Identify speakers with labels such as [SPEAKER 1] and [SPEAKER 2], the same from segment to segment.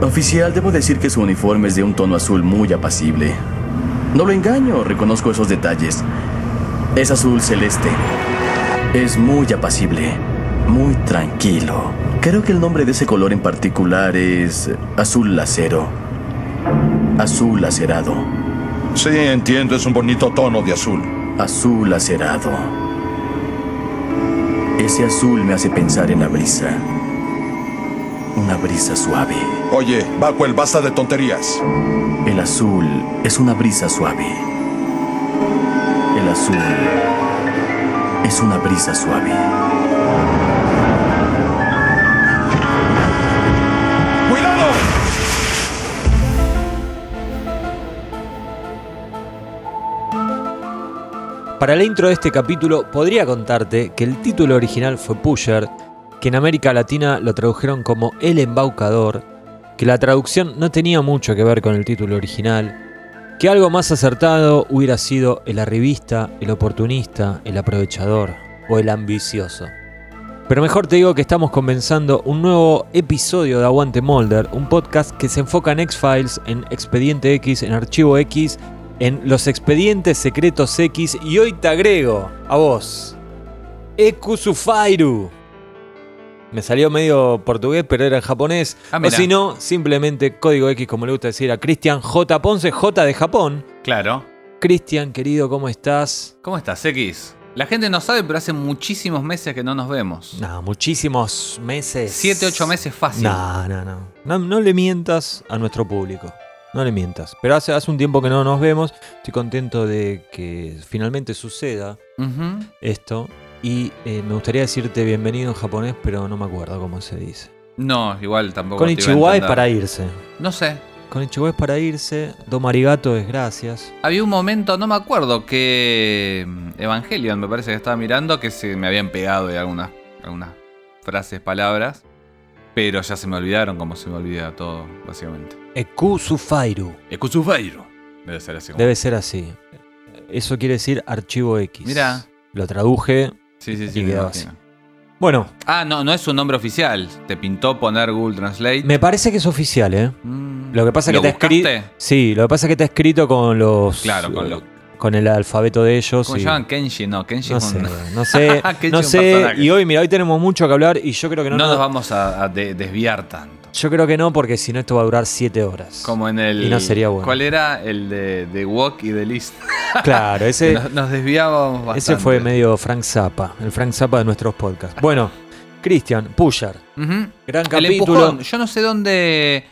[SPEAKER 1] Oficial, debo decir que su uniforme es de un tono azul muy apacible. No lo engaño, reconozco esos detalles. Es azul celeste. Es muy apacible, muy tranquilo. Creo que el nombre de ese color en particular es azul lacero. Azul lacerado.
[SPEAKER 2] Sí, entiendo, es un bonito tono de azul.
[SPEAKER 1] Azul lacerado. Ese azul me hace pensar en la brisa. Una brisa suave.
[SPEAKER 2] Oye, Bacuel, basta de tonterías.
[SPEAKER 1] El azul es una brisa suave. El azul es una brisa suave.
[SPEAKER 2] ¡Cuidado!
[SPEAKER 3] Para la intro de este capítulo podría contarte que el título original fue Pusher, que en América Latina lo tradujeron como El Embaucador, que la traducción no tenía mucho que ver con el título original, que algo más acertado hubiera sido El Arribista, El Oportunista, El Aprovechador o El Ambicioso. Pero mejor te digo que estamos comenzando un nuevo episodio de Aguante Molder, un podcast que se enfoca en X-Files, en Expediente X, en Archivo X, en los expedientes secretos X y hoy te agrego a vos. Ekusufairu. Me salió medio portugués, pero era en japonés.
[SPEAKER 4] Ah,
[SPEAKER 3] o
[SPEAKER 4] mira.
[SPEAKER 3] si no, simplemente código X, como le gusta decir a Cristian J. Ponce, J de Japón.
[SPEAKER 4] Claro.
[SPEAKER 3] Cristian, querido, ¿cómo estás?
[SPEAKER 4] ¿Cómo estás, X? La gente no sabe, pero hace muchísimos meses que no nos vemos.
[SPEAKER 3] Nada, muchísimos meses.
[SPEAKER 4] Siete, ocho meses fácil.
[SPEAKER 3] No, no, no, no. No le mientas a nuestro público. No le mientas. Pero hace, hace un tiempo que no nos vemos. Estoy contento de que finalmente suceda
[SPEAKER 4] Ujú.
[SPEAKER 3] esto. Y eh, me gustaría decirte bienvenido en japonés, pero no me acuerdo cómo se dice.
[SPEAKER 4] No, igual tampoco.
[SPEAKER 3] Con
[SPEAKER 4] te iba a
[SPEAKER 3] Ichiwai
[SPEAKER 4] entender.
[SPEAKER 3] para irse.
[SPEAKER 4] No sé.
[SPEAKER 3] Con es para irse. Domarigato es gracias.
[SPEAKER 4] Había un momento, no me acuerdo, que mm, Evangelion me parece que estaba mirando, que se me habían pegado de algunas, algunas frases, palabras, pero ya se me olvidaron como se me olvida todo, básicamente.
[SPEAKER 3] Ekusufairu.
[SPEAKER 4] Ekusufairo. Debe ser así. como-
[SPEAKER 3] Debe ser así. Eso quiere decir archivo X.
[SPEAKER 4] Mirá.
[SPEAKER 3] Lo traduje.
[SPEAKER 4] Sí, sí, sí.
[SPEAKER 3] y
[SPEAKER 4] me
[SPEAKER 3] quedó así.
[SPEAKER 4] imagino.
[SPEAKER 3] Bueno,
[SPEAKER 4] Ah, no, no es un nombre oficial. Te pintó poner Google Translate.
[SPEAKER 3] me parece que es oficial, ¿eh?
[SPEAKER 4] Mm.
[SPEAKER 3] Lo que pasa es que
[SPEAKER 4] ¿Lo
[SPEAKER 3] está escrito.
[SPEAKER 4] buscaste?
[SPEAKER 3] Sí, lo que pasa es que está escrito con los.
[SPEAKER 4] Claro, con
[SPEAKER 3] eh,
[SPEAKER 4] los-
[SPEAKER 3] con el alfabeto de ellos.
[SPEAKER 4] ¿Cómo
[SPEAKER 3] y-
[SPEAKER 4] llaman Kenji? No, Kenji
[SPEAKER 3] no
[SPEAKER 4] es
[SPEAKER 3] sé,
[SPEAKER 4] un-
[SPEAKER 3] no sé,
[SPEAKER 4] Qué
[SPEAKER 3] no
[SPEAKER 4] chido
[SPEAKER 3] sé.
[SPEAKER 4] personaje.
[SPEAKER 3] Y hoy, mira, hoy tenemos mucho que hablar y yo creo que no.
[SPEAKER 4] No nos
[SPEAKER 3] no-
[SPEAKER 4] vamos a, a de- desviar tanto.
[SPEAKER 3] Yo creo que no, porque si no esto va a durar siete horas.
[SPEAKER 4] Como en el.
[SPEAKER 3] Y no sería bueno.
[SPEAKER 4] ¿Cuál era? El de, de Walk y de List.
[SPEAKER 3] Claro, ese,
[SPEAKER 4] nos, nos desviábamos bastante.
[SPEAKER 3] ese fue medio Frank Zappa, el Frank Zappa de nuestros podcasts. Bueno, Cristian, Puyar,
[SPEAKER 4] Ujú.
[SPEAKER 3] gran
[SPEAKER 4] El
[SPEAKER 3] capítulo.
[SPEAKER 4] empujón. Yo no sé dónde.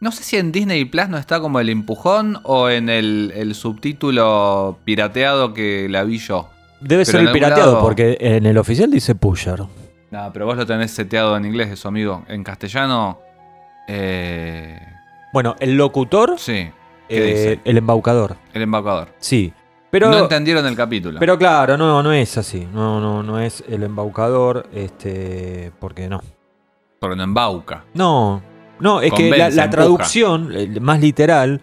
[SPEAKER 4] No sé si en Disney Plus no está como el empujón o en el, el subtítulo pirateado que la vi yo.
[SPEAKER 3] Debe
[SPEAKER 4] Pero
[SPEAKER 3] ser
[SPEAKER 4] en
[SPEAKER 3] el
[SPEAKER 4] algún
[SPEAKER 3] pirateado,
[SPEAKER 4] lado-
[SPEAKER 3] porque en el oficial dice Puyar.
[SPEAKER 4] No, pero vos lo tenés seteado en inglés, eso, amigo. En castellano. Eh,
[SPEAKER 3] Bueno, el locutor,
[SPEAKER 4] sí,
[SPEAKER 3] eh,
[SPEAKER 4] ¿qué dice?
[SPEAKER 3] el embaucador,
[SPEAKER 4] El embaucador.
[SPEAKER 3] sí. Pero,
[SPEAKER 4] no entendieron el capítulo.
[SPEAKER 3] pero claro, no, no es así. No, no, no es el embaucador, este, porque no.
[SPEAKER 4] Porque no embauca.
[SPEAKER 3] No, no, es que la,
[SPEAKER 4] Convence,
[SPEAKER 3] la
[SPEAKER 4] empuja.
[SPEAKER 3] traducción eh, más literal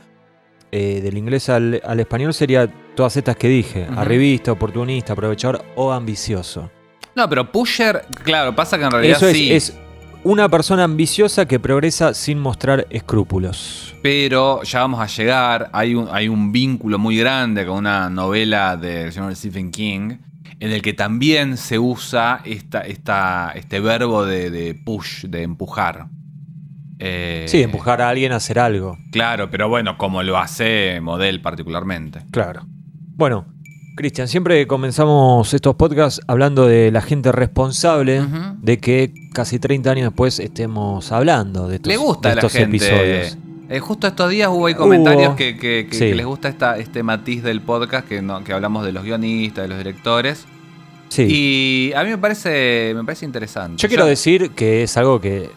[SPEAKER 3] eh, del inglés al, al español sería todas estas que dije:
[SPEAKER 4] Ujú.
[SPEAKER 3] arribista, oportunista, aprovechador o ambicioso.
[SPEAKER 4] No, pero pusher, claro, pasa que en realidad
[SPEAKER 3] Eso es,
[SPEAKER 4] sí.
[SPEAKER 3] es una persona ambiciosa que progresa sin mostrar escrúpulos.
[SPEAKER 4] Pero ya vamos a llegar. Hay un, hay un vínculo muy grande con una novela del señor Stephen King. En el que también se usa esta, esta, este verbo de, de push, de empujar. Eh,
[SPEAKER 3] sí, empujar a alguien a hacer algo.
[SPEAKER 4] Claro, pero bueno, como lo hace Model particularmente.
[SPEAKER 3] Claro. Bueno, Cristian, siempre comenzamos estos podcasts hablando de la gente responsable.
[SPEAKER 4] Ujú.
[SPEAKER 3] De que casi 30 años después estemos hablando de estos,
[SPEAKER 4] Le gusta
[SPEAKER 3] de
[SPEAKER 4] a la
[SPEAKER 3] estos
[SPEAKER 4] gente.
[SPEAKER 3] episodios.
[SPEAKER 4] Eh, justo estos días hubo ahí comentarios
[SPEAKER 3] Hubo.
[SPEAKER 4] que, que- que-
[SPEAKER 3] Sí.
[SPEAKER 4] que les gusta esta, este matiz del podcast que, no, que hablamos de los guionistas, de los directores.
[SPEAKER 3] Sí.
[SPEAKER 4] Y a mí me parece, me parece interesante.
[SPEAKER 3] Yo quiero decir que es algo que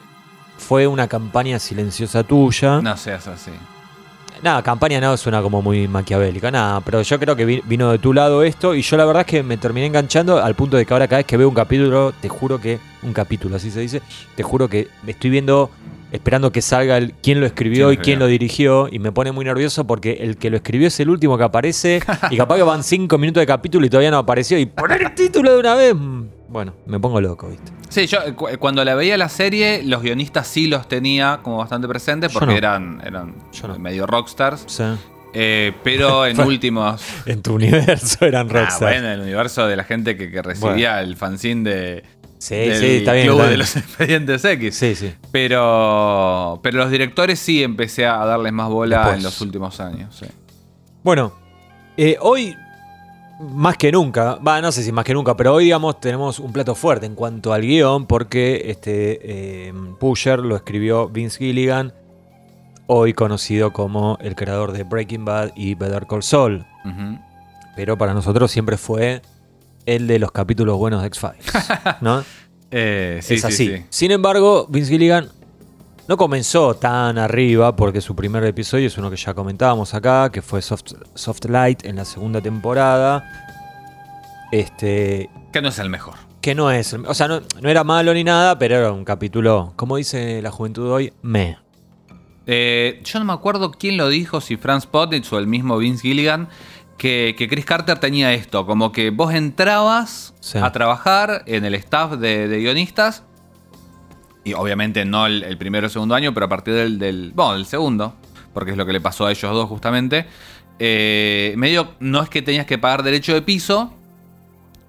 [SPEAKER 3] fue una campaña silenciosa tuya.
[SPEAKER 4] No seas así.
[SPEAKER 3] Nada, campaña no suena como muy maquiavélica, nada, pero yo creo que vi- vino de tu lado esto y yo la verdad es que me terminé enganchando al punto de que ahora cada vez que veo un capítulo, te juro que, un capítulo así se dice, te juro que estoy viendo, esperando que salga el, quién lo escribió
[SPEAKER 4] ¿Quién
[SPEAKER 3] y
[SPEAKER 4] lo
[SPEAKER 3] quién
[SPEAKER 4] escribió?
[SPEAKER 3] lo dirigió y me pone muy nervioso porque el que lo escribió es el último que aparece y capaz que van cinco minutos de capítulo y todavía no apareció y poner el título de una vez, mm, Bueno, me pongo loco, ¿viste?
[SPEAKER 4] Sí, yo eh, cu- eh, cuando la veía la serie, los guionistas sí los tenía como bastante presentes
[SPEAKER 3] Yo
[SPEAKER 4] porque
[SPEAKER 3] no.
[SPEAKER 4] eran, eran
[SPEAKER 3] Yo no.
[SPEAKER 4] medio rockstars.
[SPEAKER 3] O sea,
[SPEAKER 4] Eh, pero en últimos.
[SPEAKER 3] en tu universo eran
[SPEAKER 4] Ah,
[SPEAKER 3] rockstars.
[SPEAKER 4] bueno, el universo de la gente que, que recibía el fanzine de,
[SPEAKER 3] Sí,
[SPEAKER 4] del
[SPEAKER 3] sí, está bien.
[SPEAKER 4] Club
[SPEAKER 3] está
[SPEAKER 4] de
[SPEAKER 3] bien.
[SPEAKER 4] los Expedientes X.
[SPEAKER 3] Sí, sí.
[SPEAKER 4] Pero, pero los directores sí empecé a darles más bola
[SPEAKER 3] Después.
[SPEAKER 4] en los últimos años. sí.
[SPEAKER 3] Bueno, eh, hoy más que nunca, va, no sé si más que nunca, pero hoy digamos tenemos un plato fuerte en cuanto al guión porque este eh, Pusher lo escribió Vince Gilligan, hoy conocido como el creador de Breaking Bad y Better Call Saul,
[SPEAKER 4] Ujú.
[SPEAKER 3] pero para nosotros siempre fue el de los capítulos buenos de X-Files, ¿no?
[SPEAKER 4] Eh, sí,
[SPEAKER 3] es
[SPEAKER 4] sí,
[SPEAKER 3] así.
[SPEAKER 4] sí.
[SPEAKER 3] Sin embargo, Vince Gilligan no comenzó tan arriba porque su primer episodio es uno que ya comentábamos acá, que fue Soft, Soft Light en la segunda temporada. Este,
[SPEAKER 4] Que no es el mejor.
[SPEAKER 3] que no es, el- o sea, no, no era malo ni nada, pero era un capítulo, como dice la juventud hoy, me.
[SPEAKER 4] Eh, yo no me acuerdo quién lo dijo, si Franz Pottage o el mismo Vince Gilligan, que, que Chris Carter tenía esto, como que vos entrabas
[SPEAKER 3] Sí.
[SPEAKER 4] a trabajar en el staff de, de guionistas, y obviamente no el, el primero o segundo año, pero a partir del, del- bueno, del segundo, porque es lo que le pasó a ellos dos justamente, eh, medio no es que tenías que pagar derecho de piso,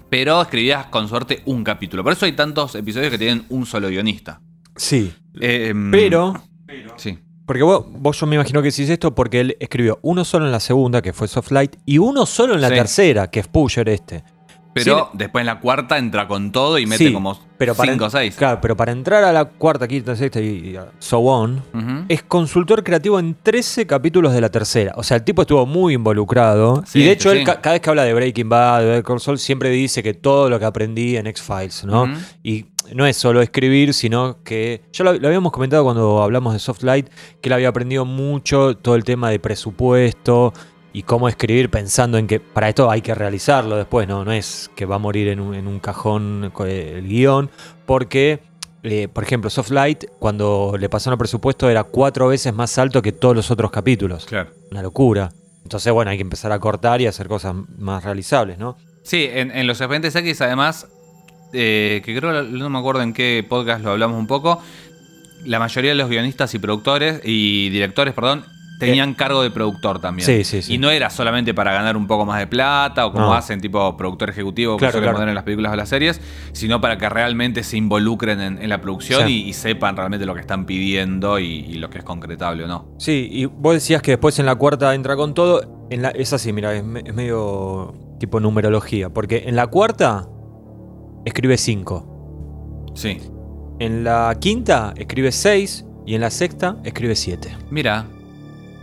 [SPEAKER 4] pero escribías con suerte un capítulo. Por eso hay tantos episodios que tienen un solo guionista.
[SPEAKER 3] Sí,
[SPEAKER 4] Eh,
[SPEAKER 3] Mm. pero
[SPEAKER 4] Sí.
[SPEAKER 3] Porque vos, vos yo me imagino que hiciste esto porque él escribió uno solo en la segunda, que fue Soft Light, y uno solo en la
[SPEAKER 4] Sí.
[SPEAKER 3] tercera, que es Pusher este.
[SPEAKER 4] Pero
[SPEAKER 3] Sí.
[SPEAKER 4] después en la cuarta entra con todo y mete
[SPEAKER 3] Sí,
[SPEAKER 4] como 5
[SPEAKER 3] pero para
[SPEAKER 4] o
[SPEAKER 3] en-
[SPEAKER 4] 6.
[SPEAKER 3] Claro, pero para entrar a la cuarta, quinta, sexta y, y, uh, so on, es consultor creativo en 13 capítulos de la tercera. O sea, el tipo estuvo muy involucrado.
[SPEAKER 4] Sí,
[SPEAKER 3] y de hecho,
[SPEAKER 4] sí.
[SPEAKER 3] él ca- cada vez que habla de Breaking Bad, de Better Call Saul, siempre dice que todo lo que aprendí en X-Files, ¿no?
[SPEAKER 4] Ujú.
[SPEAKER 3] Y no es solo escribir, sino que. Ya lo, lo habíamos comentado cuando hablamos de Soft Light, que él había aprendido mucho todo el tema de presupuesto. Y cómo escribir pensando en que para esto hay que realizarlo después, no, no es que va a morir en un, en un cajón co- eh, el guión, porque eh, por ejemplo, Soft Light, cuando le pasaron el presupuesto, era cuatro veces más alto que todos los otros capítulos.
[SPEAKER 4] Claro.
[SPEAKER 3] Una locura. Entonces, bueno, hay que empezar a cortar y hacer cosas más realizables, ¿no?
[SPEAKER 4] Sí, en, en los Expedientes X, además, eh, que creo, no me acuerdo en qué podcast lo hablamos un poco, la mayoría de los guionistas y productores, y directores, perdón, tenían cargo de productor también.
[SPEAKER 3] Eh. Sí, sí, sí.
[SPEAKER 4] Y no era solamente para ganar un poco más de plata o como
[SPEAKER 3] No.
[SPEAKER 4] hacen tipo productor ejecutivo
[SPEAKER 3] Claro,
[SPEAKER 4] que suelen
[SPEAKER 3] claro.
[SPEAKER 4] poner en las películas o las series, sino para que realmente se involucren en, en la producción
[SPEAKER 3] Sí.
[SPEAKER 4] y, y sepan realmente lo que están pidiendo y, y lo que es concretable o no.
[SPEAKER 3] Sí, y vos decías que después en la cuarta entra con todo. En la, es así, mira, es, me- es medio tipo numerología. Porque en la cuarta escribe cinco.
[SPEAKER 4] Sí.
[SPEAKER 3] En la quinta escribe seis. Y en la sexta escribe siete.
[SPEAKER 4] Mira,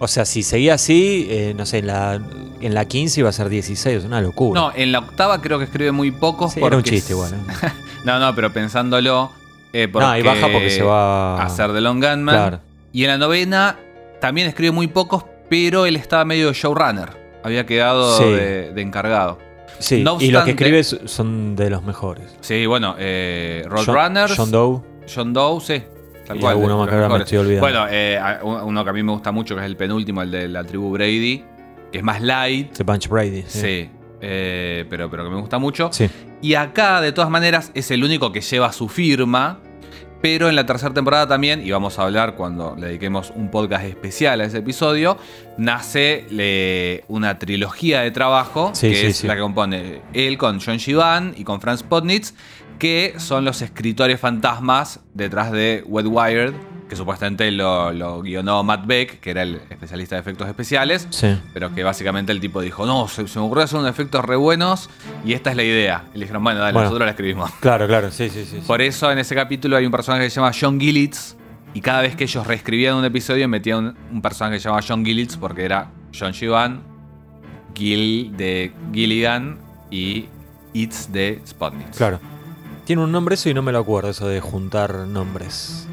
[SPEAKER 3] O sea, si seguía así, eh, no sé, en la, en la 15 iba a ser 16, es una locura.
[SPEAKER 4] No, en la octava creo que escribe muy pocos.
[SPEAKER 3] Sí, era un
[SPEAKER 4] porque-
[SPEAKER 3] chiste igual. ¿eh?
[SPEAKER 4] No, no, pero pensándolo. eh,
[SPEAKER 3] No, y baja porque se va
[SPEAKER 4] a hacer de Long Gunman.
[SPEAKER 3] Claro.
[SPEAKER 4] Y en la novena también escribe muy pocos, pero él estaba medio de showrunner. Había quedado
[SPEAKER 3] Sí.
[SPEAKER 4] de, de encargado.
[SPEAKER 3] Sí,
[SPEAKER 4] No
[SPEAKER 3] y los que
[SPEAKER 4] obstante-
[SPEAKER 3] escribes son de los mejores.
[SPEAKER 4] Sí, bueno, eh,
[SPEAKER 3] John-
[SPEAKER 4] Roadrunners.
[SPEAKER 3] John Doe.
[SPEAKER 4] John Doe, sí. Tal
[SPEAKER 3] Y
[SPEAKER 4] cual.
[SPEAKER 3] alguno más
[SPEAKER 4] de
[SPEAKER 3] que ahora me
[SPEAKER 4] los mejores.
[SPEAKER 3] estoy olvidando.
[SPEAKER 4] Bueno, eh, a- un- uno que a mí me gusta mucho, que es el penúltimo, el de la tribu Brady, que es más light.
[SPEAKER 3] The Punch Brady.
[SPEAKER 4] Sí. eh, pero, pero que me gusta mucho.
[SPEAKER 3] Sí.
[SPEAKER 4] Y acá, de todas maneras, es el único que lleva su firma. Pero en la tercera temporada también, y vamos a hablar cuando le dediquemos un podcast especial a ese episodio, nace le- una trilogía de trabajo,
[SPEAKER 3] Sí,
[SPEAKER 4] que
[SPEAKER 3] sí,
[SPEAKER 4] es
[SPEAKER 3] sí.
[SPEAKER 4] la que compone él con John Shivan y con Franz Potnitz, que son los escritores fantasmas detrás de Wet Wired, que supuestamente lo, lo guionó Matt Beck, que era el especialista de efectos especiales,
[SPEAKER 3] Sí.
[SPEAKER 4] pero que básicamente el tipo dijo, no, se, se me ocurrió hacer unos efectos re buenos y esta es la idea. Y le dijeron, bueno, dale,
[SPEAKER 3] Bueno.
[SPEAKER 4] nosotros la escribimos.
[SPEAKER 3] Claro, claro, sí, sí, sí. sí.
[SPEAKER 4] Por eso en ese capítulo hay un personaje que se llama John Gillitz y cada vez que ellos reescribían un episodio metían un, un personaje que se llama John Gillitz porque era John Givan, Gil de Gilligan y It's de Spotnitz.
[SPEAKER 3] Claro. Tiene un nombre eso y no me lo acuerdo, eso de juntar nombres.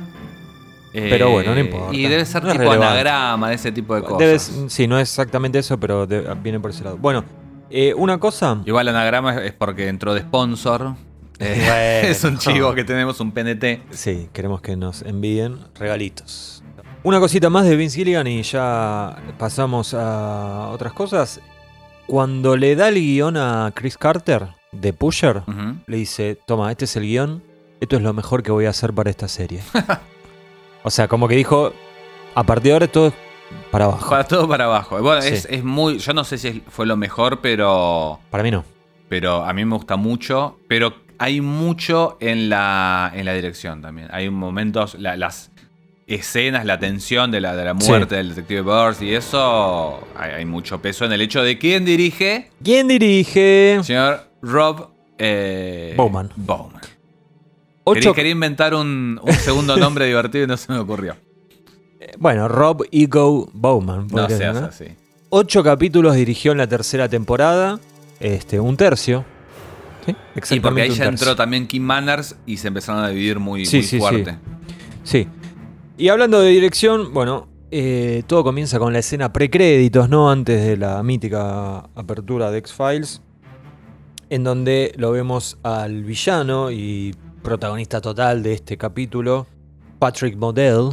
[SPEAKER 4] Eh,
[SPEAKER 3] Pero bueno, no importa.
[SPEAKER 4] Y debe ser
[SPEAKER 3] No es
[SPEAKER 4] tipo
[SPEAKER 3] relevante.
[SPEAKER 4] anagrama de ese tipo de cosas.
[SPEAKER 3] Debes, sí, no es exactamente eso, pero de- viene por ese lado. Bueno, eh, una cosa.
[SPEAKER 4] Igual anagrama es- es porque entró de sponsor. Eh,
[SPEAKER 3] Bueno.
[SPEAKER 4] es un chivo que tenemos, un PNT.
[SPEAKER 3] Sí, queremos que nos envíen regalitos. Una cosita más de Vince Gilligan y ya pasamos a otras cosas. Cuando le da el guión a Chris Carter, de Pusher,
[SPEAKER 4] Ujú.
[SPEAKER 3] le dice, toma, este es el guión, esto es lo mejor que voy a hacer para esta serie. o sea, como que dijo, a partir de ahora todo es para abajo.
[SPEAKER 4] Para todo para abajo. Bueno, es,
[SPEAKER 3] Sí.
[SPEAKER 4] es muy. Yo no sé si es- fue lo mejor, pero.
[SPEAKER 3] Para mí no.
[SPEAKER 4] Pero a mí me gusta mucho. Pero hay mucho en la, en la dirección también. Hay momentos, la- las escenas, la tensión de la, de la
[SPEAKER 3] Sí.
[SPEAKER 4] muerte del detective Burns y eso. Hay, hay mucho peso en el hecho de quién dirige.
[SPEAKER 3] ¿Quién dirige?
[SPEAKER 4] Señor Rob. eh,
[SPEAKER 3] Bowman.
[SPEAKER 4] Bowman. Quería-
[SPEAKER 3] Ocho-
[SPEAKER 4] Quería, inventar un, un segundo nombre divertido y no se me ocurrió.
[SPEAKER 3] Bueno, Rob Ego Bowman.
[SPEAKER 4] No
[SPEAKER 3] podría ser,
[SPEAKER 4] seas
[SPEAKER 3] ¿no?
[SPEAKER 4] así.
[SPEAKER 3] Ocho capítulos dirigió en la tercera temporada, este, un tercio. Sí,
[SPEAKER 4] Y porque ahí
[SPEAKER 3] un
[SPEAKER 4] ya
[SPEAKER 3] tercio.
[SPEAKER 4] entró también Kim Manners y se empezaron a dividir muy,
[SPEAKER 3] Sí,
[SPEAKER 4] muy
[SPEAKER 3] sí, sí.
[SPEAKER 4] fuerte.
[SPEAKER 3] Sí. Y hablando de dirección, bueno, eh, todo comienza con la escena precréditos, ¿no? Antes de la mítica apertura de X-Files, en donde lo vemos al villano y protagonista total de este capítulo, Patrick Modell.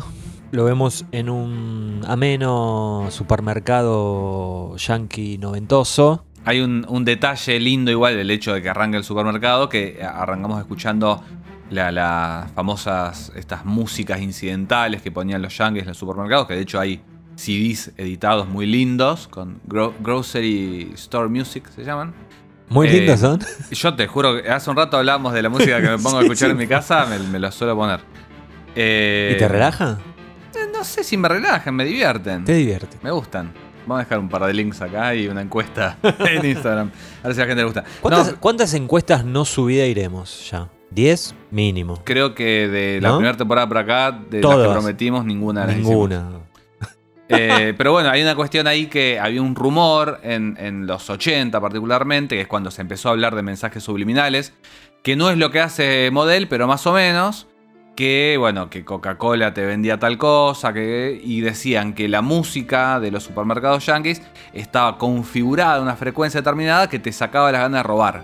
[SPEAKER 3] Lo vemos en un ameno supermercado yankee noventoso.
[SPEAKER 4] Hay un, un detalle lindo igual del hecho de que arranca el supermercado, que arrancamos escuchando la- las famosas, estas músicas incidentales que ponían los yankees en los supermercados, que de hecho hay CDs editados muy lindos, con gro- Grocery Store Music se llaman.
[SPEAKER 3] Muy
[SPEAKER 4] Eh,
[SPEAKER 3] lindos son.
[SPEAKER 4] Yo te juro que hace un rato hablábamos de la música que me pongo a
[SPEAKER 3] Sí,
[SPEAKER 4] escuchar
[SPEAKER 3] sí.
[SPEAKER 4] en mi casa, me, me lo suelo poner. Eh,
[SPEAKER 3] ¿Y te relaja?
[SPEAKER 4] eh, No sé si me relajan, me divierten.
[SPEAKER 3] Te divierte.
[SPEAKER 4] Me gustan. Vamos a dejar un par de links acá y una encuesta en Instagram. A ver si a la gente le gusta.
[SPEAKER 3] ¿Cuántas,
[SPEAKER 4] No,
[SPEAKER 3] cuántas encuestas no subida iremos ya? 10 mínimo.
[SPEAKER 4] creo que de la
[SPEAKER 3] ¿No?
[SPEAKER 4] primera temporada para acá, de las
[SPEAKER 3] Todas.
[SPEAKER 4] que prometimos, ninguna. las
[SPEAKER 3] Ninguna.
[SPEAKER 4] hicimos. Eh, pero bueno, hay una cuestión ahí que había un rumor en, en los 80 particularmente, que es cuando se empezó a hablar de mensajes subliminales, que no es lo que hace Model, pero más o menos, que bueno, que Coca-Cola te vendía tal cosa, que, y decían que la música de los supermercados yankees estaba configurada a una frecuencia determinada que te sacaba las ganas de robar.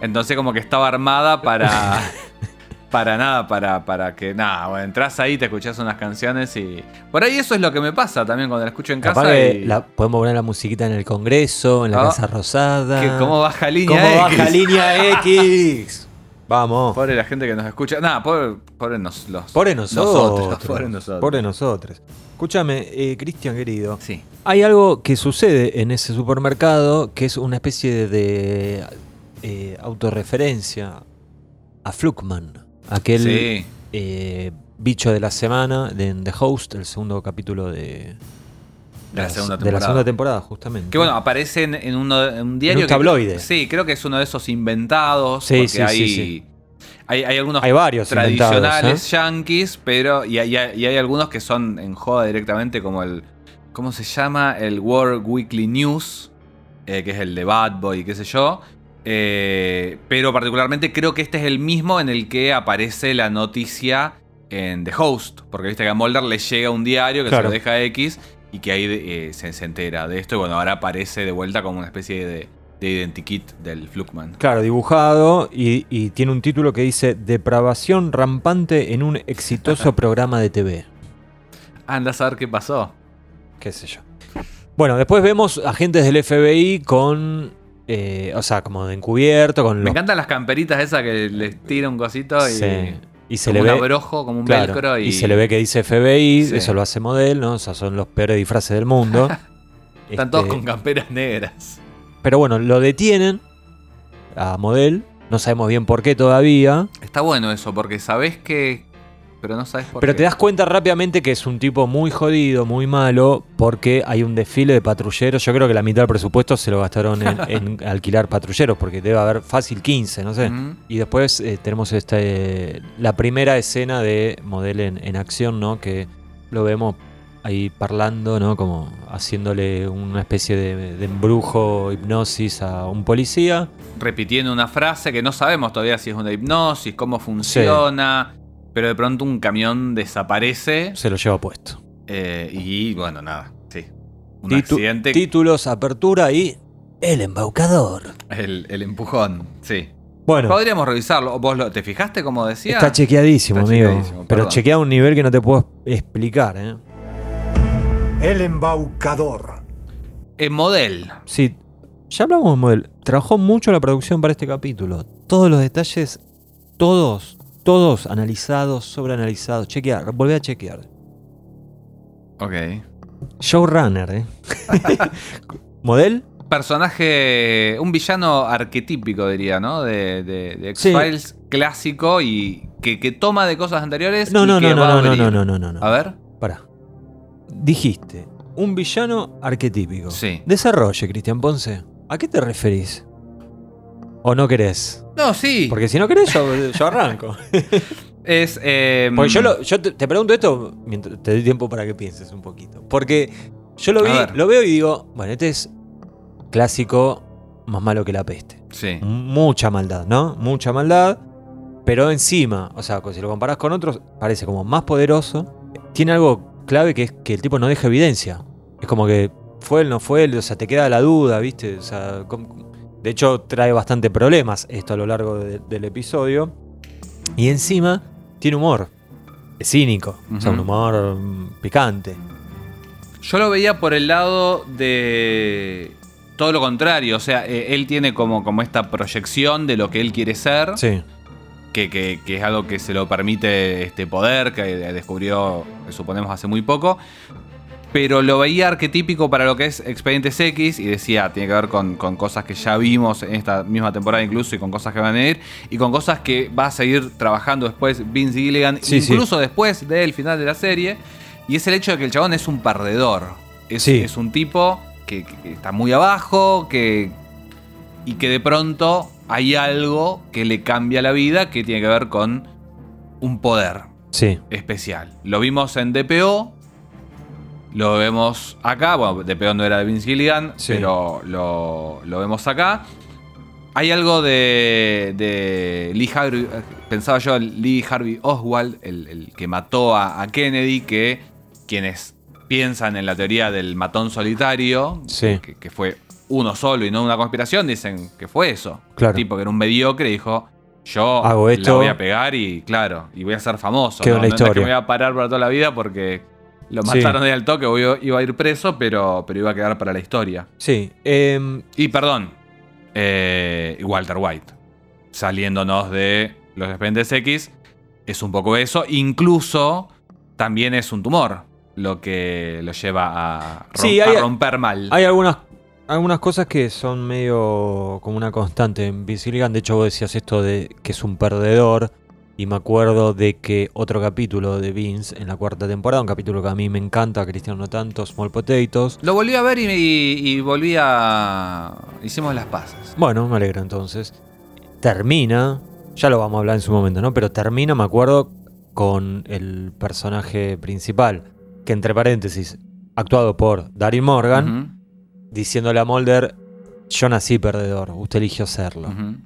[SPEAKER 4] Entonces como que estaba armada para... Para nada, para, para que nada, bueno, entras ahí, te escuchás unas canciones y... Por ahí eso es lo que me pasa también cuando la escucho en
[SPEAKER 3] Capaz
[SPEAKER 4] casa.
[SPEAKER 3] que
[SPEAKER 4] y-
[SPEAKER 3] la, podemos poner la musiquita en el Congreso, en la
[SPEAKER 4] Ah,
[SPEAKER 3] Casa Rosada.
[SPEAKER 4] que ¿Cómo baja línea?
[SPEAKER 3] ¿Cómo
[SPEAKER 4] X.
[SPEAKER 3] baja línea X? Vamos.
[SPEAKER 4] Pobre la gente que nos escucha. Nada, pobre, pobre nos, los,
[SPEAKER 3] Pobre nosotros.
[SPEAKER 4] Pobre nosotros.
[SPEAKER 3] Pobre nosotros. Escúchame, eh, Cristian querido.
[SPEAKER 4] Sí.
[SPEAKER 3] Hay algo que sucede en ese supermercado que es una especie de, de, eh, autorreferencia a Flukman, aquel
[SPEAKER 4] Sí.
[SPEAKER 3] eh, bicho de la semana de en The Host, el segundo capítulo de,
[SPEAKER 4] De la segunda
[SPEAKER 3] de la
[SPEAKER 4] temporada.
[SPEAKER 3] segunda temporada, justamente.
[SPEAKER 4] Que bueno, aparece en, en uno, en un diario.
[SPEAKER 3] un
[SPEAKER 4] que-
[SPEAKER 3] tabloide.
[SPEAKER 4] sí, creo que es uno de esos inventados.
[SPEAKER 3] Sí,
[SPEAKER 4] porque
[SPEAKER 3] sí, sí,
[SPEAKER 4] hay,
[SPEAKER 3] sí.
[SPEAKER 4] Hay, hay algunos
[SPEAKER 3] Hay varios inventados, ¿eh?
[SPEAKER 4] tradicionales yankees, pero. Y hay, y hay- y hay algunos que son en joda directamente, como el. ¿Cómo se llama? El World Weekly News, eh, que es el de Bad Boy, qué sé yo. Eh, pero particularmente creo que este es el mismo en el que aparece la noticia en The Host. Porque viste que a Mulder le llega un diario que se
[SPEAKER 3] Claro.
[SPEAKER 4] lo deja a X y que ahí eh, se, se entera de esto. Y bueno, ahora aparece de vuelta como una especie de, de identikit del Flukman.
[SPEAKER 3] Claro, dibujado y, y tiene un título que dice Depravación rampante en un exitoso programa de TV.
[SPEAKER 4] Anda a saber qué pasó.
[SPEAKER 3] Qué sé yo. Bueno, después vemos agentes del FBI con. eh, o sea, como de encubierto, con
[SPEAKER 4] Me
[SPEAKER 3] los-
[SPEAKER 4] encantan las camperitas esas que les tira un cosito y.
[SPEAKER 3] Sí. Y se
[SPEAKER 4] como
[SPEAKER 3] le
[SPEAKER 4] un
[SPEAKER 3] ve.
[SPEAKER 4] abrojo, como un
[SPEAKER 3] claro,
[SPEAKER 4] velcro. Y,
[SPEAKER 3] y se le ve que dice FBI,
[SPEAKER 4] Sí.
[SPEAKER 3] eso lo hace modelo, ¿no? O sea, son los peores disfraces del mundo.
[SPEAKER 4] Están todos
[SPEAKER 3] Este,
[SPEAKER 4] con camperas negras.
[SPEAKER 3] Pero bueno, lo detienen a Model. No sabemos bien por qué todavía.
[SPEAKER 4] Está bueno eso, porque sabés que. Pero no sabes por
[SPEAKER 3] Pero
[SPEAKER 4] qué.
[SPEAKER 3] te das cuenta rápidamente que es un tipo muy jodido, muy malo, porque hay un desfile de patrulleros. Yo creo que la mitad del presupuesto se lo gastaron en, en alquilar patrulleros, porque debe haber fácil 15, no sé.
[SPEAKER 4] Ujú.
[SPEAKER 3] Y después eh, tenemos esta, eh, la primera escena de Model en, en acción, ¿no? Que lo vemos ahí parlando, ¿no? Como haciéndole una especie de, de embrujo, hipnosis a un policía.
[SPEAKER 4] repitiendo una frase que no sabemos todavía si es una hipnosis, cómo funciona. Pero de pronto un camión desaparece.
[SPEAKER 3] Se lo lleva puesto.
[SPEAKER 4] eh, y bueno, nada. Sí. Un
[SPEAKER 3] Titu-
[SPEAKER 4] accidente.
[SPEAKER 3] Títulos, apertura y... El embaucador.
[SPEAKER 4] el, el empujón. Sí.
[SPEAKER 3] Bueno.
[SPEAKER 4] Podríamos revisarlo. ¿Vos lo- te fijaste como decía?
[SPEAKER 3] Está chequeadísimo,
[SPEAKER 4] Está
[SPEAKER 3] amigo.
[SPEAKER 4] chequeadísimo,
[SPEAKER 3] pero
[SPEAKER 4] perdón.
[SPEAKER 3] chequeado a un nivel que no te puedo explicar, ¿eh?
[SPEAKER 5] El embaucador.
[SPEAKER 4] En model.
[SPEAKER 3] Sí, Ya hablamos de él. Trabajó mucho la producción para este capítulo. Todos los detalles, todos, todos analizados, sobreanalizados. Chequear, volvé a chequear.
[SPEAKER 4] Ok.
[SPEAKER 3] Showrunner, ¿eh? ¿Model?
[SPEAKER 4] Personaje, un villano arquetípico, diría, ¿no? De, de, de
[SPEAKER 3] Sí.
[SPEAKER 4] X-Files clásico y que, que toma de cosas anteriores.
[SPEAKER 3] No,
[SPEAKER 4] y
[SPEAKER 3] no,
[SPEAKER 4] que
[SPEAKER 3] no,
[SPEAKER 4] va a
[SPEAKER 3] no, no,
[SPEAKER 4] abrir.
[SPEAKER 3] no, no, no, no, no.
[SPEAKER 4] A ver.
[SPEAKER 3] Pará. Dijiste, un villano arquetípico.
[SPEAKER 4] Sí.
[SPEAKER 3] Desarrolle, Cristian Ponce. ¿A qué te referís? ¿O no querés?
[SPEAKER 4] No, sí.
[SPEAKER 3] Porque si no querés, yo, yo arranco.
[SPEAKER 4] es. eh,
[SPEAKER 3] Porque yo, lo- yo te, te pregunto esto mientras te doy tiempo para que pienses un poquito. Porque yo lo,
[SPEAKER 4] A
[SPEAKER 3] vi,
[SPEAKER 4] ver.
[SPEAKER 3] lo veo y digo, bueno, este es clásico más malo que la peste.
[SPEAKER 4] Sí.
[SPEAKER 3] Mucha maldad, ¿no? Mucha maldad. Pero encima, o sea, si lo comparás con otros, parece como más poderoso. Tiene algo clave que es que el tipo no deja evidencia. Es como que fue él, no fue él, o sea, te queda la duda, ¿viste? O sea, com- de hecho, trae bastante problemas esto a lo largo de- del episodio. Y encima, tiene humor. Es cínico. O sea, un
[SPEAKER 4] Ujú.
[SPEAKER 3] humor mm, picante.
[SPEAKER 4] Yo lo veía por el lado de todo lo contrario, o sea, eh, él tiene como, como esta proyección de lo que él quiere ser,
[SPEAKER 3] Sí.
[SPEAKER 4] que, que- que es algo que se lo permite este poder que descubrió, suponemos, hace muy poco, pero lo veía arquetípico para lo que es Expedientes X y decía, tiene que ver con, con cosas que ya vimos en esta misma temporada incluso y con cosas que van a venir y con cosas que va a seguir trabajando después Vince Gilligan,
[SPEAKER 3] Sí, sí.
[SPEAKER 4] incluso después del final de la serie, y es el hecho de que el chabón es un perdedor, es,
[SPEAKER 3] Sí.
[SPEAKER 4] es un tipo que, que está muy abajo, que, y que de pronto hay algo que le cambia la vida que tiene que ver con un poder
[SPEAKER 3] Sí.
[SPEAKER 4] especial. Lo vimos en DPO. Lo vemos acá. Bueno, DPO no era de Vince Gilligan,
[SPEAKER 3] Sí.
[SPEAKER 4] pero lo, lo vemos acá. Hay algo de, de Lee Harvey, pensaba yo, Lee Harvey Oswald, el, el que mató a, a Kennedy, que quienes piensan en la teoría del matón solitario,
[SPEAKER 3] Sí.
[SPEAKER 4] que, que fue uno solo y no una conspiración, dicen que fue eso.
[SPEAKER 3] Claro.
[SPEAKER 4] Un tipo que era un mediocre dijo, yo
[SPEAKER 3] Hago
[SPEAKER 4] la
[SPEAKER 3] esto.
[SPEAKER 4] voy a pegar y claro, y voy a ser famoso.
[SPEAKER 3] Quedó
[SPEAKER 4] ¿no?
[SPEAKER 3] en la
[SPEAKER 4] No- no es que
[SPEAKER 3] historia.
[SPEAKER 4] me voy a parar para toda la vida porque lo
[SPEAKER 3] Sí.
[SPEAKER 4] mataron de al toque, voy- iba a ir preso, pero, pero iba a quedar para la historia.
[SPEAKER 3] Sí. em,
[SPEAKER 4] Y perdón, eh, y Walter White, saliéndonos de los expedientes X, es un poco eso. Incluso también es un tumor lo que lo lleva a, rom-
[SPEAKER 3] Sí,
[SPEAKER 4] a
[SPEAKER 3] hay-
[SPEAKER 4] romper mal.
[SPEAKER 3] Hay algunas, algunas cosas que son medio como una constante en Vince Gilligan. De hecho, vos decías esto de que es un perdedor. Y me acuerdo de que otro capítulo de Vince en la cuarta temporada, un capítulo que a mí me encanta, a Cristiano no tanto, Small Potatoes.
[SPEAKER 4] Lo volví a ver y, y- y volví a... Hicimos las pasas.
[SPEAKER 3] Bueno, me alegra entonces. Termina, ya lo vamos a hablar en su momento, ¿no? Pero termina, me acuerdo, con el personaje principal, que entre paréntesis, actuado por Daryl Morgan, diciéndole a Mulder, yo nací perdedor, usted eligió serlo.
[SPEAKER 4] Ujú, ujú.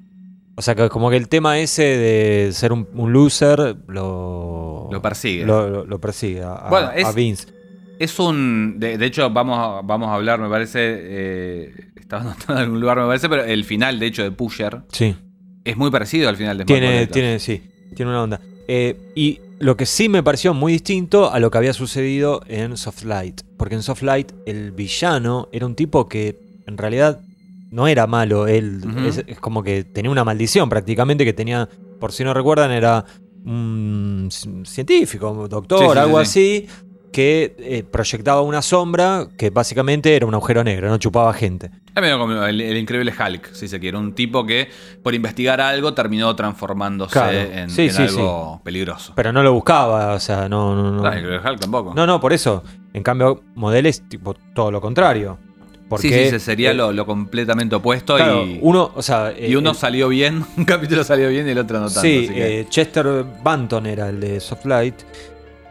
[SPEAKER 3] O sea, que como que el tema ese de ser un, un loser lo,
[SPEAKER 4] Lo persigue.
[SPEAKER 3] lo- lo- lo persigue a, a-
[SPEAKER 4] Bueno, es-
[SPEAKER 3] a Vince.
[SPEAKER 4] Es un. De, de hecho, vamos a, vamos a hablar, me parece. eh, estaba anotado en algún lugar, me parece, pero el final, de hecho, de Pusher
[SPEAKER 3] Sí,
[SPEAKER 4] es muy parecido al final de Small
[SPEAKER 3] tiene,
[SPEAKER 4] Potatoes.
[SPEAKER 3] tiene, sí, tiene una onda. Eh, y lo que sí me pareció muy distinto a lo que había sucedido en Soft Light. Porque en Soft Light el villano era un tipo que en realidad no era malo. Él
[SPEAKER 4] Ujú.
[SPEAKER 3] es, es como que tenía una maldición prácticamente que tenía, por si no recuerdan, era un ci- científico, un doctor,
[SPEAKER 4] Sí, sí, sí,
[SPEAKER 3] algo así, que eh, proyectaba una sombra que básicamente era un agujero negro, no chupaba gente.
[SPEAKER 4] Es medio como el, el increíble Hulk, si se quiere. Un tipo que, por investigar algo, terminó transformándose
[SPEAKER 3] Claro.
[SPEAKER 4] en,
[SPEAKER 3] Sí,
[SPEAKER 4] en
[SPEAKER 3] sí,
[SPEAKER 4] algo peligroso.
[SPEAKER 3] Pero no lo buscaba, o sea, no... no, no.
[SPEAKER 4] No, el increíble Hulk tampoco.
[SPEAKER 3] No, no, por eso. En cambio, Model es tipo todo lo contrario. Porque,
[SPEAKER 4] sí, sí, ese sería
[SPEAKER 3] eh,
[SPEAKER 4] lo, lo completamente opuesto
[SPEAKER 3] claro,
[SPEAKER 4] y,
[SPEAKER 3] uno, o sea, eh,
[SPEAKER 4] y uno salió bien, un capítulo salió bien y el otro no tanto.
[SPEAKER 3] sí,
[SPEAKER 4] así que-
[SPEAKER 3] eh, Chester Banton era el de Softlight.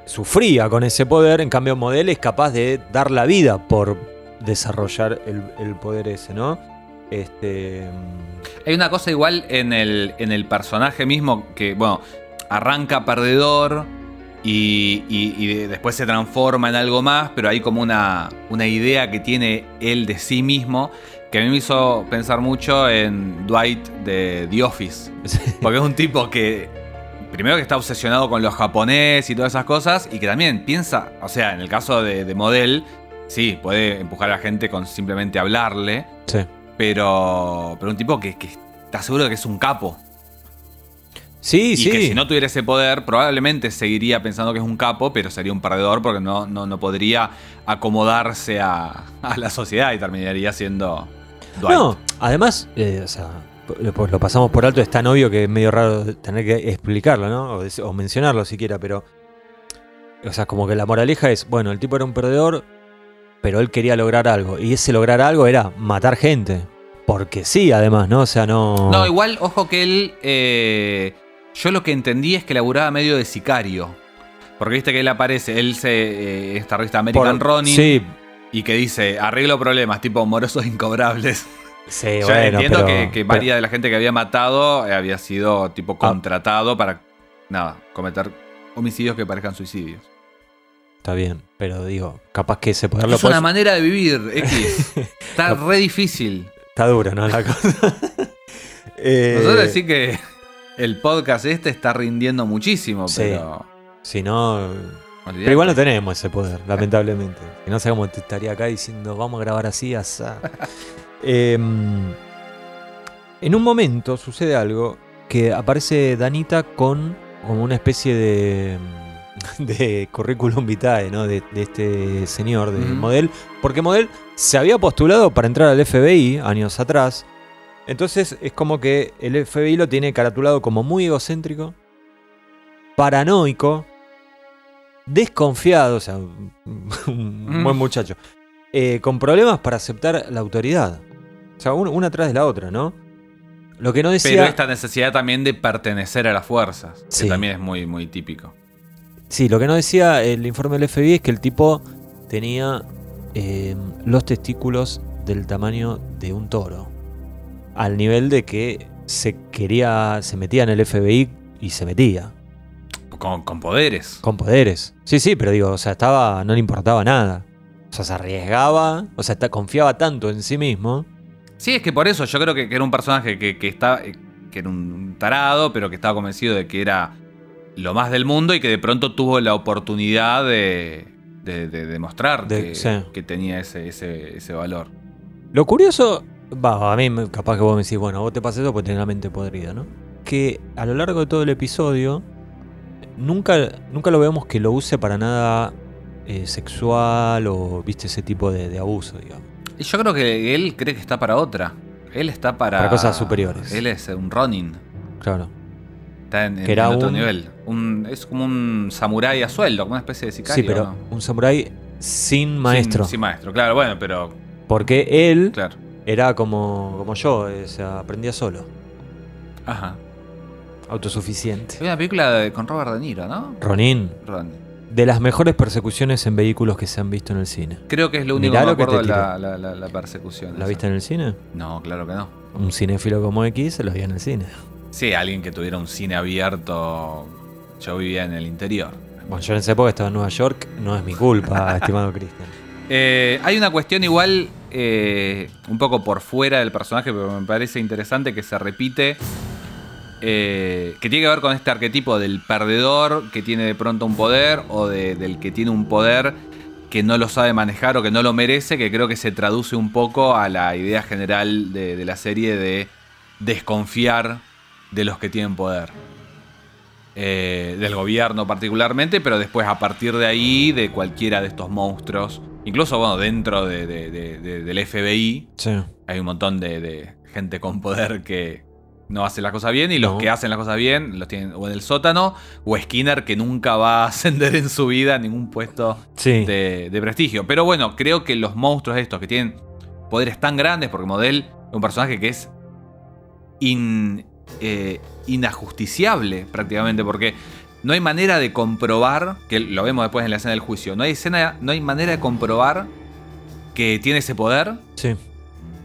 [SPEAKER 3] Sufría con ese poder, en cambio Model es capaz de dar la vida por desarrollar el, el poder ese, ¿no? Este mm,
[SPEAKER 4] Hay una cosa igual en el, en el personaje mismo que, bueno, arranca perdedor y, y- y de- después se transforma en algo más, pero hay como una, una idea que tiene él de sí mismo que a mí me hizo pensar mucho en Dwight de The Office. Porque es un tipo que, primero que está obsesionado con los japoneses y todas esas cosas, y que también piensa, o sea, en el caso de, de Model, sí, puede empujar a la gente con simplemente hablarle
[SPEAKER 3] sí,
[SPEAKER 4] Pero, pero un tipo que, que está seguro de que es un capo.
[SPEAKER 3] Sí,
[SPEAKER 4] Y
[SPEAKER 3] sí.
[SPEAKER 4] que si no tuviera ese poder, probablemente seguiría pensando que es un capo, pero sería un perdedor porque no, no, no podría acomodarse a, a la sociedad y terminaría siendo Dwight.
[SPEAKER 3] No, además, eh, o sea, lo, pues lo pasamos por alto, es tan obvio que es medio raro tener que explicarlo, ¿no? O, dec- o mencionarlo siquiera, pero. O sea, como que la moraleja es, bueno, el tipo era un perdedor, pero él quería lograr algo. Y ese lograr algo era matar gente. Porque sí, además, ¿no? O sea, no.
[SPEAKER 4] No, igual, ojo que él. eh, yo lo que entendí es que laburaba medio de sicario. Porque viste que él aparece, él se. eh, esta revista
[SPEAKER 3] por-
[SPEAKER 4] American Ronin.
[SPEAKER 3] Sí,
[SPEAKER 4] Y que dice: arreglo problemas, tipo morosos incobrables.
[SPEAKER 3] sí,
[SPEAKER 4] Yo
[SPEAKER 3] Eh, bueno.
[SPEAKER 4] entiendo
[SPEAKER 3] pero-
[SPEAKER 4] que,
[SPEAKER 3] pero-
[SPEAKER 4] que
[SPEAKER 3] Ah.
[SPEAKER 4] varias de la gente que había matado eh, había sido, tipo, contratado para. Nada, cometer homicidios que parezcan suicidios.
[SPEAKER 3] Está bien, pero digo, capaz que ese poder lo
[SPEAKER 4] Es una
[SPEAKER 3] podés-
[SPEAKER 4] manera de vivir, X. Está re difícil.
[SPEAKER 3] Está duro, ¿no? La cosa. Eh,
[SPEAKER 4] Nosotros decir que el podcast este está rindiendo muchísimo,
[SPEAKER 3] Sí.
[SPEAKER 4] pero.
[SPEAKER 3] Si no. Pero igual no tenemos ese poder, lamentablemente. Que no sé cómo te estaría acá diciendo, vamos a grabar así, asá. Em, en un momento sucede algo que aparece Danita con como una especie de, mm, de currículum vitae, ¿no? De, de este señor, de
[SPEAKER 4] Ujú.
[SPEAKER 3] Model. Porque Model se había postulado para entrar al FBI años atrás. Entonces es como que el FBI lo tiene caratulado como muy egocéntrico, paranoico, desconfiado, o sea, un un buen
[SPEAKER 4] Mm.
[SPEAKER 3] muchacho, eh, con problemas para aceptar la autoridad. O sea, un- una atrás de la otra, ¿no? Lo que no decía...
[SPEAKER 4] Pero esta necesidad también de pertenecer a las fuerzas,
[SPEAKER 3] Sí.
[SPEAKER 4] que también es muy, muy típico.
[SPEAKER 3] Sí, lo que no decía el informe del FBI es que el tipo tenía eh, los testículos del tamaño de un toro. Al nivel de que se quería, se metía en el FBI y se metía.
[SPEAKER 4] Con, con poderes.
[SPEAKER 3] Con poderes. Sí, sí, pero digo, o sea, estaba, no le importaba nada. O sea, se arriesgaba, o sea, está- confiaba tanto en sí mismo.
[SPEAKER 4] Sí, es que por eso yo creo que, que era un personaje que, que está, eh, que era un tarado, pero que estaba convencido de que era lo más del mundo y que de pronto tuvo la oportunidad de, de- de demostrar
[SPEAKER 3] De-
[SPEAKER 4] que,
[SPEAKER 3] sí.
[SPEAKER 4] que tenía ese, ese, ese valor.
[SPEAKER 3] Lo curioso, va, a mí me- capaz que vos me decís, bueno, vos te pasas eso porque tenés la mente podrida, ¿no? Que a lo largo de todo el episodio, nunca, nunca lo vemos que lo use para nada eh, sexual o, viste, ese tipo de, de abuso, digamos.
[SPEAKER 4] Y yo creo que él cree que está para otra. Él está para.
[SPEAKER 3] Para cosas superiores.
[SPEAKER 4] Él es un Ronin.
[SPEAKER 3] Claro.
[SPEAKER 4] Está en, en
[SPEAKER 3] Que era
[SPEAKER 4] otro
[SPEAKER 3] un-
[SPEAKER 4] nivel. Un- es como un samurái a sueldo, como una especie de
[SPEAKER 3] sí,
[SPEAKER 4] sicario.
[SPEAKER 3] pero
[SPEAKER 4] ¿no?
[SPEAKER 3] un samurái sin maestro.
[SPEAKER 4] Sí, maestro, claro, bueno, pero.
[SPEAKER 3] Porque él
[SPEAKER 4] Claro.
[SPEAKER 3] era como, como yo, eh, o sea, aprendía solo,
[SPEAKER 4] Ajá.
[SPEAKER 3] autosuficiente.
[SPEAKER 4] Hay una película de- con Robert De Niro, ¿no?
[SPEAKER 3] Ronin,
[SPEAKER 4] Ron.
[SPEAKER 3] de las mejores persecuciones en vehículos que se han visto en el cine.
[SPEAKER 4] Creo que es lo único
[SPEAKER 3] Mirá
[SPEAKER 4] que me
[SPEAKER 3] lo que
[SPEAKER 4] acuerdo
[SPEAKER 3] te
[SPEAKER 4] de la, la, la- la persecución.
[SPEAKER 3] ¿La
[SPEAKER 4] esa.
[SPEAKER 3] viste en el cine?
[SPEAKER 4] No, claro que no.
[SPEAKER 3] Un cinéfilo como X se lo vio en el cine.
[SPEAKER 4] Sí, alguien que tuviera un cine abierto. Yo vivía en el interior.
[SPEAKER 3] Bueno, yo en esa época estaba en Nueva York, no es mi culpa, estimado Cristian.
[SPEAKER 4] Eh, hay una cuestión igual, eh, un poco por fuera del personaje, pero me parece interesante que se repite, eh, que tiene que ver con este arquetipo del perdedor que tiene de pronto un poder o de- del que tiene un poder que no lo sabe manejar o que no lo merece, que creo que se traduce un poco a la idea general de, de la serie de desconfiar de los que tienen poder. Eh, del gobierno particularmente, pero después a partir de ahí, de cualquiera de estos monstruos. Incluso, bueno, dentro de- de- de- de- del FBI
[SPEAKER 3] Sí.
[SPEAKER 4] hay un montón de, de gente con poder que no hace las cosas bien y los
[SPEAKER 3] No.
[SPEAKER 4] que hacen las cosas bien los tienen o en el sótano o Skinner que nunca va a ascender en su vida a ningún puesto
[SPEAKER 3] Sí.
[SPEAKER 4] de, de prestigio. Pero bueno, creo que los monstruos estos que tienen poderes tan grandes, porque Model es un personaje que es in- eh, inajusticiable prácticamente, porque no hay manera de comprobar, que lo vemos después en la escena del juicio, no hay, escena, no hay manera de comprobar que tiene ese poder,
[SPEAKER 3] Sí.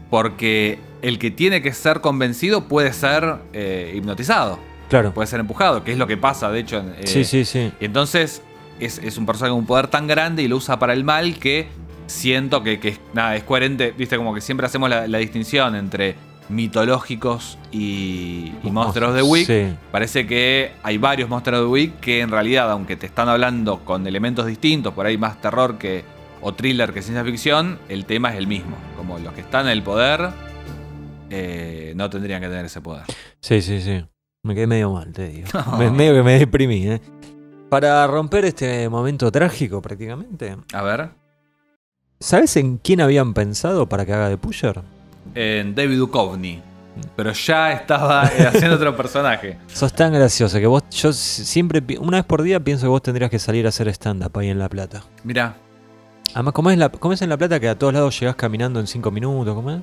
[SPEAKER 4] porque el que tiene que ser convencido puede ser eh, hipnotizado,
[SPEAKER 3] Claro.
[SPEAKER 4] puede ser empujado, que es lo que pasa, de hecho, en, pues,
[SPEAKER 3] sí,
[SPEAKER 4] eh,
[SPEAKER 3] sí, sí.
[SPEAKER 4] y entonces es, es un personaje con un poder tan grande y lo usa para el mal que siento que, que es- nada, es coherente. Viste, como que siempre hacemos la, la distinción entre mitológicos y, y monstruos de Wick.
[SPEAKER 3] Oh, Sí.
[SPEAKER 4] Parece que hay varios monstruos de Wick que en realidad, aunque te están hablando con elementos distintos, por ahí más terror que o thriller que ciencia ficción, el tema es el mismo. Como los que están en el poder eh, no tendrían que tener ese poder.
[SPEAKER 3] Sí, sí, sí. Me quedé medio mal, te digo. Me- medio que me deprimí, ¿eh? Para romper este momento trágico, prácticamente.
[SPEAKER 4] A ver,
[SPEAKER 3] ¿Sabes en quién habían pensado para que haga de Pusher?
[SPEAKER 4] en David Duchovny. Pero ya estaba eh, haciendo otro personaje.
[SPEAKER 3] Sos tan gracioso que vos, yo si- siempre, pi- una vez por día pienso que vos tendrías que salir a hacer stand-up ahí en La Plata.
[SPEAKER 4] Mirá,
[SPEAKER 3] Además, ¿cómo es, la, cómo es en La Plata que a todos lados llegás caminando en 5 minutos? ¿Cómo es?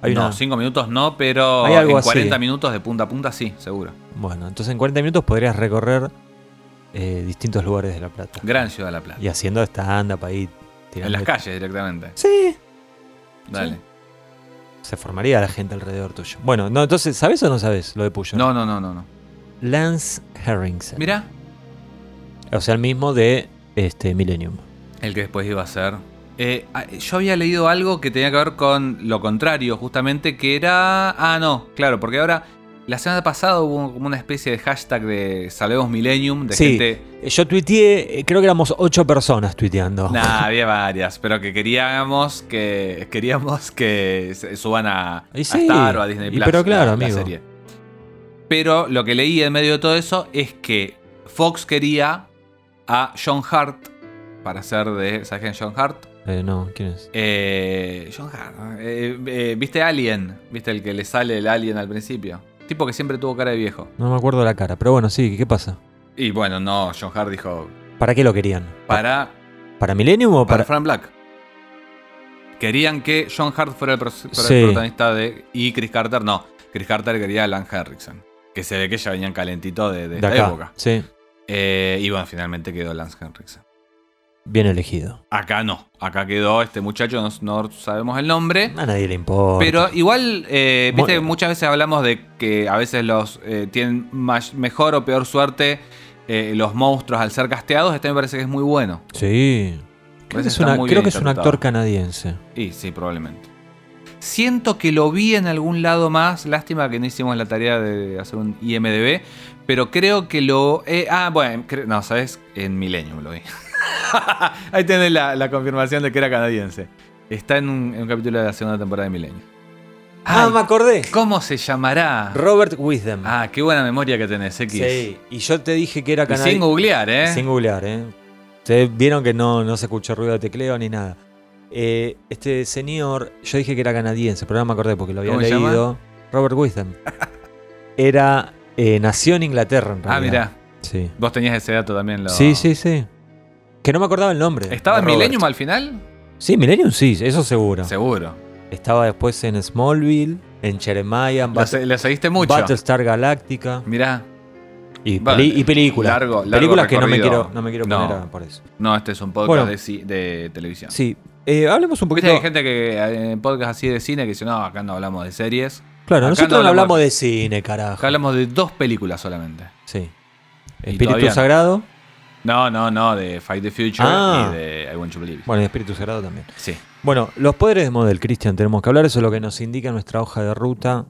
[SPEAKER 3] Hay
[SPEAKER 4] no,
[SPEAKER 3] una-
[SPEAKER 4] 5 minutos no, pero
[SPEAKER 3] Hay algo
[SPEAKER 4] en
[SPEAKER 3] así.
[SPEAKER 4] 40 minutos de punta a punta sí, seguro.
[SPEAKER 3] Bueno, entonces en 40 minutos podrías recorrer eh, distintos lugares de La Plata.
[SPEAKER 4] Gran ciudad de La Plata.
[SPEAKER 3] Y haciendo stand-up ahí.
[SPEAKER 4] En
[SPEAKER 3] tirando-
[SPEAKER 4] las calles directamente.
[SPEAKER 3] Sí.
[SPEAKER 4] Dale.
[SPEAKER 3] Se formaría la gente alrededor tuyo. Bueno, no, entonces, ¿sabes o no sabes lo de Puyo?
[SPEAKER 4] No, no, no, no, no.
[SPEAKER 3] Lance Herringsen.
[SPEAKER 4] Mirá,
[SPEAKER 3] O sea, el mismo de este Millennium.
[SPEAKER 4] el que después iba a ser. Eh, ah, yo había leído algo que tenía que ver con lo contrario, justamente, que era. Ah, no, claro, porque ahora. La semana pasada hubo como una especie de hashtag de Salvemos Millennium, de
[SPEAKER 3] sí.
[SPEAKER 4] gente.
[SPEAKER 3] Yo tuiteé, eh, creo que éramos ocho personas tuiteando.
[SPEAKER 4] Nah, había varias, pero que queríamos que queríamos que se- suban a,
[SPEAKER 3] Y
[SPEAKER 4] a
[SPEAKER 3] sí,
[SPEAKER 4] Star o a Disney
[SPEAKER 3] y
[SPEAKER 4] Plus.
[SPEAKER 3] pero claro,
[SPEAKER 4] la- la
[SPEAKER 3] amigo.
[SPEAKER 4] serie. Pero lo que leí en medio de todo eso es que Fox quería a John Hart para ser de. ¿Sabes quién es John Hart?
[SPEAKER 3] Eh, no, ¿quién es?
[SPEAKER 4] Eh, John Hart. eh, eh, ¿Viste Alien? ¿Viste el que le sale el Alien al principio? Tipo que siempre tuvo cara de viejo.
[SPEAKER 3] No me acuerdo la cara, pero bueno, sí, ¿qué pasa?
[SPEAKER 4] Y bueno, no, John Hart dijo.
[SPEAKER 3] ¿Para qué lo querían?
[SPEAKER 4] Para
[SPEAKER 3] ¿Para Millennium o
[SPEAKER 4] para
[SPEAKER 3] para...?
[SPEAKER 4] Frank Black. Querían que John Hart fuera el, pro- fuera el
[SPEAKER 3] Sí.
[SPEAKER 4] protagonista de. Y Chris Carter no. Chris Carter quería a Alan Henriksen. Que se ve que ya venían calentito de, de
[SPEAKER 3] de
[SPEAKER 4] esta
[SPEAKER 3] acá.
[SPEAKER 4] época.
[SPEAKER 3] Sí,
[SPEAKER 4] Eh, y bueno, finalmente quedó Lance Henriksen.
[SPEAKER 3] bien elegido.
[SPEAKER 4] Acá no. Acá quedó este muchacho, no, no sabemos el nombre.
[SPEAKER 3] A nadie le importa.
[SPEAKER 4] Pero igual, eh, viste, que
[SPEAKER 3] Bueno.
[SPEAKER 4] muchas veces hablamos de que a veces los eh, tienen más- mejor o peor suerte eh, los monstruos al ser casteados. Este me parece que es muy bueno.
[SPEAKER 3] Sí. Creo
[SPEAKER 4] Parece
[SPEAKER 3] que es,
[SPEAKER 4] que está
[SPEAKER 3] una-
[SPEAKER 4] muy
[SPEAKER 3] creo
[SPEAKER 4] bien
[SPEAKER 3] que es un
[SPEAKER 4] interpretado.
[SPEAKER 3] actor canadiense.
[SPEAKER 4] Y sí, probablemente. Siento que lo vi en algún lado más. Lástima que no hicimos la tarea de hacer un IMDB. Pero creo que lo. eh, ah, bueno, cre- no, ¿sabes? En Millennium lo vi. Ahí tenés la, la confirmación de que era canadiense. Está en un, en un capítulo de la segunda temporada de Millennium.
[SPEAKER 3] Ah,
[SPEAKER 4] Ay,
[SPEAKER 3] me acordé.
[SPEAKER 4] ¿Cómo se llamará?
[SPEAKER 3] Robert Wisdom.
[SPEAKER 4] Ah, qué buena memoria que tenés, X.
[SPEAKER 3] sí. Y yo te dije que era
[SPEAKER 4] Y
[SPEAKER 3] canadiense.
[SPEAKER 4] sin googlear, ¿eh?
[SPEAKER 3] Sin googlear, ¿eh? Ustedes vieron que no, no se escuchó ruido de tecleo ni nada. Eh, este señor, yo dije que era canadiense, pero no me acordé porque lo había
[SPEAKER 4] ¿Cómo se
[SPEAKER 3] leído. Robert Wisdom. Era, eh, nació en Inglaterra, en
[SPEAKER 4] ah,
[SPEAKER 3] realidad.
[SPEAKER 4] mira,
[SPEAKER 3] Sí.
[SPEAKER 4] vos tenías ese dato también. Lo...
[SPEAKER 3] sí, sí, sí. Que no me acordaba el nombre.
[SPEAKER 4] ¿Estaba
[SPEAKER 3] de
[SPEAKER 4] en
[SPEAKER 3] Robert.
[SPEAKER 4] Millennium al final?
[SPEAKER 3] Sí, Millennium sí, eso seguro.
[SPEAKER 4] Seguro.
[SPEAKER 3] Estaba después en Smallville, en Jeremiah, en
[SPEAKER 4] Lo,
[SPEAKER 3] Bat-
[SPEAKER 4] se- lo seguiste mucho.
[SPEAKER 3] Battlestar Galactica
[SPEAKER 4] Mirá.
[SPEAKER 3] y,
[SPEAKER 4] Vale.
[SPEAKER 3] peli- y películas.
[SPEAKER 4] Largo- largo
[SPEAKER 3] películas que no me
[SPEAKER 4] recorrido.
[SPEAKER 3] quiero, no me quiero
[SPEAKER 4] No.
[SPEAKER 3] poner a- por eso.
[SPEAKER 4] No, este es un podcast
[SPEAKER 3] Bueno.
[SPEAKER 4] de, ci- de televisión.
[SPEAKER 3] Sí. Eh, hablemos un
[SPEAKER 4] Porque
[SPEAKER 3] poquito.
[SPEAKER 4] hay gente que eh, en podcast así de cine que dice, no, acá no hablamos de series.
[SPEAKER 3] Claro,
[SPEAKER 4] Acá
[SPEAKER 3] nosotros
[SPEAKER 4] no
[SPEAKER 3] no
[SPEAKER 4] hablamos-
[SPEAKER 3] hablamos de cine, carajo.
[SPEAKER 4] Acá hablamos de dos películas solamente.
[SPEAKER 3] Sí.
[SPEAKER 4] Y
[SPEAKER 3] Espíritu
[SPEAKER 4] todavía no.
[SPEAKER 3] Sagrado.
[SPEAKER 4] No, no, no, de Fight the Future
[SPEAKER 3] Ah.
[SPEAKER 4] y de I Want to Believe.
[SPEAKER 3] Bueno, y Espíritu Sagrado también.
[SPEAKER 4] Sí.
[SPEAKER 3] Bueno, los poderes de Model Christian tenemos que hablar, eso es lo que nos indica nuestra hoja de ruta.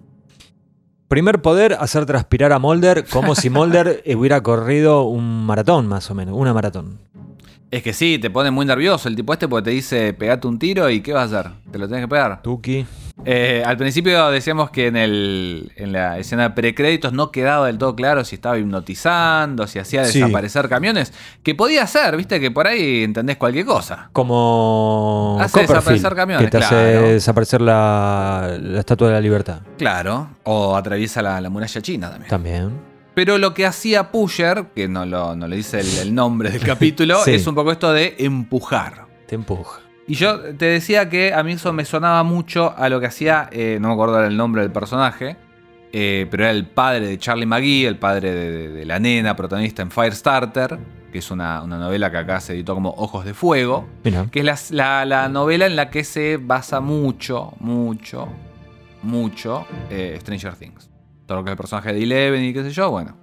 [SPEAKER 3] Primer poder, hacer transpirar a Mulder como si Mulder eh, hubiera corrido un maratón, más o menos, una maratón.
[SPEAKER 4] Es que sí, te pone muy nervioso el tipo este porque te dice, pegate un tiro y ¿qué vas a hacer? Te lo tienes que pegar.
[SPEAKER 3] Tuki.
[SPEAKER 4] Eh, al principio decíamos que en, el, en la escena precréditos no quedaba del todo claro si estaba hipnotizando, si hacía
[SPEAKER 3] Sí.
[SPEAKER 4] desaparecer camiones. Que podía ser, viste, que por ahí entendés cualquier cosa.
[SPEAKER 3] Como
[SPEAKER 4] Hace
[SPEAKER 3] Copperfield,
[SPEAKER 4] desaparecer camiones,
[SPEAKER 3] que te
[SPEAKER 4] claro.
[SPEAKER 3] hace desaparecer la, la Estatua de la Libertad.
[SPEAKER 4] Claro, o atraviesa la, la muralla china también.
[SPEAKER 3] También.
[SPEAKER 4] Pero lo que hacía Pusher, que no lo, no lo dice el, el nombre del capítulo,
[SPEAKER 3] Sí.
[SPEAKER 4] es un poco esto de empujar.
[SPEAKER 3] Te empuja.
[SPEAKER 4] Y yo te decía que a mí eso me sonaba mucho a lo que hacía, eh, no me acuerdo ahora el nombre del personaje, eh, pero era el padre de Charlie McGee, el padre de, de- de la nena protagonista en Firestarter, que es una, una novela que acá se editó como Ojos de Fuego
[SPEAKER 3] Mira.
[SPEAKER 4] que es las- la, la novela en la que se basa mucho, mucho, mucho eh, Stranger Things. Todo lo que es el personaje de Eleven y qué sé yo, bueno.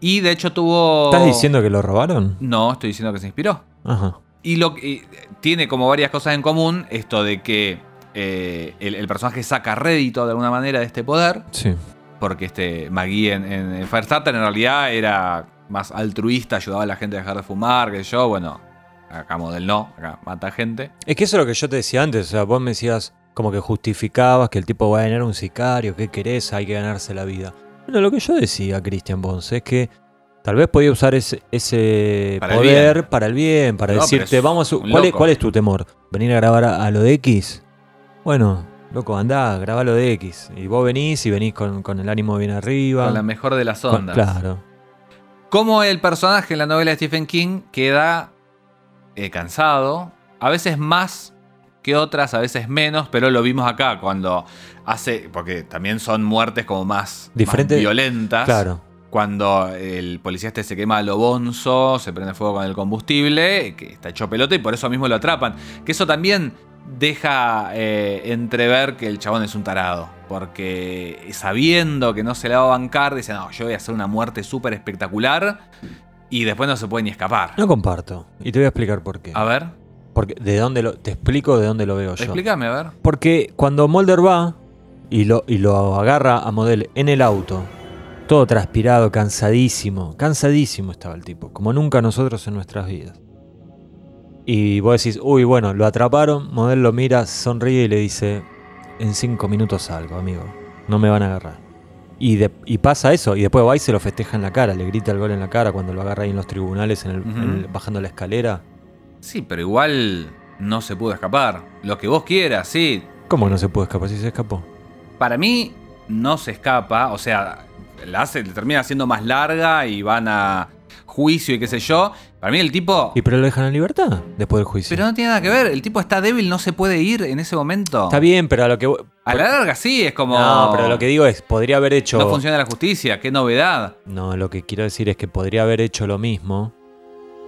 [SPEAKER 4] Y de hecho tuvo...
[SPEAKER 3] ¿Estás diciendo que lo robaron?
[SPEAKER 4] No, estoy diciendo que se inspiró.
[SPEAKER 3] Ajá.
[SPEAKER 4] Y lo que y tiene como varias cosas en común, esto de que eh, el, el personaje saca rédito de alguna manera de este poder,
[SPEAKER 3] Sí.
[SPEAKER 4] porque este Magui en, en, en Firestarter en realidad era más altruista, ayudaba a la gente a dejar de fumar, que yo, bueno, acá model no, acá mata gente.
[SPEAKER 3] Es que eso es lo que yo te decía antes. O sea, vos me decías, como que justificabas que el tipo, bueno, era un sicario, ¿qué querés? Hay que ganarse la vida. Bueno, lo que yo decía, Christian Bonds, es que tal vez podía usar ese, ese
[SPEAKER 4] Para el
[SPEAKER 3] poder
[SPEAKER 4] bien.
[SPEAKER 3] para el bien, para
[SPEAKER 4] No, pero
[SPEAKER 3] decirte,
[SPEAKER 4] es
[SPEAKER 3] vamos a... su-
[SPEAKER 4] un
[SPEAKER 3] ¿cuál es,
[SPEAKER 4] loco.
[SPEAKER 3] cuál es tu temor? ¿Venir a grabar a, a lo de X? Bueno, loco, andá, grabá lo de X. Y vos venís y venís con, con el ánimo bien arriba.
[SPEAKER 4] Con la mejor de las
[SPEAKER 3] Con-
[SPEAKER 4] ondas.
[SPEAKER 3] Claro.
[SPEAKER 4] Como el personaje en la novela de Stephen King queda eh, cansado, a veces más que otras, a veces menos, pero lo vimos acá cuando hace, porque también son muertes como más, más
[SPEAKER 3] Diferente-
[SPEAKER 4] violentas.
[SPEAKER 3] Claro.
[SPEAKER 4] Cuando el policía este se quema a lo bonzo, se prende fuego con el combustible, que está hecho pelota y por eso mismo lo atrapan. Que eso también deja eh, entrever que el chabón es un tarado. Porque sabiendo que no se la va a bancar, dice, no, yo voy a hacer una muerte súper espectacular y después no se puede ni escapar.
[SPEAKER 3] No comparto. Y te voy a explicar por qué.
[SPEAKER 4] A ver,
[SPEAKER 3] Porque de dónde lo, te explico de dónde lo veo yo.
[SPEAKER 4] explícame, a ver.
[SPEAKER 3] Porque cuando Mulder va y lo, y lo agarra a Model en el auto, todo transpirado, cansadísimo, cansadísimo estaba el tipo, como nunca nosotros en nuestras vidas. Y vos decís, uy, bueno, lo atraparon, Model lo mira, sonríe y le dice, en cinco minutos salgo, amigo, no me van a agarrar. Y, de- y pasa eso, y después va y se lo festeja en la cara, le grita el gol en la cara cuando lo agarra ahí en los tribunales, en el-
[SPEAKER 4] Ujú.
[SPEAKER 3] en el- bajando la escalera.
[SPEAKER 4] Sí, pero igual no se pudo escapar. Lo que vos quieras, sí,
[SPEAKER 3] ¿Cómo que no se puede escapar si se escapó?
[SPEAKER 4] Para mí, no se escapa. O sea, la hace, la termina siendo más larga y van a juicio y qué sé yo. Para mí, el tipo.
[SPEAKER 3] ¿Y pero lo dejan en libertad después del juicio?
[SPEAKER 4] Pero no tiene nada que ver. El tipo está débil, no se puede ir en ese momento.
[SPEAKER 3] Está bien, pero a lo que. vo-
[SPEAKER 4] A la larga, sí, es como.
[SPEAKER 3] No, pero lo que digo es, podría haber hecho.
[SPEAKER 4] No funciona la justicia, qué novedad.
[SPEAKER 3] No, lo que quiero decir es que podría haber hecho lo mismo.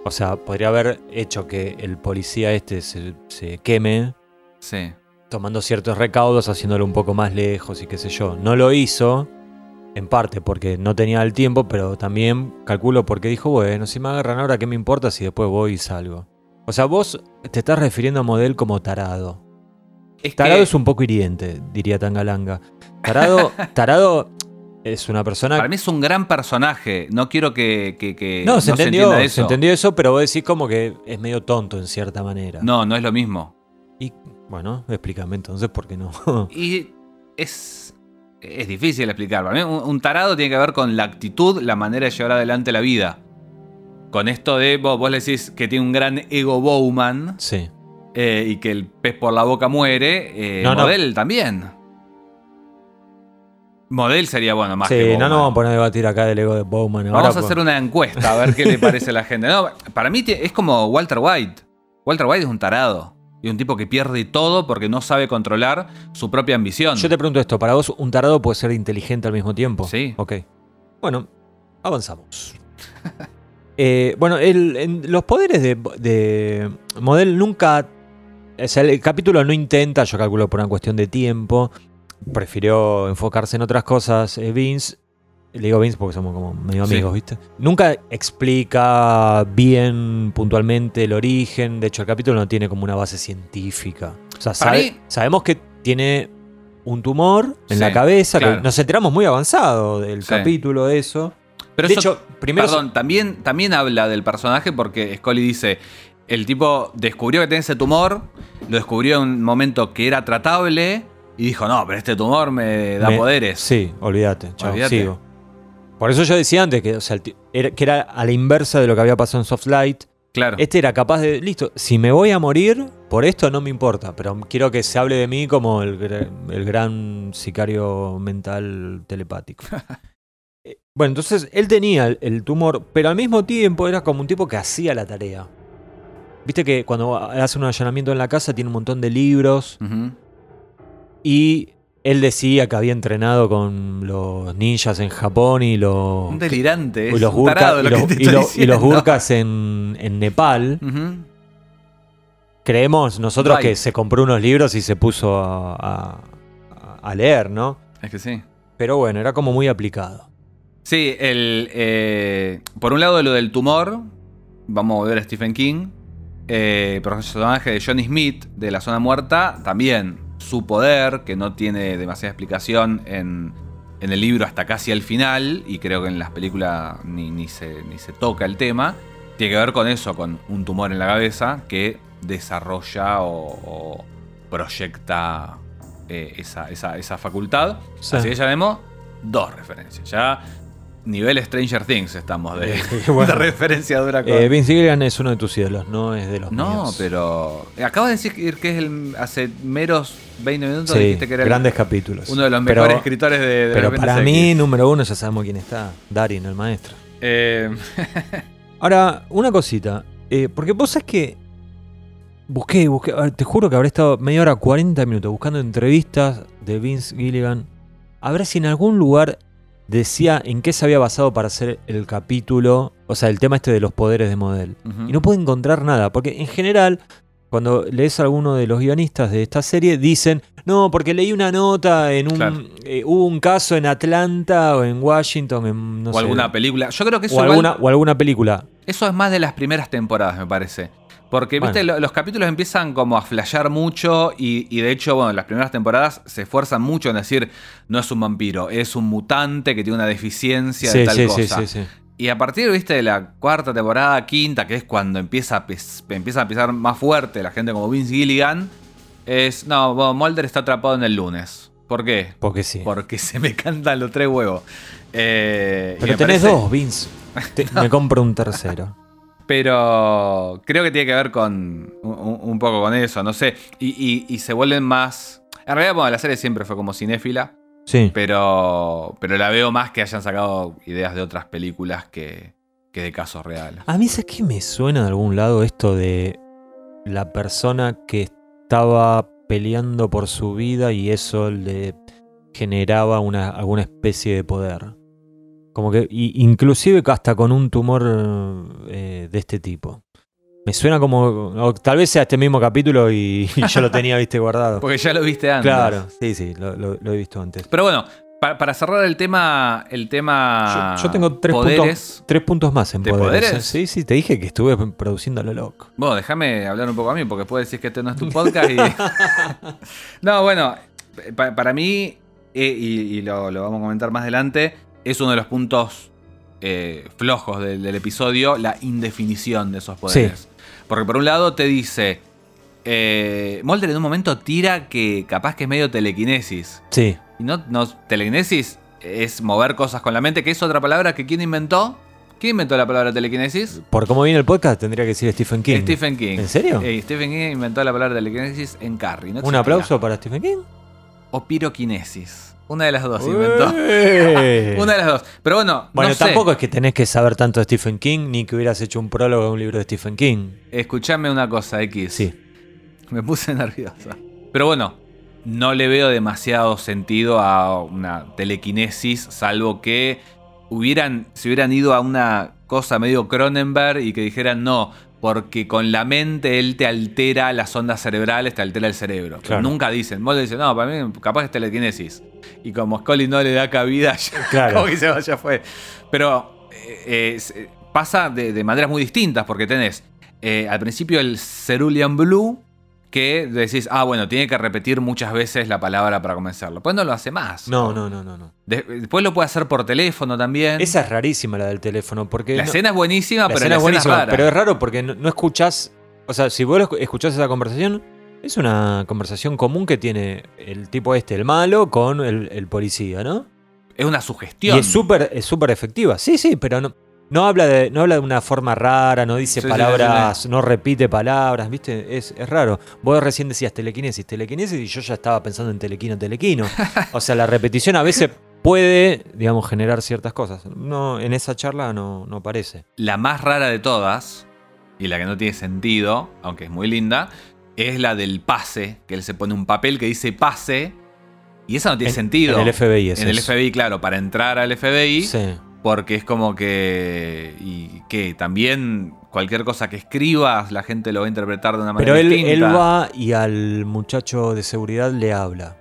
[SPEAKER 3] O sea, podría haber hecho que el policía este se, se queme,
[SPEAKER 4] Sí.
[SPEAKER 3] tomando ciertos recaudos, haciéndolo un poco más lejos y qué sé yo. No lo hizo, en parte porque no tenía el tiempo, pero también calculo porque dijo, bueno, si me agarran ahora, ¿qué me importa si después voy y salgo? O sea, vos te estás refiriendo a Model como tarado.
[SPEAKER 4] Es
[SPEAKER 3] Tarado
[SPEAKER 4] que,
[SPEAKER 3] es un poco hiriente, diría Tangalanga. Tarado, tarado es una persona.
[SPEAKER 4] Para mí es un gran personaje. No quiero que. que- que
[SPEAKER 3] no, se entendió,
[SPEAKER 4] entienda
[SPEAKER 3] se,
[SPEAKER 4] eso.
[SPEAKER 3] entendió eso, pero vos decís como que es medio tonto en cierta manera.
[SPEAKER 4] No, no es lo mismo.
[SPEAKER 3] Y bueno, explícame entonces por qué no.
[SPEAKER 4] Y es, es difícil explicar. Para mí, un, un tarado tiene que ver con la actitud, la manera de llevar adelante la vida. Con esto de vos, vos le decís que tiene un gran ego Bowman
[SPEAKER 3] sí.
[SPEAKER 4] eh, y que el pez por la boca muere, eh,
[SPEAKER 3] No, no.
[SPEAKER 4] Model también. Model sería bueno más que
[SPEAKER 3] Sí, no
[SPEAKER 4] Bowman.
[SPEAKER 3] nos vamos a poner a debatir acá del ego de Bowman. ahora,
[SPEAKER 4] Vamos a
[SPEAKER 3] pues.
[SPEAKER 4] hacer una encuesta a ver qué le parece a la gente. No, para mí ti- es como Walter White. Walter White es un tarado. Y un tipo que pierde todo porque no sabe controlar su propia ambición.
[SPEAKER 3] Yo te pregunto esto: ¿para vos un tarado puede ser inteligente al mismo tiempo?
[SPEAKER 4] Sí.
[SPEAKER 3] Ok. Bueno, avanzamos. Eh, bueno, el- en- los poderes de, de Model nunca. O sea, el capítulo no intenta, yo calculo por una cuestión de tiempo. Prefirió enfocarse en otras cosas. eh, Vince. Le digo Vince porque somos como medio
[SPEAKER 4] Sí.
[SPEAKER 3] amigos, ¿viste? Nunca explica bien puntualmente el origen. De hecho, el capítulo no tiene como una base científica. O sea,
[SPEAKER 4] Para
[SPEAKER 3] sabe-
[SPEAKER 4] mí-
[SPEAKER 3] sabemos que tiene un tumor en
[SPEAKER 4] Sí,
[SPEAKER 3] la cabeza. que
[SPEAKER 4] claro.
[SPEAKER 3] nos enteramos muy avanzado del
[SPEAKER 4] Sí.
[SPEAKER 3] capítulo de eso.
[SPEAKER 4] Pero
[SPEAKER 3] de
[SPEAKER 4] eso-
[SPEAKER 3] hecho, primero.
[SPEAKER 4] Perdón, también, también habla del personaje porque Scully dice, el tipo descubrió que tenía ese tumor, lo descubrió en un momento que era tratable y dijo, no, pero este tumor me da
[SPEAKER 3] me-
[SPEAKER 4] poderes.
[SPEAKER 3] Sí, olvídate. Chao,
[SPEAKER 4] Olvídate.
[SPEAKER 3] sigo. Por eso yo decía antes que, o sea, el ti- era, que era a la inversa de lo que había pasado en Soft Light.
[SPEAKER 4] Claro.
[SPEAKER 3] Este era capaz de. Listo, si me voy a morir, por esto no me importa. Pero quiero que se hable de mí como el, gr- el gran sicario mental telepático. Eh, bueno, entonces él tenía el, el tumor, pero al mismo tiempo era como un tipo que hacía la tarea. Viste que cuando hace un allanamiento en la casa tiene un montón de libros.
[SPEAKER 4] Ujú.
[SPEAKER 3] Y él decía que había entrenado con los ninjas en Japón y los.
[SPEAKER 4] Un delirante,
[SPEAKER 3] y
[SPEAKER 4] es
[SPEAKER 3] los
[SPEAKER 4] un
[SPEAKER 3] burka-
[SPEAKER 4] tarado
[SPEAKER 3] y
[SPEAKER 4] lo que
[SPEAKER 3] los-
[SPEAKER 4] te
[SPEAKER 3] y
[SPEAKER 4] estoy
[SPEAKER 3] los- y los
[SPEAKER 4] diciendo.
[SPEAKER 3] burkas en, en Nepal.
[SPEAKER 4] Ujú.
[SPEAKER 3] Creemos nosotros
[SPEAKER 4] Bye.
[SPEAKER 3] que se compró unos libros y se puso a, a- a leer, ¿no?
[SPEAKER 4] Es que sí.
[SPEAKER 3] Pero bueno, era como muy aplicado.
[SPEAKER 4] Sí, el, eh, por un lado lo del tumor, vamos a volver a Stephen King, eh, personaje de Johnny Smith de la zona muerta, también su poder, que no tiene demasiada explicación en, en el libro hasta casi al final, y creo que en las películas ni, ni se, ni se toca el tema, tiene que ver con eso, con un tumor en la cabeza que desarrolla o, o proyecta eh, esa, esa- esa facultad.
[SPEAKER 3] Sí.
[SPEAKER 4] Así que ya vemos dos referencias. Ya nivel Stranger Things estamos de,
[SPEAKER 3] Y Eh, bueno.
[SPEAKER 4] de referencia dura con.
[SPEAKER 3] Eh, Vince Gilligan es uno de tus ídolos, no es de los
[SPEAKER 4] no,
[SPEAKER 3] míos.
[SPEAKER 4] pero. Acabas de decir que- que es el. Hace meros 20 minutos
[SPEAKER 3] Sí,
[SPEAKER 4] dijiste que era el-
[SPEAKER 3] grandes capítulos.
[SPEAKER 4] uno de los
[SPEAKER 3] Pero-
[SPEAKER 4] mejores escritores de, de la
[SPEAKER 3] Pero para mí,
[SPEAKER 4] 26X.
[SPEAKER 3] número uno, ya sabemos quién está. Darin, el maestro.
[SPEAKER 4] Eh,
[SPEAKER 3] Ahora, una cosita. eh, porque vos sabés que. Busqué, busqué. a ver, te juro que habré estado media hora, 40 minutos buscando entrevistas de Vince Gilligan. A ver si en algún lugar decía en qué se había basado para hacer el capítulo. O sea, el tema este de los poderes de Model.
[SPEAKER 4] ujú.
[SPEAKER 3] Y no pude encontrar nada. Porque en general, cuando lees a alguno de los guionistas de esta serie, dicen. No, porque leí una nota en un.
[SPEAKER 4] Claro.
[SPEAKER 3] eh, hubo un caso en Atlanta o en Washington, en no
[SPEAKER 4] o
[SPEAKER 3] sé,
[SPEAKER 4] alguna película. Yo creo que eso
[SPEAKER 3] o
[SPEAKER 4] igual-
[SPEAKER 3] alguna, o alguna película.
[SPEAKER 4] Eso es más de las primeras temporadas, me parece. Porque, viste,
[SPEAKER 3] Bueno.
[SPEAKER 4] lo- los capítulos empiezan como a flashear mucho y, y de hecho, bueno, las primeras temporadas se esfuerzan mucho en decir, no es un vampiro, es un mutante que tiene una deficiencia de tal cosa.
[SPEAKER 3] sí.
[SPEAKER 4] Y a partir, viste, de la cuarta temporada, quinta, que es cuando empieza a, pes- empieza a pisar más fuerte la gente como Vince Gilligan, es, no, bueno, Mulder está atrapado en el lunes. ¿Por qué?
[SPEAKER 3] Porque sí.
[SPEAKER 4] Porque se me cantan los tres huevos. Eh, y
[SPEAKER 3] Pero
[SPEAKER 4] me
[SPEAKER 3] tenés
[SPEAKER 4] parece-
[SPEAKER 3] dos, Vince. Te- Me compro un tercero.
[SPEAKER 4] Pero creo que tiene que ver con un, un poco con eso, no sé. Y, y- y se vuelven más. En realidad, bueno, la serie siempre fue como cinéfila,
[SPEAKER 3] Sí.
[SPEAKER 4] pero, pero la veo más que hayan sacado ideas de otras películas que, que de casos reales.
[SPEAKER 3] A mí, ¿sabes qué me suena de algún lado esto de la persona que estaba peleando por su vida y eso le generaba una, alguna especie de poder? Como que, y- inclusive hasta con un tumor eh, de este tipo. Me suena como. o tal vez sea este mismo capítulo y, y yo lo tenía, viste, guardado.
[SPEAKER 4] Porque ya lo viste Pues, antes.
[SPEAKER 3] Claro, sí, sí, lo- lo- lo he visto antes.
[SPEAKER 4] Pero bueno, pa- para cerrar el tema. El tema
[SPEAKER 3] Yo, yo tengo tres
[SPEAKER 4] poderes.
[SPEAKER 3] puntos, tres puntos más en
[SPEAKER 4] ¿De
[SPEAKER 3] poderes. ¿eh?
[SPEAKER 4] poderes?
[SPEAKER 3] Sí, sí, te dije que estuve produciendo a lo loco.
[SPEAKER 4] Bueno, déjame hablar un poco a mí, porque puedes decir que este no es tu podcast. Y... no, bueno, pa- para mí, eh, y, y lo, lo vamos a comentar más adelante, es uno de los puntos eh, flojos del, del episodio, la indefinición de esos poderes. Porque por un lado te dice, eh, Mulder en un momento tira que capaz que es medio telequinesis.
[SPEAKER 3] Sí,
[SPEAKER 4] Y no, no, telequinesis es mover cosas con la mente, que es otra palabra que ¿quién inventó? ¿Quién inventó la palabra telequinesis?
[SPEAKER 3] por cómo viene el podcast tendría que decir Stephen King.
[SPEAKER 4] Stephen King.
[SPEAKER 3] ¿En serio?
[SPEAKER 4] Eh, Stephen King inventó la palabra telequinesis en Carrie.
[SPEAKER 3] Un
[SPEAKER 4] ¿no existía.
[SPEAKER 3] aplauso para Stephen King.
[SPEAKER 4] O piroquinesis. Una de las dos inventó.
[SPEAKER 3] ¡Eh!
[SPEAKER 4] Una de las dos. Pero bueno,
[SPEAKER 3] bueno,
[SPEAKER 4] no sé.
[SPEAKER 3] tampoco es que tenés que saber tanto de Stephen King ni que hubieras hecho un prólogo de un libro de Stephen King.
[SPEAKER 4] Escuchame una cosa, X.
[SPEAKER 3] Sí,
[SPEAKER 4] Me puse nerviosa. Pero bueno, no le veo demasiado sentido a una telequinesis, salvo que hubieran, se hubieran ido a una cosa medio Cronenberg y que dijeran no, porque con la mente él te altera las ondas cerebrales, te altera el cerebro. Pero
[SPEAKER 3] Claro.
[SPEAKER 4] Nunca dicen. Mulder dice, no, para mí capaz es telequinesis. Y como Scully no le da cabida, ya,
[SPEAKER 3] Claro.
[SPEAKER 4] como que se vaya fue. Pero eh, eh, se- pasa de, de maneras muy distintas, porque tenés eh, al principio el Cerulean Blue, que decís, ah, bueno, tiene que repetir muchas veces la palabra para comenzarlo. Pues no lo hace más.
[SPEAKER 3] no, no, no, no. no.
[SPEAKER 4] De- después lo puede hacer por teléfono también.
[SPEAKER 3] Esa es rarísima la del teléfono porque...
[SPEAKER 4] la
[SPEAKER 3] no-
[SPEAKER 4] escena es buenísima,
[SPEAKER 3] La
[SPEAKER 4] pero
[SPEAKER 3] escena
[SPEAKER 4] la
[SPEAKER 3] es buenísima,
[SPEAKER 4] rara.
[SPEAKER 3] pero es raro porque no, no escuchás. O sea, si vos lo escu- escuchás esa conversación, es una conversación común que tiene el tipo este, el malo, con el, el policía, ¿no?
[SPEAKER 4] es una sugestión.
[SPEAKER 3] Y es súper es súper efectiva. Sí, sí, pero no, no, habla de, no habla de una forma rara, no dice
[SPEAKER 4] Sí, sí,
[SPEAKER 3] palabras, no repite palabras, ¿viste? Es, es raro. Vos recién decías telequinesis, telequinesis, y yo ya estaba pensando en telequino, telequino. o sea, la repetición a veces puede, digamos, generar ciertas cosas. No, en esa charla no, no parece.
[SPEAKER 4] La más rara de todas, y la que no tiene sentido, aunque es muy linda, es la del pase, que él se pone un papel que dice pase, y esa no tiene
[SPEAKER 3] En-
[SPEAKER 4] sentido.
[SPEAKER 3] en el FBI es
[SPEAKER 4] En el
[SPEAKER 3] eso.
[SPEAKER 4] FBI, claro, para entrar al FBI,
[SPEAKER 3] Sí.
[SPEAKER 4] porque es como que... Y que también cualquier cosa que escribas, la gente lo va a interpretar de una manera
[SPEAKER 3] Pero él,
[SPEAKER 4] distinta.
[SPEAKER 3] él va y al muchacho de seguridad le habla.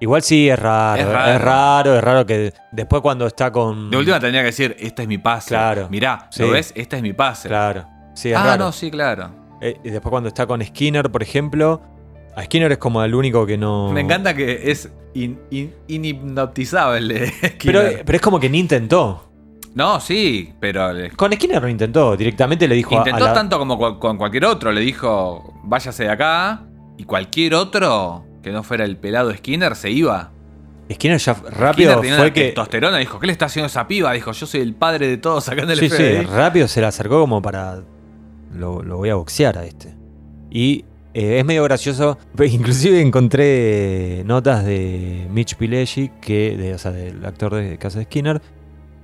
[SPEAKER 3] Igual sí es raro,
[SPEAKER 4] Es
[SPEAKER 3] es
[SPEAKER 4] raro.
[SPEAKER 3] raro, es raro, que después cuando está con.
[SPEAKER 4] De última tendría que decir, este es mi pase.
[SPEAKER 3] Claro.
[SPEAKER 4] Mirá, ¿lo
[SPEAKER 3] Sí.
[SPEAKER 4] ves? Este es mi pase.
[SPEAKER 3] Claro. Sí, es
[SPEAKER 4] ah,
[SPEAKER 3] raro.
[SPEAKER 4] no, sí, claro.
[SPEAKER 3] Eh, y después cuando está con Skinner, por ejemplo. A Skinner es como el único que no.
[SPEAKER 4] Me encanta que es in- in- inhipnotizable.
[SPEAKER 3] Pero, eh,
[SPEAKER 4] Skinner.
[SPEAKER 3] pero es como que ni intentó.
[SPEAKER 4] no, sí, pero le-
[SPEAKER 3] Con Skinner no intentó. Directamente le dijo a-
[SPEAKER 4] intentó
[SPEAKER 3] a. la-
[SPEAKER 4] tanto como cua- con cualquier otro. Le dijo, váyase de acá. Y cualquier otro que no fuera el pelado Skinner, se iba.
[SPEAKER 3] Skinner ya
[SPEAKER 4] Skinner
[SPEAKER 3] rápido
[SPEAKER 4] tenía
[SPEAKER 3] fue
[SPEAKER 4] una
[SPEAKER 3] que.
[SPEAKER 4] testosterona, dijo, ¿qué le está haciendo esa piba? Dijo, yo soy el padre de todos acá en el
[SPEAKER 3] Sí, sí,
[SPEAKER 4] FBI".
[SPEAKER 3] rápido se le acercó como para. Lo, lo voy a boxear a este. Y eh, es medio gracioso. Pe- Inclusive encontré notas de Mitch Pileggi, que, de, o sea, del actor de Casa de Skinner,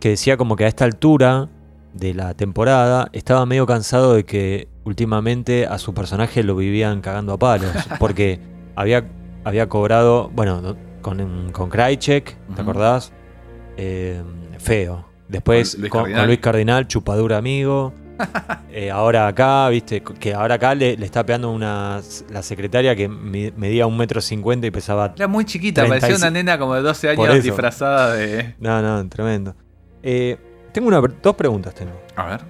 [SPEAKER 3] que decía como que a esta altura de la temporada estaba medio cansado de que últimamente a su personaje lo vivían cagando a palos. Porque había, había cobrado, bueno, no- con, con Krychek, ¿te
[SPEAKER 4] Ujú.
[SPEAKER 3] acordás? Eh, feo. Después
[SPEAKER 4] Con Luis
[SPEAKER 3] con, con
[SPEAKER 4] Cardinal.
[SPEAKER 3] Luis Cardinal, chupadura amigo. Eh, ahora acá, viste, que ahora acá le, le está pegando una la secretaria que mi- medía un metro cincuenta y pesaba
[SPEAKER 4] Era muy chiquita,
[SPEAKER 3] Treinta y
[SPEAKER 4] parecía una
[SPEAKER 3] si-
[SPEAKER 4] nena como de 12
[SPEAKER 3] Por
[SPEAKER 4] años
[SPEAKER 3] eso.
[SPEAKER 4] disfrazada de...
[SPEAKER 3] No, no, tremendo. Eh, tengo una, pre- dos preguntas. Tengo.
[SPEAKER 4] A ver.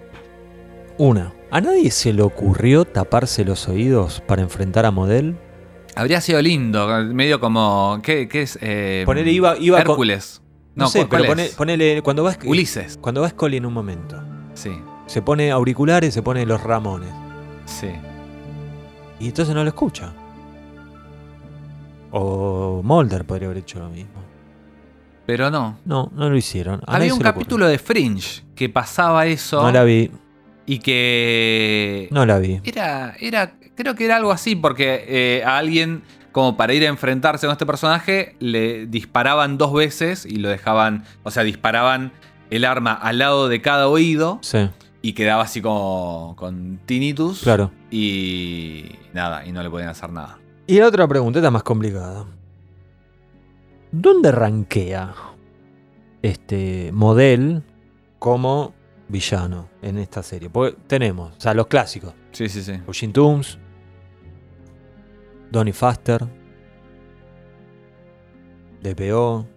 [SPEAKER 3] Una, ¿a nadie se le ocurrió taparse los oídos para enfrentar a Model?
[SPEAKER 4] Habría sido lindo, medio como. ¿Qué, qué es? Eh,
[SPEAKER 3] Ponele, iba- iba con-
[SPEAKER 4] Hércules.
[SPEAKER 3] No, sé,
[SPEAKER 4] ¿cuál
[SPEAKER 3] pero pone-
[SPEAKER 4] es?
[SPEAKER 3] ponele cuando vas
[SPEAKER 4] Ulises.
[SPEAKER 3] cuando vas Scully en un momento.
[SPEAKER 4] Sí,
[SPEAKER 3] Se pone auriculares, se pone los Ramones
[SPEAKER 4] sí.
[SPEAKER 3] y entonces no lo escucha. O Mulder podría haber hecho lo mismo.
[SPEAKER 4] Pero no.
[SPEAKER 3] No, no lo hicieron. A nadie
[SPEAKER 4] Había un
[SPEAKER 3] se le ocurrió.
[SPEAKER 4] capítulo de Fringe que pasaba eso
[SPEAKER 3] No la vi,
[SPEAKER 4] y que.
[SPEAKER 3] no la vi.
[SPEAKER 4] Era, era. Creo que era algo así, porque eh, a alguien, como para ir a enfrentarse con este personaje, le disparaban dos veces y lo dejaban. O sea, disparaban el arma al lado de cada oído
[SPEAKER 3] Sí,
[SPEAKER 4] y quedaba así como con tinnitus.
[SPEAKER 3] claro.
[SPEAKER 4] Y nada, y no le podían hacer nada.
[SPEAKER 3] Y la otra pregunta está más complicada. ¿Dónde rankea este model como villano en esta serie? Porque tenemos, o sea, los clásicos.
[SPEAKER 4] Sí, sí, sí.
[SPEAKER 3] Eugene Toombs, Donny Faster, DPO,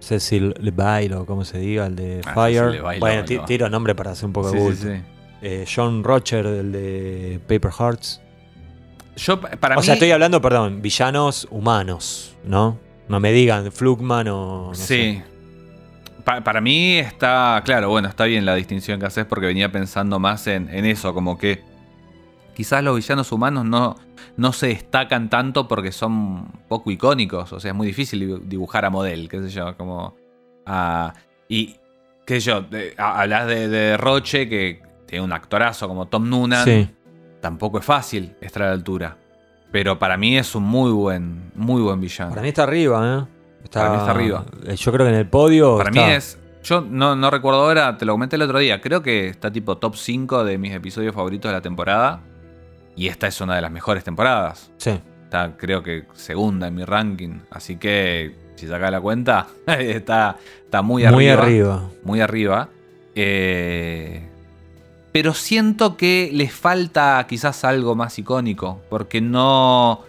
[SPEAKER 3] Cecil LeBail o como se diga, el de
[SPEAKER 4] Ah, Cecil
[SPEAKER 3] Fire.
[SPEAKER 4] LeBail,
[SPEAKER 3] bueno,
[SPEAKER 4] no,
[SPEAKER 3] ti-
[SPEAKER 4] no.
[SPEAKER 3] tiro nombre para hacer un poco de
[SPEAKER 4] Sí,
[SPEAKER 3] bulto.
[SPEAKER 4] sí, sí.
[SPEAKER 3] Eh, John Rocher, el de Paper Hearts.
[SPEAKER 4] Yo, pa- para
[SPEAKER 3] o
[SPEAKER 4] mí.
[SPEAKER 3] sea, estoy hablando, perdón, villanos humanos, ¿no? No me digan Flugman o. no
[SPEAKER 4] sí.
[SPEAKER 3] sé.
[SPEAKER 4] Pa- para mí está. Claro, bueno, está bien la distinción que haces porque venía pensando más en, en eso, como que. Quizás los villanos humanos no, no se destacan tanto porque son poco icónicos. O sea, es muy difícil dibu- dibujar a model, qué sé yo, como. a- y. qué sé yo, de- a- hablas de, de Roche, que tiene un actorazo como Tom Noonan.
[SPEAKER 3] Sí.
[SPEAKER 4] tampoco es fácil estar a la altura. Pero para mí es un muy buen, muy buen villano.
[SPEAKER 3] Para mí está arriba, ¿eh?
[SPEAKER 4] Para mí está arriba.
[SPEAKER 3] eh, Yo creo que en el podio.
[SPEAKER 4] Para mí
[SPEAKER 3] está.
[SPEAKER 4] es. Yo no, no recuerdo ahora, te lo comenté el otro día. Creo que está tipo top 5 de mis episodios favoritos de la temporada. Y esta es una de las mejores temporadas.
[SPEAKER 3] Sí.
[SPEAKER 4] Está, creo que, segunda en mi ranking. Así que, si saca la cuenta, está, está muy arriba.
[SPEAKER 3] Muy arriba.
[SPEAKER 4] muy arriba. Eh, pero siento que les falta quizás algo más icónico. Porque no.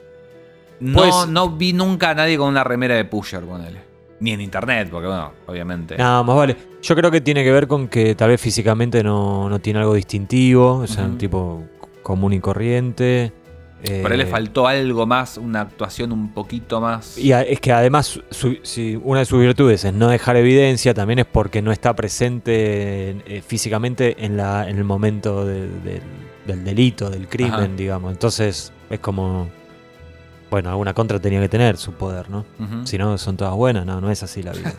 [SPEAKER 4] No,
[SPEAKER 3] Pues-
[SPEAKER 4] no vi nunca a nadie con una remera de Pusher, ponele. Ni en internet, porque bueno, obviamente.
[SPEAKER 3] Nada más vale. Yo creo que tiene que ver con que tal vez físicamente no, no tiene algo distintivo. O sea,
[SPEAKER 4] Ujú.
[SPEAKER 3] un tipo común y corriente. eh,
[SPEAKER 4] Por ahí le faltó algo más, una actuación un poquito más.
[SPEAKER 3] Y a- es que además, su- su- si una de sus virtudes es no dejar evidencia, también es porque no está presente eh, físicamente en, la, en el momento de- del- del delito, del crimen,
[SPEAKER 4] Ajá.
[SPEAKER 3] digamos. Entonces es como. Bueno, alguna contra tenía que tener su poder, ¿no?
[SPEAKER 4] Ujú.
[SPEAKER 3] Si no, son todas buenas. No, no es así la vida.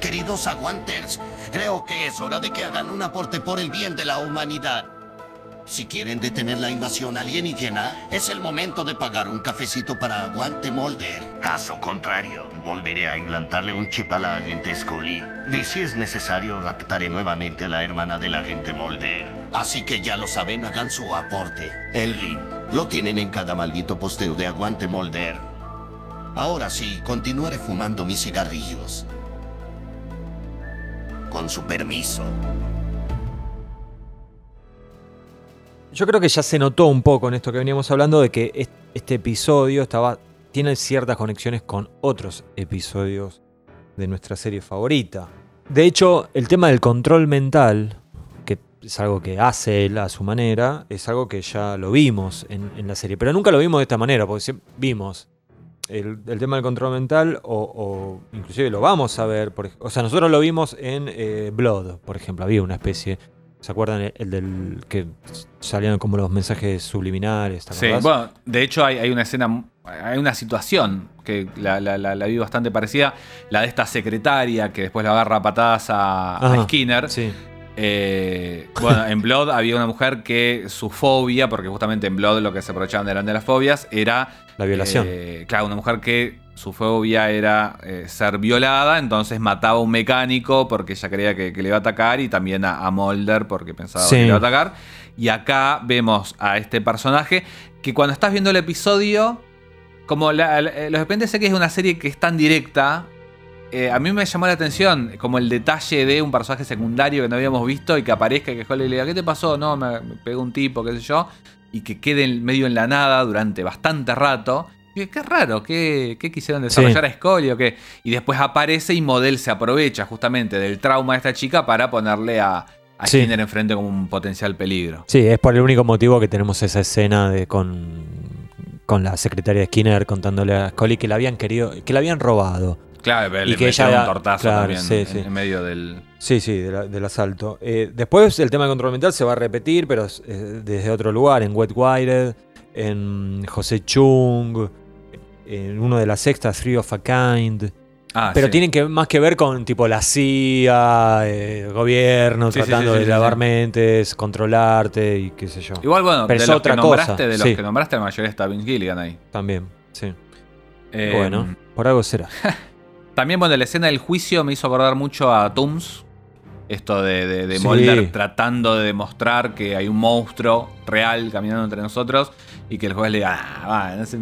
[SPEAKER 5] Queridos aguantes, creo que es hora de que hagan un aporte por el bien de la humanidad. Si quieren detener la invasión alienígena, es el momento de pagar un cafecito para Aguante Molder. Caso contrario, volveré a implantarle un chip a la agente Scully. Y si es necesario, raptaré nuevamente a la hermana del agente Molder. Así que ya lo saben, hagan su aporte. El link lo tienen en cada maldito posteo de Aguante Molder. Ahora sí, continuaré fumando mis cigarrillos. Con su permiso.
[SPEAKER 3] Yo creo que ya se notó un poco en esto que veníamos hablando de que est- este episodio estaba, tiene ciertas conexiones con otros episodios de nuestra serie favorita. De hecho, el tema del control mental, que es algo que hace él a su manera, es algo que ya lo vimos en, en la serie. Pero nunca lo vimos de esta manera, porque siempre vimos el, el tema del control mental, o, o inclusive lo vamos a ver. por ej- o sea, nosotros lo vimos en eh, Blood, por ejemplo. Había una especie ¿Se acuerdan el, el del que salían como los mensajes subliminales? ¿te
[SPEAKER 4] Sí,
[SPEAKER 3] acordás?
[SPEAKER 4] bueno, de hecho hay, hay una escena, hay una situación que la, la- la- la vi bastante parecida, la de esta secretaria que después la agarra a patadas a, a
[SPEAKER 3] Ajá,
[SPEAKER 4] Skinner.
[SPEAKER 3] Sí.
[SPEAKER 4] Eh, bueno, en Blood había una mujer que su fobia, porque justamente en Blood lo que se aprovechaban delante de las fobias era...
[SPEAKER 3] La violación.
[SPEAKER 4] eh, claro, una mujer que su fobia era eh, ser violada, entonces mataba a un mecánico porque ella creía que, que le iba a atacar y también a, a Mulder porque pensaba
[SPEAKER 3] Sí.
[SPEAKER 4] que le iba a atacar. Y acá vemos a este personaje que cuando estás viendo el episodio, como la- la- eh, los dependientes sé que es una serie que es tan directa, eh, a mí me llamó la atención como el detalle de un personaje secundario que no habíamos visto y que aparezca y que Holly le diga, ¿qué te pasó? No, me, me pegó un tipo, qué sé yo, y que quede en- medio en la nada durante bastante rato. Y dije, qué raro, qué, qué quisieron desarrollar a Scully o qué. Y después aparece y Model se aprovecha justamente del trauma de esta chica para ponerle a, a
[SPEAKER 3] Sí.
[SPEAKER 4] Skinner enfrente como un potencial peligro.
[SPEAKER 3] Sí, es por el único motivo que tenemos esa escena de con, con la secretaria de Skinner contándole a Scully que la habían querido, que la habían robado.
[SPEAKER 4] Claro, pero
[SPEAKER 3] Y
[SPEAKER 4] le
[SPEAKER 3] que ella
[SPEAKER 4] metieron
[SPEAKER 3] era-
[SPEAKER 4] un tortazo
[SPEAKER 3] claro,
[SPEAKER 4] también
[SPEAKER 3] sí,
[SPEAKER 4] en-
[SPEAKER 3] sí.
[SPEAKER 4] en medio del,
[SPEAKER 3] Sí, sí, de la- del asalto. Eh, después el tema de control mental se va a repetir, pero es, eh, desde otro lugar, en Wet Wired, en José Chung, en uno de las sextas, Three of a Kind.
[SPEAKER 4] Ah,
[SPEAKER 3] pero
[SPEAKER 4] sí.
[SPEAKER 3] tienen que, más que ver con tipo la CIA, eh, el gobierno,
[SPEAKER 4] Sí, sí,
[SPEAKER 3] tratando
[SPEAKER 4] sí, sí,
[SPEAKER 3] de
[SPEAKER 4] sí,
[SPEAKER 3] lavar
[SPEAKER 4] sí.
[SPEAKER 3] mentes, controlarte y qué sé yo.
[SPEAKER 4] Igual, bueno,
[SPEAKER 3] Pero
[SPEAKER 4] de
[SPEAKER 3] es
[SPEAKER 4] los
[SPEAKER 3] otra
[SPEAKER 4] que
[SPEAKER 3] cosa,
[SPEAKER 4] nombraste, de los
[SPEAKER 3] sí.
[SPEAKER 4] que nombraste, la mayoría está Vince Gilligan ahí.
[SPEAKER 3] También, sí.
[SPEAKER 4] Eh,
[SPEAKER 3] bueno, por algo será.
[SPEAKER 4] También, bueno, la escena del juicio me hizo acordar mucho a Tooms. Esto de, de, de
[SPEAKER 3] Sí.
[SPEAKER 4] Mulder tratando de demostrar que hay un monstruo real caminando entre nosotros y que el juez le diga, ah, va, no se,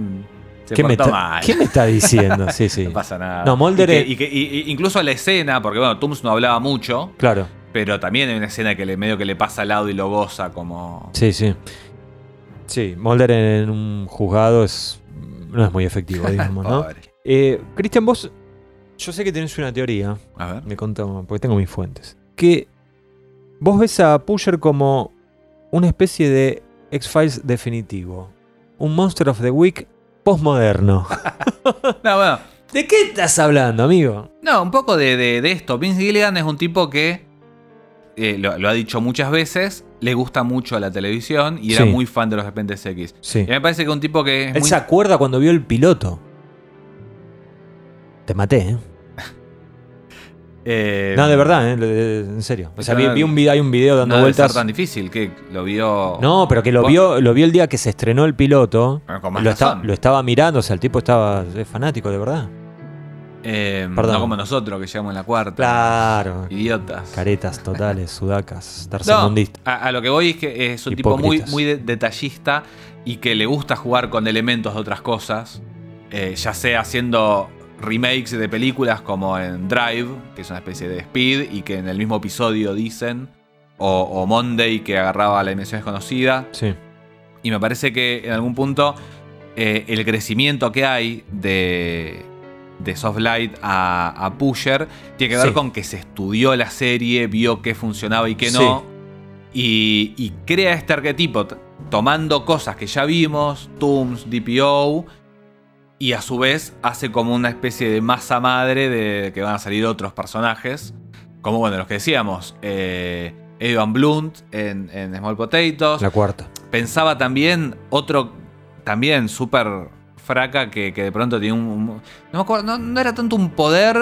[SPEAKER 4] se
[SPEAKER 3] ¿Qué me,
[SPEAKER 4] portó
[SPEAKER 3] está,
[SPEAKER 4] mal.
[SPEAKER 3] qué me está diciendo? Sí, sí.
[SPEAKER 4] No pasa nada.
[SPEAKER 3] No, Mulder
[SPEAKER 4] Y que-
[SPEAKER 3] es-
[SPEAKER 4] y que- y- y- incluso la escena, porque bueno, Tooms no hablaba mucho,
[SPEAKER 3] Claro,
[SPEAKER 4] pero también hay una escena que le, medio que le pasa al lado y lo goza como...
[SPEAKER 3] sí, sí. Sí, Mulder en un juzgado es, no es muy efectivo, digamos, ¿no?
[SPEAKER 4] Pobre.
[SPEAKER 3] Eh, Cristian, vos, yo sé que tenés una teoría,
[SPEAKER 4] A ver.
[SPEAKER 3] me contó, porque tengo mis fuentes, que vos ves a Pusher como una especie de X-Files definitivo, un Monster of the Week postmoderno.
[SPEAKER 4] No, bueno.
[SPEAKER 3] ¿De qué estás hablando, amigo?
[SPEAKER 4] No, un poco de, de- de esto. Vince Gilligan es un tipo que, eh, lo, lo ha dicho muchas veces, le gusta mucho la televisión y era
[SPEAKER 3] Sí.
[SPEAKER 4] muy fan de los Repentes X.
[SPEAKER 3] Sí.
[SPEAKER 4] Y me parece que un tipo que es
[SPEAKER 3] Él
[SPEAKER 4] muy...
[SPEAKER 3] se acuerda cuando vio el piloto. Te maté, ¿eh?
[SPEAKER 4] eh,
[SPEAKER 3] No, de verdad, ¿eh? Lo- de- en serio. O sea, vi,
[SPEAKER 4] no,
[SPEAKER 3] vi un video, hay un video dando
[SPEAKER 4] no debe ser
[SPEAKER 3] vueltas.
[SPEAKER 4] tan difícil que lo vio...
[SPEAKER 3] No, pero que lo
[SPEAKER 4] Vos-
[SPEAKER 3] vio, lo vio el día que se estrenó el piloto.
[SPEAKER 4] Bueno, con más
[SPEAKER 3] lo,
[SPEAKER 4] razón.
[SPEAKER 3] lo estaba mirando, o sea, el tipo estaba es fanático, de verdad.
[SPEAKER 4] Eh,
[SPEAKER 3] Perdón.
[SPEAKER 4] No como nosotros que llegamos en la cuarta.
[SPEAKER 3] Claro.
[SPEAKER 4] Idiotas.
[SPEAKER 3] Caretas totales, sudacas,
[SPEAKER 4] No,
[SPEAKER 3] tercermundistas.
[SPEAKER 4] a, a lo que voy es que es un tipo muy,
[SPEAKER 3] Hipócritas.
[SPEAKER 4] muy de- detallista y que le gusta jugar con elementos de otras cosas, eh, ya sea haciendo remakes de películas como en Drive, que es una especie de speed y que en el mismo episodio dicen, o, o Monday, que agarraba la dimensión desconocida.
[SPEAKER 3] Sí.
[SPEAKER 4] Y me parece que en algún punto eh, el crecimiento que hay de, de Soft Light a, a Pusher tiene que ver
[SPEAKER 3] Sí.
[SPEAKER 4] con que se estudió la serie, vio qué funcionaba y qué no. Y, y crea este arquetipo t- tomando cosas que ya vimos, Tooms, DPO. Y a su vez hace como una especie de masa madre de que van a salir otros personajes. Como bueno, los que decíamos. Eh, Evan Blunt en, en Small Potatoes.
[SPEAKER 3] La cuarta.
[SPEAKER 4] Pensaba también otro, también súper fraca, que, que de pronto tiene un... un- no, me acuerdo, no, no era tanto un poder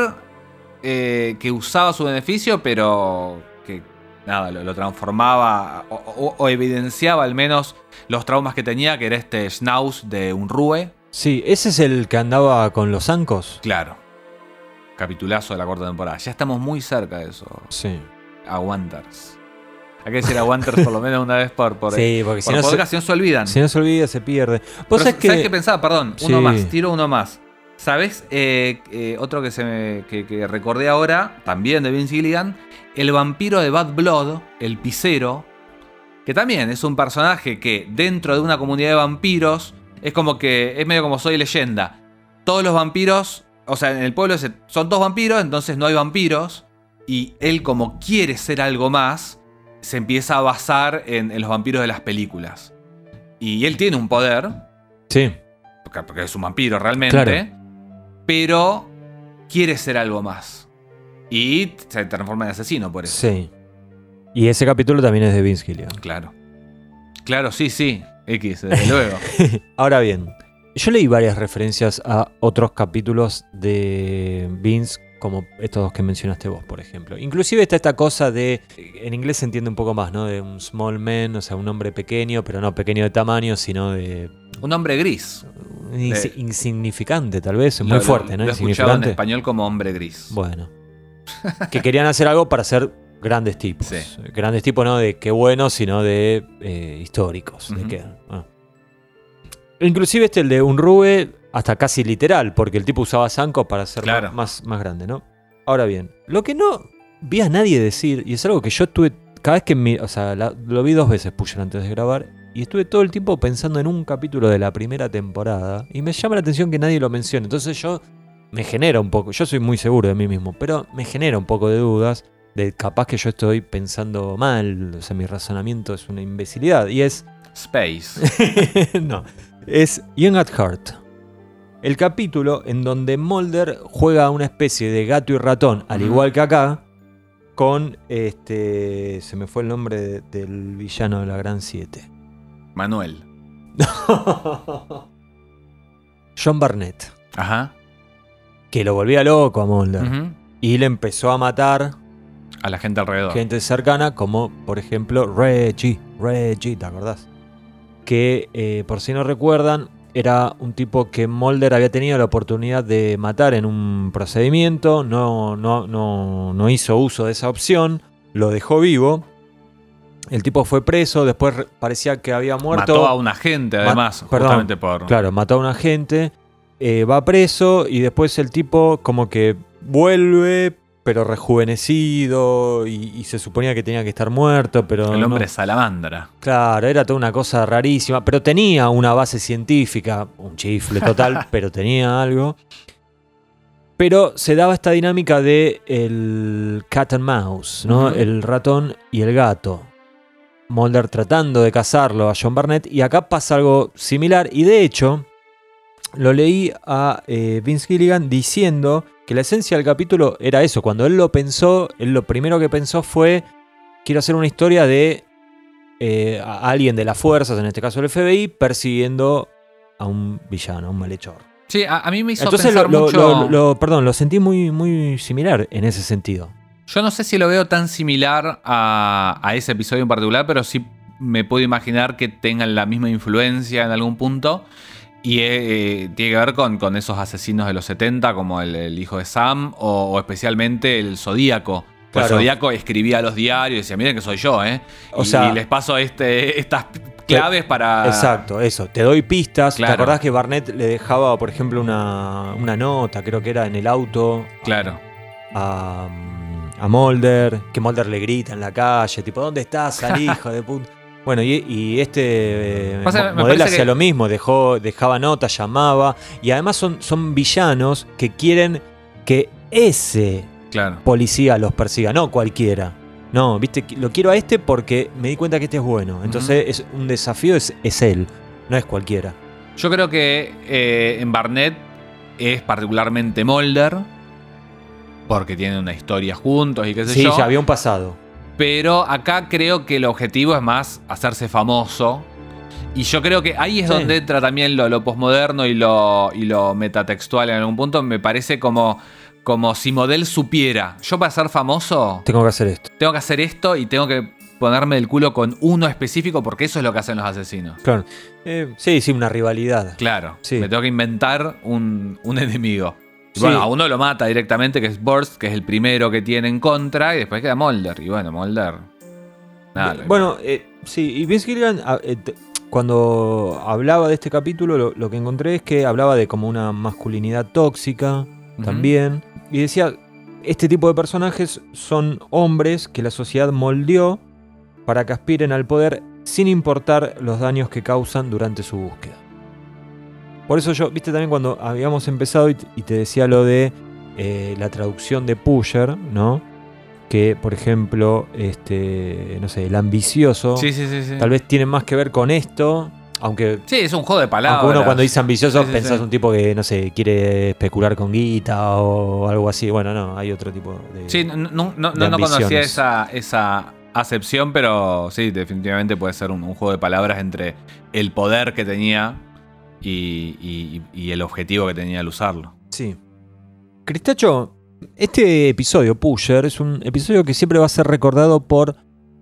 [SPEAKER 4] eh, que usaba a su beneficio, pero que nada, lo, lo transformaba o, o- o evidenciaba al menos los traumas que tenía, que era este Schnauz de un Rue.
[SPEAKER 3] Sí, ese es el que andaba con los zancos.
[SPEAKER 4] Claro. Capitulazo de la cuarta temporada. Ya estamos muy cerca de eso.
[SPEAKER 3] Sí.
[SPEAKER 4] Aguanters. Hay que decir aguanters por lo menos una vez por, por,
[SPEAKER 3] Sí, porque si
[SPEAKER 4] por
[SPEAKER 3] no, se,
[SPEAKER 4] podcast, si no se olvidan.
[SPEAKER 3] si no se olvida, se pierde. Vos
[SPEAKER 4] Pero,
[SPEAKER 3] sabés que.
[SPEAKER 4] ¿Sabes qué pensaba? Perdón, uno
[SPEAKER 3] Sí.
[SPEAKER 4] más, tiro uno más. ¿Sabes? eh, eh, otro que, se me, que, que recordé ahora, también de Vince Gilligan, el vampiro de Bad Blood, el pisero, que también es un personaje que dentro de una comunidad de vampiros es como que es medio como soy leyenda. Todos los vampiros, o sea, en el pueblo se- son dos vampiros, entonces no hay vampiros. Y él, como quiere ser algo más, se empieza a basar en- en los vampiros de las películas. Y él tiene un poder,
[SPEAKER 3] Sí,
[SPEAKER 4] porque, porque es un vampiro realmente,
[SPEAKER 3] Claro.
[SPEAKER 4] pero quiere ser algo más. Y se transforma en asesino por eso.
[SPEAKER 3] sí. Y ese capítulo también es de Vince Gillian.
[SPEAKER 4] Claro. Claro, sí, sí. X, desde luego.
[SPEAKER 3] Ahora bien, yo leí varias referencias a otros capítulos de Vince, como estos dos que mencionaste vos, por ejemplo. Inclusive está esta cosa de, en inglés se entiende un poco más, ¿no? De un small man, o sea, un hombre pequeño, pero no pequeño de tamaño, sino de
[SPEAKER 4] Un hombre gris.
[SPEAKER 3] insi-
[SPEAKER 4] Eh,
[SPEAKER 3] insignificante, tal vez.
[SPEAKER 4] Lo-
[SPEAKER 3] Muy
[SPEAKER 4] lo-
[SPEAKER 3] fuerte, ¿no?
[SPEAKER 4] Lo escuchaba en
[SPEAKER 3] Insignificante.
[SPEAKER 4] español como hombre gris.
[SPEAKER 3] Bueno. Que querían hacer algo para ser grandes tipos.
[SPEAKER 4] Sí.
[SPEAKER 3] Grandes tipos no de qué buenos, sino de eh, históricos. de
[SPEAKER 4] Ujú.
[SPEAKER 3] qué- ah. Inclusive este, el de Unruhe, hasta casi literal, porque el tipo usaba zancos para ser
[SPEAKER 4] Claro.
[SPEAKER 3] más, más grande, ¿no? Ahora bien, lo que no vi a nadie decir, y es algo que yo estuve, cada vez que mi- o sea, la- lo vi dos veces Pusher antes de grabar, y estuve todo el tiempo pensando en un capítulo de la primera temporada, y me llama la atención que nadie lo mencione, entonces yo me genera un poco, yo soy muy seguro de mí mismo, pero me genera un poco de dudas de capaz que yo estoy pensando mal, o sea, mi razonamiento es una imbecilidad, y es
[SPEAKER 4] Space.
[SPEAKER 3] no. Es Young at Heart. El capítulo en donde Mulder juega a una especie de gato y ratón, al
[SPEAKER 4] Ujú.
[SPEAKER 3] igual que acá, con este. Se me fue el nombre de- del villano de la Gran 7.
[SPEAKER 4] Manuel.
[SPEAKER 3] John Barnett.
[SPEAKER 4] Ajá.
[SPEAKER 3] Que lo volvía loco a Mulder.
[SPEAKER 4] Ujú.
[SPEAKER 3] Y le empezó a matar
[SPEAKER 4] A la gente alrededor.
[SPEAKER 3] gente cercana, como por ejemplo Reggie. Reggie, ¿te acordás? Que eh, por si no recuerdan, era un tipo que Mulder había tenido la oportunidad de matar en un procedimiento, no, no, no, no hizo uso de esa opción, lo dejó vivo. El tipo fue preso, después re- parecía que había muerto.
[SPEAKER 4] Mató a un agente, además,
[SPEAKER 3] perdón.
[SPEAKER 4] justamente por.
[SPEAKER 3] Claro, mató a un agente, eh, va preso y después el tipo como que vuelve, pero rejuvenecido y, y se suponía que tenía que estar muerto, pero...
[SPEAKER 4] El
[SPEAKER 3] no-
[SPEAKER 4] hombre salamandra.
[SPEAKER 3] claro, era toda una cosa rarísima, pero tenía una base científica, un chifle total, pero tenía algo. Pero se daba esta dinámica de el cat and mouse, ¿no?
[SPEAKER 4] Ujú.
[SPEAKER 3] El ratón y el gato. Mulder tratando de cazarlo a John Barnett y acá pasa algo similar y de hecho lo leí a eh, Vince Gilligan diciendo que la esencia del capítulo era eso, cuando él lo pensó, él lo primero que pensó fue quiero hacer una historia de eh, a alguien de las fuerzas, en este caso el FBI, persiguiendo a un villano, a un malhechor.
[SPEAKER 4] Sí, a, a mí me hizo
[SPEAKER 3] Entonces lo,
[SPEAKER 4] pensar
[SPEAKER 3] lo-
[SPEAKER 4] mucho.
[SPEAKER 3] lo- lo- perdón, lo sentí muy, muy similar en ese sentido.
[SPEAKER 4] Yo no sé si lo veo tan similar a, a ese episodio en particular, pero sí me puedo imaginar que tengan la misma influencia en algún punto. Y eh, tiene que ver con, con esos asesinos de los 70, como el, el hijo de Sam, o, o especialmente el Zodíaco. Pues
[SPEAKER 3] Claro.
[SPEAKER 4] El Zodíaco escribía a los diarios y decía, miren que soy yo, ¿eh?
[SPEAKER 3] O
[SPEAKER 4] y,
[SPEAKER 3] sea-
[SPEAKER 4] y les paso este, estas claves para...
[SPEAKER 3] Exacto, eso. Te doy pistas. ¿Te
[SPEAKER 4] Ah. Claro.
[SPEAKER 3] acordás que Barnett le dejaba, por ejemplo, una, una nota, creo que era en el auto,
[SPEAKER 4] Claro.
[SPEAKER 3] a, a Mulder? Que Mulder le grita en la calle, tipo, ¿dónde estás, al hijo de puta? Bueno, y, y este eh,
[SPEAKER 4] Pasa, me
[SPEAKER 3] mo- modelo
[SPEAKER 4] parece
[SPEAKER 3] hacía
[SPEAKER 4] que-
[SPEAKER 3] lo mismo, dejó, dejaba notas, llamaba. Y además son, son villanos que quieren que ese
[SPEAKER 4] Claro.
[SPEAKER 3] policía los persiga, no cualquiera. No, viste, qui- lo quiero a este porque me di cuenta que este es bueno. Entonces es un desafío, es, es él, no es cualquiera.
[SPEAKER 4] Yo creo que eh, en Barnett es particularmente Mulder, porque tienen una historia juntos y qué sé
[SPEAKER 3] Sí,
[SPEAKER 4] yo.
[SPEAKER 3] ya había un pasado.
[SPEAKER 4] Pero acá creo que el objetivo es más hacerse famoso. Y yo creo que ahí es
[SPEAKER 3] Sí.
[SPEAKER 4] donde entra también lo, lo posmoderno y lo, y lo metatextual en algún punto. Me parece como, como si Model supiera. Yo para ser famoso
[SPEAKER 3] Tengo que hacer esto.
[SPEAKER 4] tengo que hacer esto y tengo que ponerme el culo con uno específico porque eso es lo que hacen los asesinos.
[SPEAKER 3] Claro. Eh, sí, sí, una rivalidad.
[SPEAKER 4] Claro.
[SPEAKER 3] Sí.
[SPEAKER 4] Me tengo que inventar un, un enemigo. Y
[SPEAKER 3] Sí.
[SPEAKER 4] Bueno, a uno lo mata directamente, que es Burst, que es el primero que tiene en contra, y después queda Mulder. Y bueno, Mulder. Nada, lo-
[SPEAKER 3] bueno, eh, sí, y Vince Gilligan, a- eh, te- cuando hablaba de este capítulo, lo, lo que encontré es que hablaba de como una masculinidad tóxica
[SPEAKER 4] Ujú.
[SPEAKER 3] también. Y decía, este tipo de personajes son hombres que la sociedad moldeó para que aspiren al poder sin importar los daños que causan durante su búsqueda. Por eso yo, viste también cuando habíamos empezado y, t- y te decía lo de eh, la traducción de Pusher, ¿no? Que, por ejemplo, este, no sé, el ambicioso,
[SPEAKER 4] Sí, sí, sí. sí.
[SPEAKER 3] tal vez tiene más que ver con esto, aunque
[SPEAKER 4] Sí, es un juego de palabras.
[SPEAKER 3] aunque uno cuando dice ambicioso
[SPEAKER 4] Sí, sí,
[SPEAKER 3] pensás
[SPEAKER 4] sí.
[SPEAKER 3] un tipo que, no sé, quiere especular con guita o algo así. Bueno, no, hay otro tipo de...
[SPEAKER 4] Sí, no, no, no,
[SPEAKER 3] de
[SPEAKER 4] no conocía
[SPEAKER 3] ambiciones.
[SPEAKER 4] esa, esa acepción, pero sí, definitivamente puede ser un, un juego de palabras entre el poder que tenía y, y- y el objetivo que tenía al usarlo.
[SPEAKER 3] Sí. Cristacho, este episodio, Pusher, es un episodio que siempre va a ser recordado por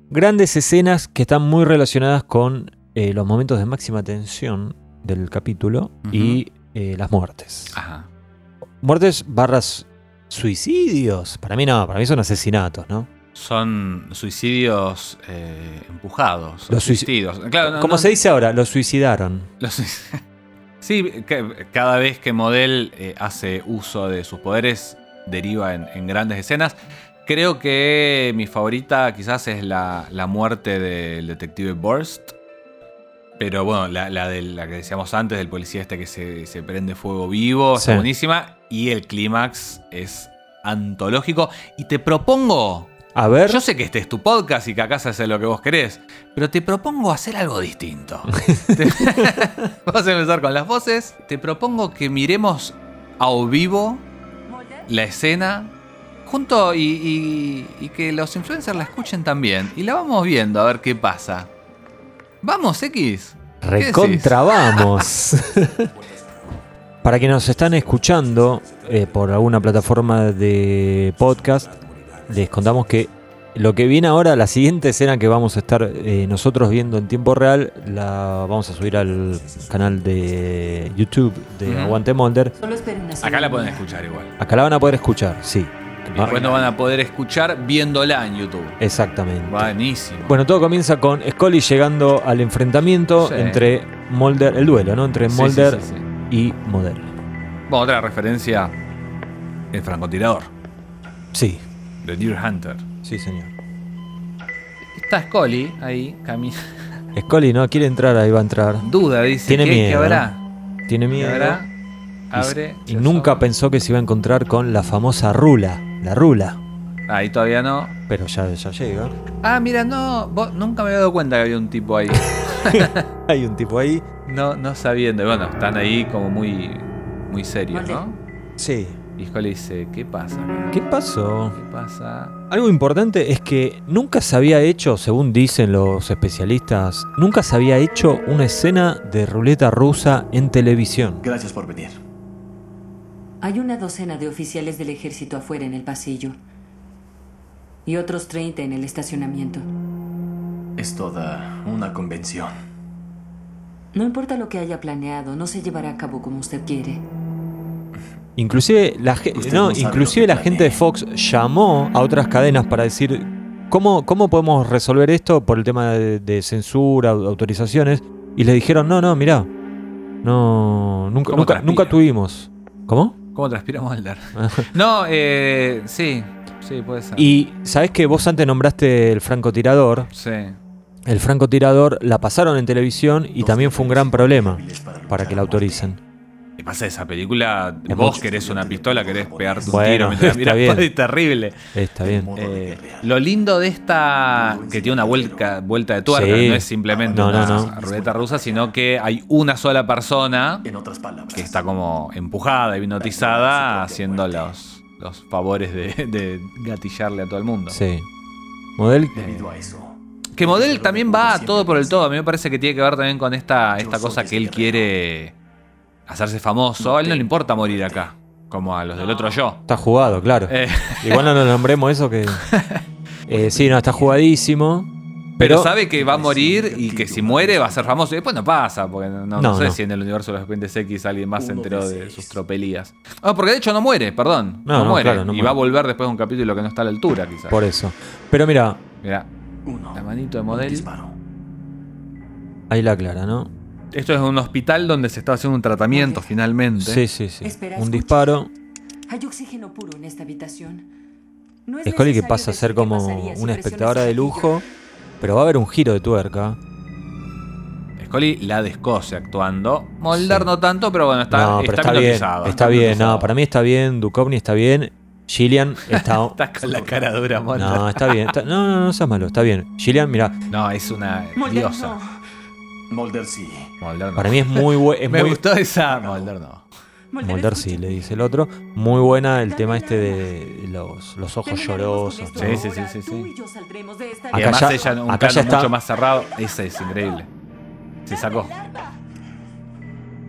[SPEAKER 3] grandes escenas que están muy relacionadas con eh, los momentos de máxima tensión del capítulo
[SPEAKER 4] Ujú. Ah.
[SPEAKER 3] y eh, las muertes.
[SPEAKER 4] Ajá.
[SPEAKER 3] Muertes barras suicidios. Para mí no, para mí son asesinatos, ¿no?
[SPEAKER 4] Son suicidios eh, empujados.
[SPEAKER 3] Los suici-
[SPEAKER 4] suicidios. Claro, no,
[SPEAKER 3] Como
[SPEAKER 4] no-
[SPEAKER 3] se dice ahora, los suicidaron.
[SPEAKER 4] Los suic- sí, que- cada vez que Model eh, hace uso de sus poderes, deriva en, en grandes escenas. Creo que mi favorita quizás es la, la muerte del detective Burst. Pero bueno, la, la de, la que decíamos antes, del policía este que se, se prende fuego vivo, está
[SPEAKER 3] Sí.
[SPEAKER 4] buenísima. Y el clímax es antológico. Y te propongo,
[SPEAKER 3] A ver,
[SPEAKER 4] yo sé que este es tu podcast y que acá se hace lo que vos querés, pero te propongo hacer algo distinto. Te- Vamos a empezar con las voces. Te propongo que miremos a o vivo la escena junto y, y- y que los influencers la escuchen también. Y la vamos viendo a ver qué pasa. Vamos, X. ¿Qué decís?
[SPEAKER 3] recontra vamos. Para quienes nos están escuchando eh, por alguna plataforma de podcast, les contamos que lo que viene ahora, la siguiente escena que vamos a estar eh, nosotros viendo en tiempo real, la vamos a subir al canal de YouTube de
[SPEAKER 4] Ujú.
[SPEAKER 3] Aguante Molder.
[SPEAKER 6] Solo esperen una
[SPEAKER 4] Acá la
[SPEAKER 6] segunda.
[SPEAKER 4] pueden escuchar igual.
[SPEAKER 3] Acá la van a poder escuchar, sí. Ah,
[SPEAKER 4] Y después no van a poder escuchar viéndola en YouTube.
[SPEAKER 3] Exactamente.
[SPEAKER 4] Buenísimo.
[SPEAKER 3] Bueno, todo comienza con Scully llegando al enfrentamiento
[SPEAKER 4] Sí.
[SPEAKER 3] entre Mulder, el duelo, ¿no? Entre
[SPEAKER 4] Sí, sí,
[SPEAKER 3] Mulder
[SPEAKER 4] sí, sí.
[SPEAKER 3] y Model.
[SPEAKER 4] Bueno, otra referencia: el francotirador.
[SPEAKER 3] Sí,
[SPEAKER 4] The Deer Hunter.
[SPEAKER 3] sí, señor.
[SPEAKER 4] Está Scully ahí, camina.
[SPEAKER 3] Scully no quiere entrar, ahí va a entrar.
[SPEAKER 4] Duda, dice.
[SPEAKER 3] Tiene
[SPEAKER 4] ¿qué,
[SPEAKER 3] miedo,
[SPEAKER 4] qué habrá?
[SPEAKER 3] Tiene
[SPEAKER 4] ¿Qué
[SPEAKER 3] miedo.
[SPEAKER 4] habrá? Abre.
[SPEAKER 3] Y nunca pensó que se iba a encontrar con la famosa Rula, la Rula.
[SPEAKER 4] Ahí todavía no.
[SPEAKER 3] Pero ya, ya llega.
[SPEAKER 4] Ah, mira, no. vos- nunca me había dado cuenta que había un tipo ahí.
[SPEAKER 3] Hay un tipo ahí.
[SPEAKER 4] No, no sabiendo. Y Bueno, están ahí como muy, muy serios, ¿no?
[SPEAKER 3] Sí.
[SPEAKER 4] Y Scully dice: ¿Qué pasa?
[SPEAKER 3] ¿Qué pasó?
[SPEAKER 4] ¿Qué pasa?
[SPEAKER 3] Algo importante es que nunca se había hecho, según dicen los especialistas, nunca se había hecho una escena de ruleta rusa en televisión.
[SPEAKER 1] Gracias por venir.
[SPEAKER 6] Hay una docena de oficiales del ejército afuera en el pasillo. Y otros 30 en el estacionamiento.
[SPEAKER 1] Es toda una convención.
[SPEAKER 6] No importa lo que haya planeado, no se llevará a cabo como usted quiere.
[SPEAKER 3] Inclusive la, ge-
[SPEAKER 1] Usted
[SPEAKER 3] no,
[SPEAKER 1] no sabe
[SPEAKER 3] inclusive
[SPEAKER 1] lo que
[SPEAKER 3] la gente de Fox llamó a otras cadenas para decir cómo, cómo podemos resolver esto por el tema de, de censura, au- autorizaciones, y le dijeron, no, no, mirá, no, nunca,
[SPEAKER 4] ¿Cómo
[SPEAKER 3] nunca,
[SPEAKER 4] transpira?
[SPEAKER 3] nunca tuvimos. ¿Cómo?
[SPEAKER 4] ¿Cómo transpira Mulder? no, eh. Sí, sí, puede ser.
[SPEAKER 3] Y sabés que vos antes nombraste el francotirador.
[SPEAKER 4] Sí.
[SPEAKER 3] El francotirador la pasaron en televisión y también fue un gran problema para que la autoricen.
[SPEAKER 4] ¿Qué pasa de esa película?
[SPEAKER 3] Es
[SPEAKER 4] vos
[SPEAKER 3] mucho.
[SPEAKER 4] querés una pistola, querés pegarte un
[SPEAKER 3] Bueno,
[SPEAKER 4] tiro mientras
[SPEAKER 3] está
[SPEAKER 4] mirás,
[SPEAKER 3] bien.
[SPEAKER 4] es terrible.
[SPEAKER 3] Está bien.
[SPEAKER 4] Eh, lo lindo de esta, que tiene una vuelta, vuelta de tuerca,
[SPEAKER 3] Sí.
[SPEAKER 4] no es simplemente
[SPEAKER 3] No,
[SPEAKER 4] una
[SPEAKER 3] no,
[SPEAKER 1] no.
[SPEAKER 4] ruleta rusa, sino que hay una sola persona
[SPEAKER 1] En otras palabras,
[SPEAKER 4] que está como empujada, hipnotizada, haciendo los, los favores de, de gatillarle a todo el mundo.
[SPEAKER 3] Sí. Model
[SPEAKER 1] debido a eso,
[SPEAKER 4] Que Model también va a todo por el todo. A mí me parece que tiene que ver también con esta, esta cosa que él quiere hacerse famoso. A él no le importa morir acá, como a los del otro yo.
[SPEAKER 3] está jugado, claro.
[SPEAKER 4] Eh,
[SPEAKER 3] Igual no nos nombremos eso que. Eh, sí, no, está jugadísimo.
[SPEAKER 4] pero,
[SPEAKER 3] Pero,
[SPEAKER 4] sabe que va a morir y que si muere va a ser famoso. Y después no pasa, porque no, no
[SPEAKER 3] No,
[SPEAKER 4] sé
[SPEAKER 3] no.
[SPEAKER 4] si en el universo de los Serpientes X alguien más se
[SPEAKER 1] Uno
[SPEAKER 4] enteró
[SPEAKER 1] de
[SPEAKER 4] de
[SPEAKER 1] seis.
[SPEAKER 4] sus tropelías. Ah, porque de hecho no muere, perdón.
[SPEAKER 3] No,
[SPEAKER 4] No,
[SPEAKER 3] no,
[SPEAKER 4] muere.
[SPEAKER 3] claro, no
[SPEAKER 4] y
[SPEAKER 3] muere.
[SPEAKER 4] va a volver después de un capítulo que no está a la altura, quizás.
[SPEAKER 3] Por eso. Pero mira,
[SPEAKER 4] Mirá,
[SPEAKER 1] uno,
[SPEAKER 4] la manito de
[SPEAKER 1] un
[SPEAKER 4] Model.
[SPEAKER 1] disparo.
[SPEAKER 3] ahí la clara, ¿no?
[SPEAKER 4] Esto es un hospital donde se está haciendo un tratamiento
[SPEAKER 6] Oye.
[SPEAKER 4] finalmente.
[SPEAKER 3] Sí, sí, sí.
[SPEAKER 6] Espera,
[SPEAKER 3] Un
[SPEAKER 6] escucha.
[SPEAKER 3] disparo.
[SPEAKER 6] Hay oxígeno puro en esta habitación. No es
[SPEAKER 3] Scully que
[SPEAKER 6] necesario
[SPEAKER 3] pasa a ser
[SPEAKER 6] decir qué
[SPEAKER 3] como
[SPEAKER 6] pasaría si
[SPEAKER 3] una
[SPEAKER 6] presionas
[SPEAKER 3] espectadora
[SPEAKER 6] el
[SPEAKER 3] de
[SPEAKER 6] gatillo.
[SPEAKER 3] lujo. Pero va a haber un giro de tuerca.
[SPEAKER 4] Scully la descoce actuando. Molder
[SPEAKER 3] Sí.
[SPEAKER 4] no tanto, pero bueno, está,
[SPEAKER 3] no, pero
[SPEAKER 4] está,
[SPEAKER 3] está, bien.
[SPEAKER 4] hipnotizado,
[SPEAKER 3] Está bien, no,
[SPEAKER 4] hipnotizado.
[SPEAKER 3] para mí está bien. Duchovny está bien. Gillian está.
[SPEAKER 4] Está con la cara dura, Molder.
[SPEAKER 3] no,
[SPEAKER 4] No,
[SPEAKER 3] está bien. está- no, no, no seas malo, está bien. Gillian, mira,
[SPEAKER 4] es una
[SPEAKER 6] Mulder,
[SPEAKER 4] diosa.
[SPEAKER 6] no.
[SPEAKER 1] Mulder sí.
[SPEAKER 4] Mulder no.
[SPEAKER 3] para mí es muy bueno.
[SPEAKER 4] Me gustó esa. Mulder no.
[SPEAKER 3] Mulder sí, le dice el otro. Muy buena el tema este de los, los ojos llorosos. ¿no?
[SPEAKER 4] Sí, sí, sí, sí,
[SPEAKER 6] Tú
[SPEAKER 4] sí.
[SPEAKER 6] y yo saldremos de
[SPEAKER 4] Y
[SPEAKER 6] esta
[SPEAKER 3] Acá
[SPEAKER 4] además
[SPEAKER 3] ya-
[SPEAKER 4] ella un
[SPEAKER 3] acá
[SPEAKER 4] plano
[SPEAKER 3] ya está.
[SPEAKER 4] mucho más cerrado. Ese es increíble. Se sacó.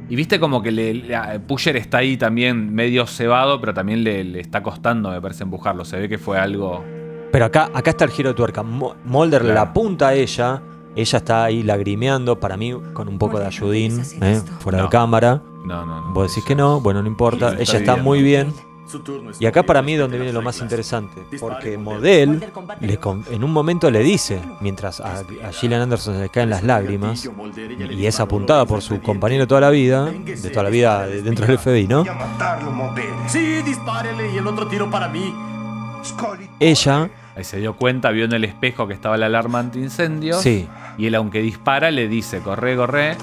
[SPEAKER 4] Y viste como que le, le- Pusher está ahí también medio cebado, pero también le, le está costando, me parece, empujarlo. Se ve que fue algo.
[SPEAKER 3] Pero acá, acá está el giro de tuerca. Mo- Mulder
[SPEAKER 4] Claro.
[SPEAKER 3] la apunta a ella. Ella está ahí lagrimeando, para mí, con un poco de
[SPEAKER 6] Mulder,
[SPEAKER 3] ayudín,
[SPEAKER 6] ¿puedes hacer
[SPEAKER 3] ¿eh?
[SPEAKER 6] esto?
[SPEAKER 3] fuera de
[SPEAKER 4] No.
[SPEAKER 3] cámara.
[SPEAKER 4] No, no, no.
[SPEAKER 3] Vos decís que no, bueno, no importa.
[SPEAKER 4] Está
[SPEAKER 3] ella está
[SPEAKER 4] bien.
[SPEAKER 3] muy bien.
[SPEAKER 1] Su turno es
[SPEAKER 3] Y acá
[SPEAKER 1] contigo,
[SPEAKER 3] para mí
[SPEAKER 1] respete
[SPEAKER 3] donde viene
[SPEAKER 1] las
[SPEAKER 3] lo más
[SPEAKER 1] reglas.
[SPEAKER 3] interesante,
[SPEAKER 1] Dispare,
[SPEAKER 3] porque
[SPEAKER 1] Mulder.
[SPEAKER 3] Model le con- en un momento le dice, mientras a, a Gillian Anderson se le caen las lágrimas, y es apuntada por su compañero toda la vida, de toda la vida de- dentro del FBI, ¿no?
[SPEAKER 7] matarlo, Model.
[SPEAKER 1] Sí, dispárele y el otro tiro para mí.
[SPEAKER 7] Scully.
[SPEAKER 3] Ella,
[SPEAKER 4] Ahí se dio cuenta, vio en el espejo que estaba la alarma antiincendio.
[SPEAKER 3] Sí.
[SPEAKER 4] Y él, aunque dispara, le dice: corre, corre.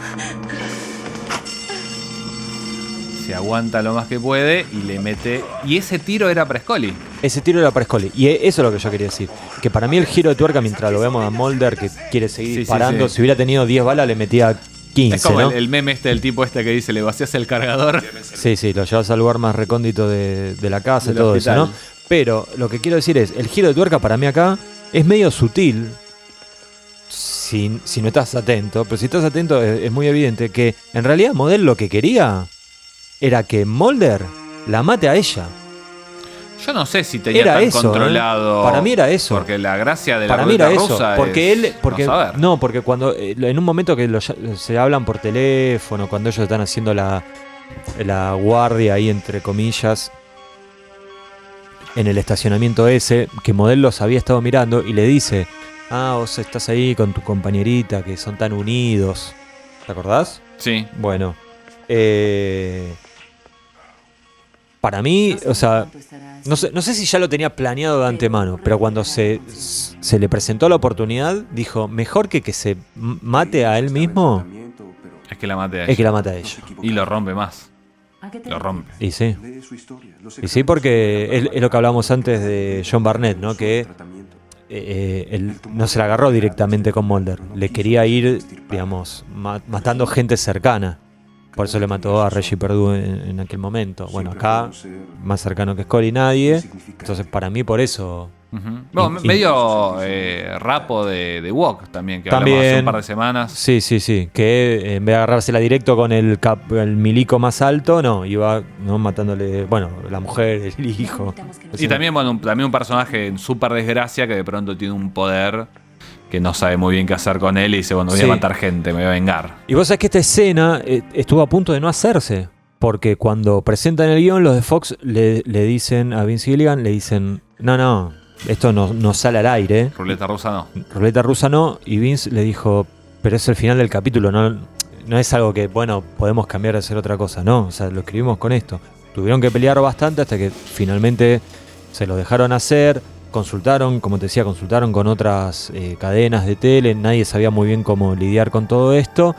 [SPEAKER 4] Se aguanta lo más que puede y le mete. Y ese tiro era para Scully.
[SPEAKER 3] ese tiro era para Scully, y e- eso es lo que yo quería decir, que para mí el giro de tuerca mientras lo vemos a Mulder que quiere seguir
[SPEAKER 4] Sí, sí,
[SPEAKER 3] disparando,
[SPEAKER 4] sí.
[SPEAKER 3] si hubiera tenido 10 balas le metía
[SPEAKER 4] Es
[SPEAKER 3] 15,
[SPEAKER 4] como
[SPEAKER 3] ¿no?
[SPEAKER 4] el, el meme este del tipo este que dice, le vacías el cargador.
[SPEAKER 3] Sí, sí, lo llevas al lugar más recóndito de, de la casa y
[SPEAKER 4] Del
[SPEAKER 3] todo eso, ¿no?
[SPEAKER 4] hospital.
[SPEAKER 3] Pero lo que quiero decir es, el giro de tuerca para mí acá es medio sutil, si, si no estás atento, pero si estás atento es, es muy evidente que en realidad Model lo que quería era que Mulder la mate a ella.
[SPEAKER 4] Yo no sé si tenía
[SPEAKER 3] Era
[SPEAKER 4] tan
[SPEAKER 3] eso, ¿eh?
[SPEAKER 4] controlado.
[SPEAKER 3] Para mí era eso.
[SPEAKER 4] Porque la gracia de la
[SPEAKER 3] Para mí era
[SPEAKER 4] ruleta
[SPEAKER 3] eso,
[SPEAKER 4] rusa
[SPEAKER 3] porque
[SPEAKER 4] es
[SPEAKER 3] él, porque
[SPEAKER 4] no saber.
[SPEAKER 3] no, porque cuando eh, en un momento que los- se hablan por teléfono, cuando ellos están haciendo la la guardia ahí entre comillas en el estacionamiento ese, que Model los había estado mirando y le dice, "Ah, vos estás ahí con tu compañerita que son tan unidos." ¿Te acordás?
[SPEAKER 4] Sí.
[SPEAKER 3] Bueno, eh, para mí, o sea, no sé, no sé si ya lo tenía planeado de antemano, pero cuando se, se le presentó la oportunidad, dijo, mejor que que se m- mate a él mismo,
[SPEAKER 4] Es que la mate a
[SPEAKER 3] es que
[SPEAKER 4] ella.
[SPEAKER 3] la mata a ella.
[SPEAKER 4] Y lo rompe más.
[SPEAKER 6] ¿A qué te
[SPEAKER 4] Lo rompe.
[SPEAKER 3] Y sí. eh, Y sí, porque es, es lo que hablamos antes de John Barnett, ¿no? Que eh, eh, él no se la agarró directamente con Mulder. Le quería ir, digamos, ma- matando gente cercana. Por eso le mató a Reggie Perdue en, en aquel momento. Bueno, acá, más cercano que Scully, nadie. Entonces, para mí, por eso.
[SPEAKER 4] Ujú. Bueno,
[SPEAKER 3] Y-
[SPEAKER 4] medio eh, rapo de, de Wok también, que hablamos
[SPEAKER 3] También.
[SPEAKER 4] hace un par de semanas.
[SPEAKER 3] Sí, sí, sí. Que eh, en vez de agarrársela directo con el, cap- el milico más alto, no, iba ¿no? matándole, bueno, la mujer, el hijo.
[SPEAKER 4] Y también, bueno, un, también un personaje en súper desgracia que de pronto tiene un poder que no sabe muy bien qué hacer con él y dice, bueno, voy
[SPEAKER 3] Sí.
[SPEAKER 4] a matar gente, me voy a vengar.
[SPEAKER 3] Y vos sabés que esta escena eh, estuvo a punto de no hacerse. Porque cuando presentan el guión, los de Fox le, le dicen a Vince Gilligan, le dicen, no, no, esto no, no sale al aire.
[SPEAKER 4] Ruleta rusa no.
[SPEAKER 3] Ruleta rusa no. Y Vince le dijo, pero es el final del capítulo, no, no es algo que, bueno, podemos cambiar a hacer otra cosa. No, o sea, lo escribimos con esto. Tuvieron que pelear bastante hasta que finalmente se lo dejaron hacer. Consultaron, como te decía, consultaron con otras eh, cadenas de tele. Nadie sabía muy bien cómo lidiar con todo esto.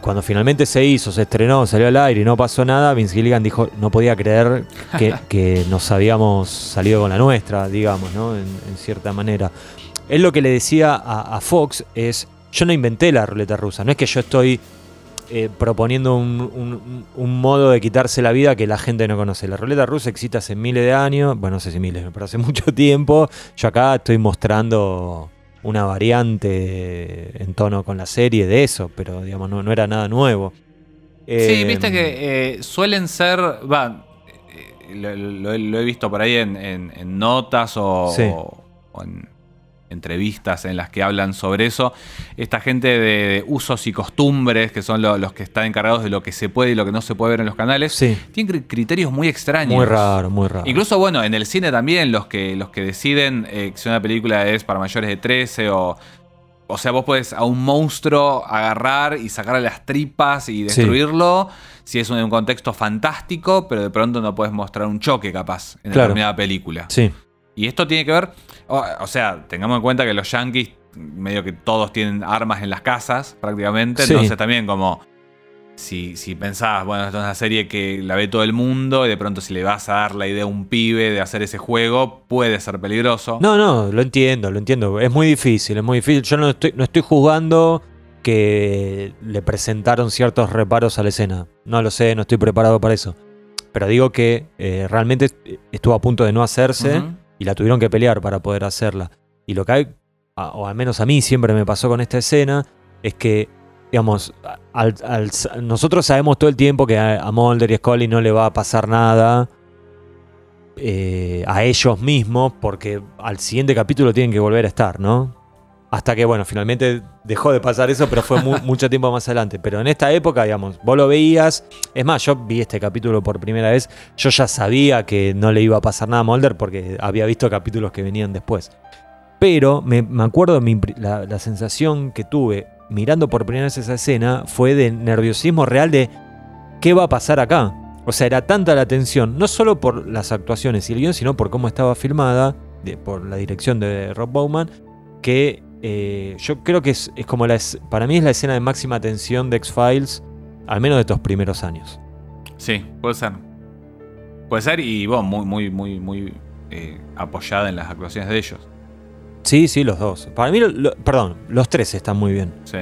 [SPEAKER 3] Cuando finalmente se hizo, se estrenó, salió al aire y no pasó nada, Vince Gilligan dijo, no podía creer que, que nos habíamos salido con la nuestra, digamos, ¿no? En, en cierta manera. Él lo que le decía a, a Fox es, yo no inventé la ruleta rusa, no es que yo estoy eh, proponiendo un, un- un modo de quitarse la vida que la gente no conoce. La ruleta rusa existe hace miles de años, bueno, no sé si miles, pero hace mucho tiempo. Yo acá estoy mostrando una variante en tono con la serie de eso, pero digamos, no, no era nada nuevo.
[SPEAKER 4] Sí,
[SPEAKER 3] Eh,
[SPEAKER 4] viste que eh, suelen ser. Va, eh, lo, lo- lo he visto por ahí en, en- en notas o,
[SPEAKER 3] Sí.
[SPEAKER 4] o en entrevistas en las que hablan sobre eso. Esta gente de usos y costumbres, que son lo- los que están encargados de lo que se puede y lo que no se puede ver en los canales,
[SPEAKER 3] Sí.
[SPEAKER 4] tienen cri- criterios muy extraños.
[SPEAKER 3] Muy raro, muy raro.
[SPEAKER 4] Incluso, bueno, en el cine también, los que, los que deciden eh, si una película es para mayores de 13 o. O sea, vos podés a un monstruo agarrar y sacarle las tripas y
[SPEAKER 3] Sí.
[SPEAKER 4] destruirlo si es un, un contexto fantástico, pero de pronto no podés mostrar un choque capaz en
[SPEAKER 3] Claro.
[SPEAKER 4] determinada película.
[SPEAKER 3] Sí,
[SPEAKER 4] Y esto tiene que ver, o, o sea, tengamos en cuenta que los yankees, medio que todos tienen armas en las casas prácticamente,
[SPEAKER 3] Sí.
[SPEAKER 4] entonces también como, si, si pensabas, bueno, esto es una serie que la ve todo el mundo y de pronto si le vas a dar la idea a un pibe de hacer ese juego, puede ser peligroso.
[SPEAKER 3] No, no, lo entiendo, lo entiendo. Es muy difícil, es muy difícil. Yo no estoy, no estoy juzgando que le presentaron ciertos reparos a la escena. No lo sé, no estoy preparado para eso. Pero digo que eh, realmente est- estuvo a punto de no hacerse
[SPEAKER 4] Ujú.
[SPEAKER 3] y la tuvieron que pelear para poder hacerla. Y lo que hay, a- o al menos a mí siempre me pasó con esta escena, es que, digamos, a- al- al sa- nosotros sabemos todo el tiempo que a, a Mulder y Scully no le va a pasar nada eh, a ellos mismos porque al siguiente capítulo tienen que volver a estar, ¿no? Hasta que, bueno, finalmente dejó de pasar eso, pero fue mu- mucho tiempo más adelante. Pero en esta época, digamos, vos lo veías. Es más, yo vi este capítulo por primera vez. Yo ya sabía que no le iba a pasar nada a Mulder porque había visto capítulos que venían después. Pero me, me acuerdo mi pri- la, la sensación que tuve mirando por primera vez esa escena fue de nerviosismo real de qué va a pasar acá. O sea, era tanta la tensión, no solo por las actuaciones y el guión, sino por cómo estaba filmada, de- por la dirección de Rob Bowman, que eh, yo creo que es, es como la es- para mí es la escena de máxima tensión de X-Files, al menos de estos primeros años.
[SPEAKER 4] Sí, puede ser. Puede ser y bueno, muy, muy, muy, muy eh, apoyada en las actuaciones de ellos.
[SPEAKER 3] Sí, sí, los dos. Para mí, lo- lo- perdón, los tres están muy bien.
[SPEAKER 4] Sí.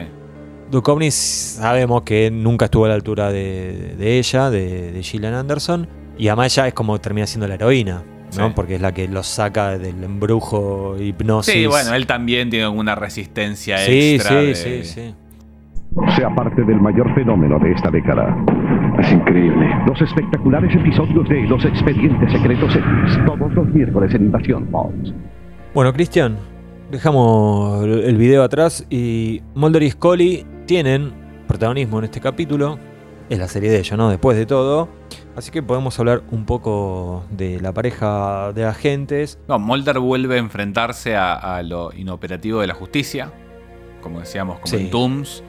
[SPEAKER 3] Duchovny sabemos que nunca estuvo a la altura de, de ella, de, de Gillian Anderson. Y además ella es como termina siendo la heroína, ¿no?
[SPEAKER 4] Sí.
[SPEAKER 3] Porque es la que los saca del embrujo, hipnosis.
[SPEAKER 4] Sí, bueno, él también tiene alguna resistencia
[SPEAKER 3] Sí,
[SPEAKER 4] extra.
[SPEAKER 3] sí,
[SPEAKER 4] de-
[SPEAKER 3] sí, sí.
[SPEAKER 8] sea parte del mayor fenómeno de esta década. Es increíble. Los espectaculares episodios de Los Expedientes Secretos X, todos los miércoles en Invasión Fox.
[SPEAKER 3] Bueno, Cristian, dejamos el video atrás y Mulder y Scully tienen protagonismo en este capítulo. Es la serie de ellos, ¿no? Después de todo. Así que podemos hablar un poco de la pareja de agentes.
[SPEAKER 4] No, Mulder vuelve a enfrentarse a, a lo inoperativo de la justicia, como decíamos, como
[SPEAKER 3] Sí.
[SPEAKER 4] en Tombs,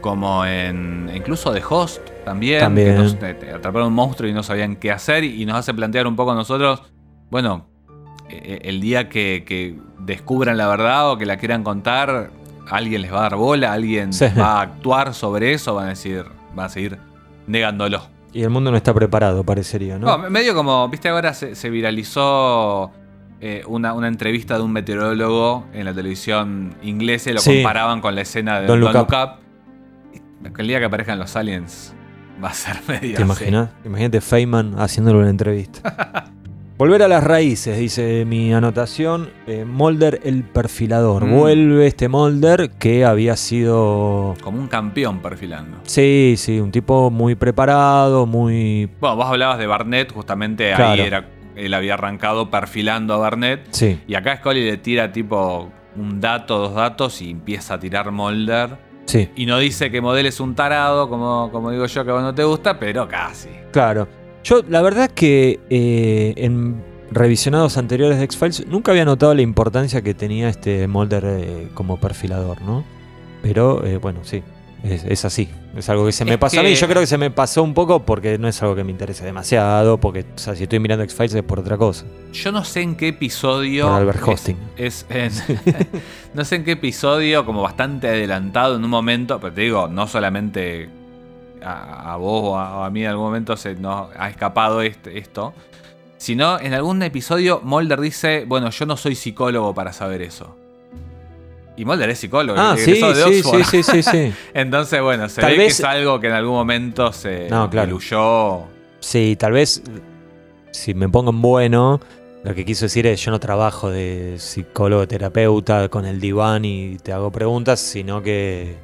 [SPEAKER 4] como en incluso The Host también,
[SPEAKER 3] También.
[SPEAKER 4] que nos- te- te atraparon un monstruo y no sabían qué hacer y nos hace plantear un poco a nosotros, bueno, eh, eh, el día que, que descubran la verdad o que la quieran contar, alguien les va a dar bola, alguien
[SPEAKER 3] Sí.
[SPEAKER 4] va a actuar sobre eso, van a decir, van a seguir negándolo.
[SPEAKER 3] Y el mundo no está preparado, parecería, ¿no?
[SPEAKER 4] No, me- medio como, viste, ahora se, se viralizó eh, una, una entrevista de un meteorólogo en la televisión inglesa y lo
[SPEAKER 3] Sí.
[SPEAKER 4] comparaban con la escena de
[SPEAKER 3] Don't
[SPEAKER 4] Don
[SPEAKER 3] Look
[SPEAKER 4] Look
[SPEAKER 3] Up.
[SPEAKER 4] Up. El día que aparezcan los aliens va a ser medio.
[SPEAKER 3] ¿Te
[SPEAKER 4] así.
[SPEAKER 3] imaginas? Imagínate Feynman haciéndole una entrevista. Volver a las raíces, dice mi anotación. eh, Mulder el perfilador.
[SPEAKER 4] Mm.
[SPEAKER 3] Vuelve este Mulder que había sido.
[SPEAKER 4] Como un campeón perfilando.
[SPEAKER 3] Sí, sí, un tipo muy preparado, muy.
[SPEAKER 4] Bueno, vos hablabas de Barnett, justamente
[SPEAKER 3] Claro.
[SPEAKER 4] ahí era, él había arrancado perfilando a Barnett.
[SPEAKER 3] Sí,
[SPEAKER 4] Y acá Scully le tira tipo un dato, dos datos y empieza a tirar Molder.
[SPEAKER 3] sí,
[SPEAKER 4] Y no dice que Model es un tarado, como, como digo yo, que a vos no te gusta, pero casi.
[SPEAKER 3] claro. Yo, la verdad es que eh, en revisionados anteriores de X-Files nunca había notado la importancia que tenía este Mulder eh, como perfilador, ¿no? Pero eh, bueno, sí, es, es así. Es algo que se me
[SPEAKER 4] Es
[SPEAKER 3] pasó a mí.
[SPEAKER 4] que-
[SPEAKER 3] Yo creo que se me pasó un poco porque no es algo que me interese demasiado. Porque, o sea, si estoy mirando X-Files es por otra cosa.
[SPEAKER 4] Yo no sé en qué episodio.
[SPEAKER 3] Por Albert
[SPEAKER 4] es-
[SPEAKER 3] Hosting.
[SPEAKER 4] Es, en- no sé en qué episodio, como bastante adelantado en un momento, pero te digo, no solamente a, a vos o a, o a mí en algún momento se nos ha escapado este- esto, sino en algún episodio Mulder dice: Bueno, yo no soy psicólogo para saber eso. Y Mulder es psicólogo,
[SPEAKER 3] Ah,
[SPEAKER 4] egresado
[SPEAKER 3] sí,
[SPEAKER 4] de
[SPEAKER 3] sí,
[SPEAKER 4] Oxford.
[SPEAKER 3] sí, sí, sí, sí.
[SPEAKER 4] Entonces, bueno, se
[SPEAKER 3] Tal
[SPEAKER 4] ve
[SPEAKER 3] vez-
[SPEAKER 4] que es algo que en algún momento se
[SPEAKER 3] No, claro.
[SPEAKER 4] diluyó.
[SPEAKER 3] Sí, tal vez si me pongo en bueno, lo que quiso decir es yo no trabajo de psicólogo terapeuta con el diván y te hago preguntas, sino que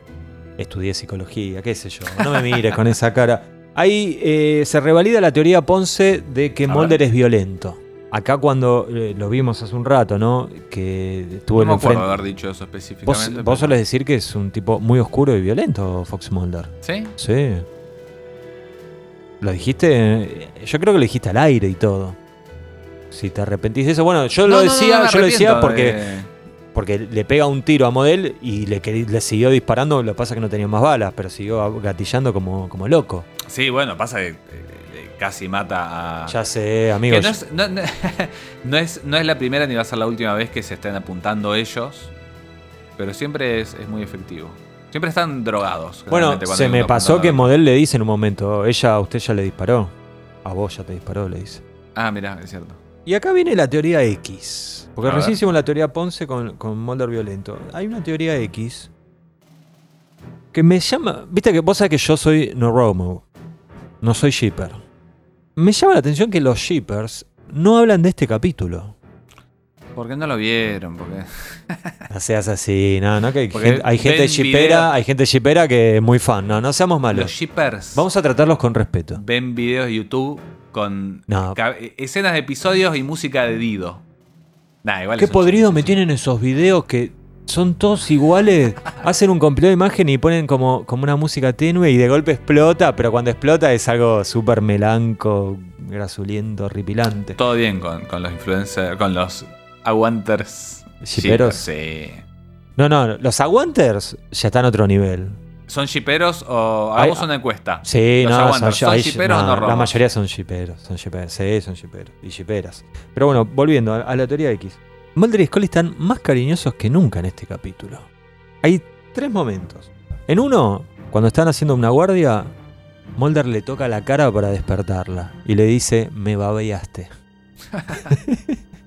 [SPEAKER 3] estudié psicología, qué sé yo. No me mires con esa cara. Ahí eh, se revalida la teoría Ponce de que
[SPEAKER 4] A
[SPEAKER 3] Mulder es violento. Acá cuando eh, lo vimos hace un rato, ¿no? Que tuvo
[SPEAKER 4] No
[SPEAKER 3] el
[SPEAKER 4] me acuerdo
[SPEAKER 3] enfren-
[SPEAKER 4] haber dicho eso
[SPEAKER 3] Vos,
[SPEAKER 4] específicamente.
[SPEAKER 3] vos
[SPEAKER 4] pero-
[SPEAKER 3] solés decir que es un tipo muy oscuro y violento, Fox Mulder.
[SPEAKER 4] ¿Sí?
[SPEAKER 3] Sí. Lo dijiste. Yo creo que lo dijiste al aire y todo. Si te arrepentís de eso. Bueno, yo lo
[SPEAKER 4] No, no, no,
[SPEAKER 3] decía,
[SPEAKER 4] no me
[SPEAKER 3] yo lo decía
[SPEAKER 4] arrepiento,
[SPEAKER 3] porque,
[SPEAKER 4] eh,
[SPEAKER 3] porque le pega un tiro a Model y le, queri- le siguió disparando. Lo que pasa es que no tenía más balas, pero siguió gatillando como, como loco.
[SPEAKER 4] Sí, bueno, pasa que eh, eh, casi mata a.
[SPEAKER 3] Ya sé,
[SPEAKER 4] Ah, que
[SPEAKER 3] amigos.
[SPEAKER 4] no, es, no- no- no es, no es la primera ni va a ser la última vez que se estén apuntando ellos. Pero siempre es, es muy efectivo. Siempre están drogados.
[SPEAKER 3] Bueno,
[SPEAKER 4] generalmente, cuando
[SPEAKER 3] se
[SPEAKER 4] hay un
[SPEAKER 3] me pasó que
[SPEAKER 4] apuntador.
[SPEAKER 3] Model le dice en un momento: Ella, a usted ya le disparó. A vos ya te disparó, le dice.
[SPEAKER 4] Ah, mirá, es cierto.
[SPEAKER 3] Y acá viene la teoría X. Porque
[SPEAKER 4] A
[SPEAKER 3] recién
[SPEAKER 4] ver.
[SPEAKER 3] hicimos la teoría Ponce con, con Mulder violento. Hay una teoría X que me llama. Viste que vos sabés que yo soy no Romo. No soy shipper. Me llama la atención que los shippers no hablan de este capítulo.
[SPEAKER 4] ¿Por qué no lo vieron? Porque
[SPEAKER 3] No seas así, no, no, que hay,
[SPEAKER 4] Porque
[SPEAKER 3] gente, hay gente
[SPEAKER 4] ven video-
[SPEAKER 3] shippera, hay gente shippera que es muy fan, no, no seamos
[SPEAKER 4] los
[SPEAKER 3] malos.
[SPEAKER 4] shippers
[SPEAKER 3] Vamos a tratarlos con respeto.
[SPEAKER 4] ven videos de YouTube con
[SPEAKER 3] No.
[SPEAKER 4] ca- escenas de episodios y música de Dido. Nah, igual
[SPEAKER 3] Qué
[SPEAKER 4] es un
[SPEAKER 3] podrido
[SPEAKER 4] chiste,
[SPEAKER 3] me
[SPEAKER 4] es un-
[SPEAKER 3] tienen esos videos que son todos iguales. Hacen un compilado de imagen y ponen como, como una música tenue y de golpe explota, pero cuando explota es algo súper melanco, grasuliento, horripilante.
[SPEAKER 4] Todo bien con, con los influencers, con los aguanters.
[SPEAKER 3] ¿Shipperos?
[SPEAKER 4] Sí.
[SPEAKER 3] No, no, los aguanters ya están a otro nivel.
[SPEAKER 4] ¿Son shiperos o
[SPEAKER 3] Ay,
[SPEAKER 4] hagamos una encuesta?
[SPEAKER 3] Sí,
[SPEAKER 4] los
[SPEAKER 3] no,
[SPEAKER 4] aguanters,
[SPEAKER 3] son-
[SPEAKER 4] ¿son
[SPEAKER 3] ahí-
[SPEAKER 4] shiperos
[SPEAKER 3] no,
[SPEAKER 4] o no robos?
[SPEAKER 3] La mayoría son shiperos, son shiperos, sí, son shiperos y shiperas. Pero bueno, volviendo a, a la teoría X. Mulder y Scully están más cariñosos que nunca en este capítulo. Hay tres momentos. En uno, cuando están haciendo una guardia, Mulder le toca la cara para despertarla y le dice, me babeaste.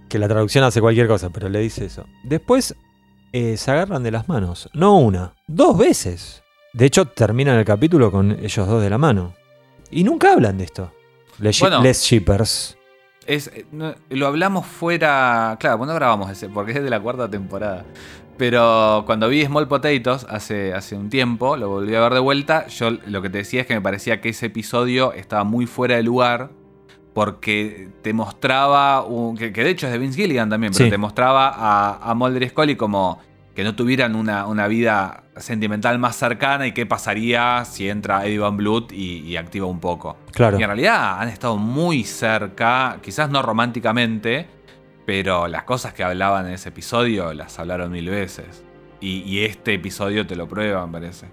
[SPEAKER 3] que la traducción hace cualquier cosa, pero le dice eso. Después, eh, se agarran de las manos. No una, dos veces. De hecho, terminan el capítulo con ellos dos de la mano. Y nunca hablan de esto. Les, shi-
[SPEAKER 4] Bueno.
[SPEAKER 3] les shippers.
[SPEAKER 4] Es, eh, no, lo hablamos fuera. Claro, cuando grabamos ese, porque es de la cuarta temporada. Pero cuando vi Small Potatoes hace, hace un tiempo, lo volví a ver de vuelta. Yo lo que te decía es que me parecía que ese episodio estaba muy fuera de lugar. Porque te mostraba. un- que, que de hecho es de Vince Gilligan también, pero
[SPEAKER 3] Sí.
[SPEAKER 4] te mostraba a, a Mulder y Scully como que no tuvieran una, una vida sentimental más cercana y qué pasaría si entra Eddie Van Blut y- y activa un poco.
[SPEAKER 3] Claro.
[SPEAKER 4] Y en realidad han estado muy cerca, quizás no románticamente, pero las cosas que hablaban en ese episodio las hablaron mil veces. Y, y este episodio te lo prueba, me parece.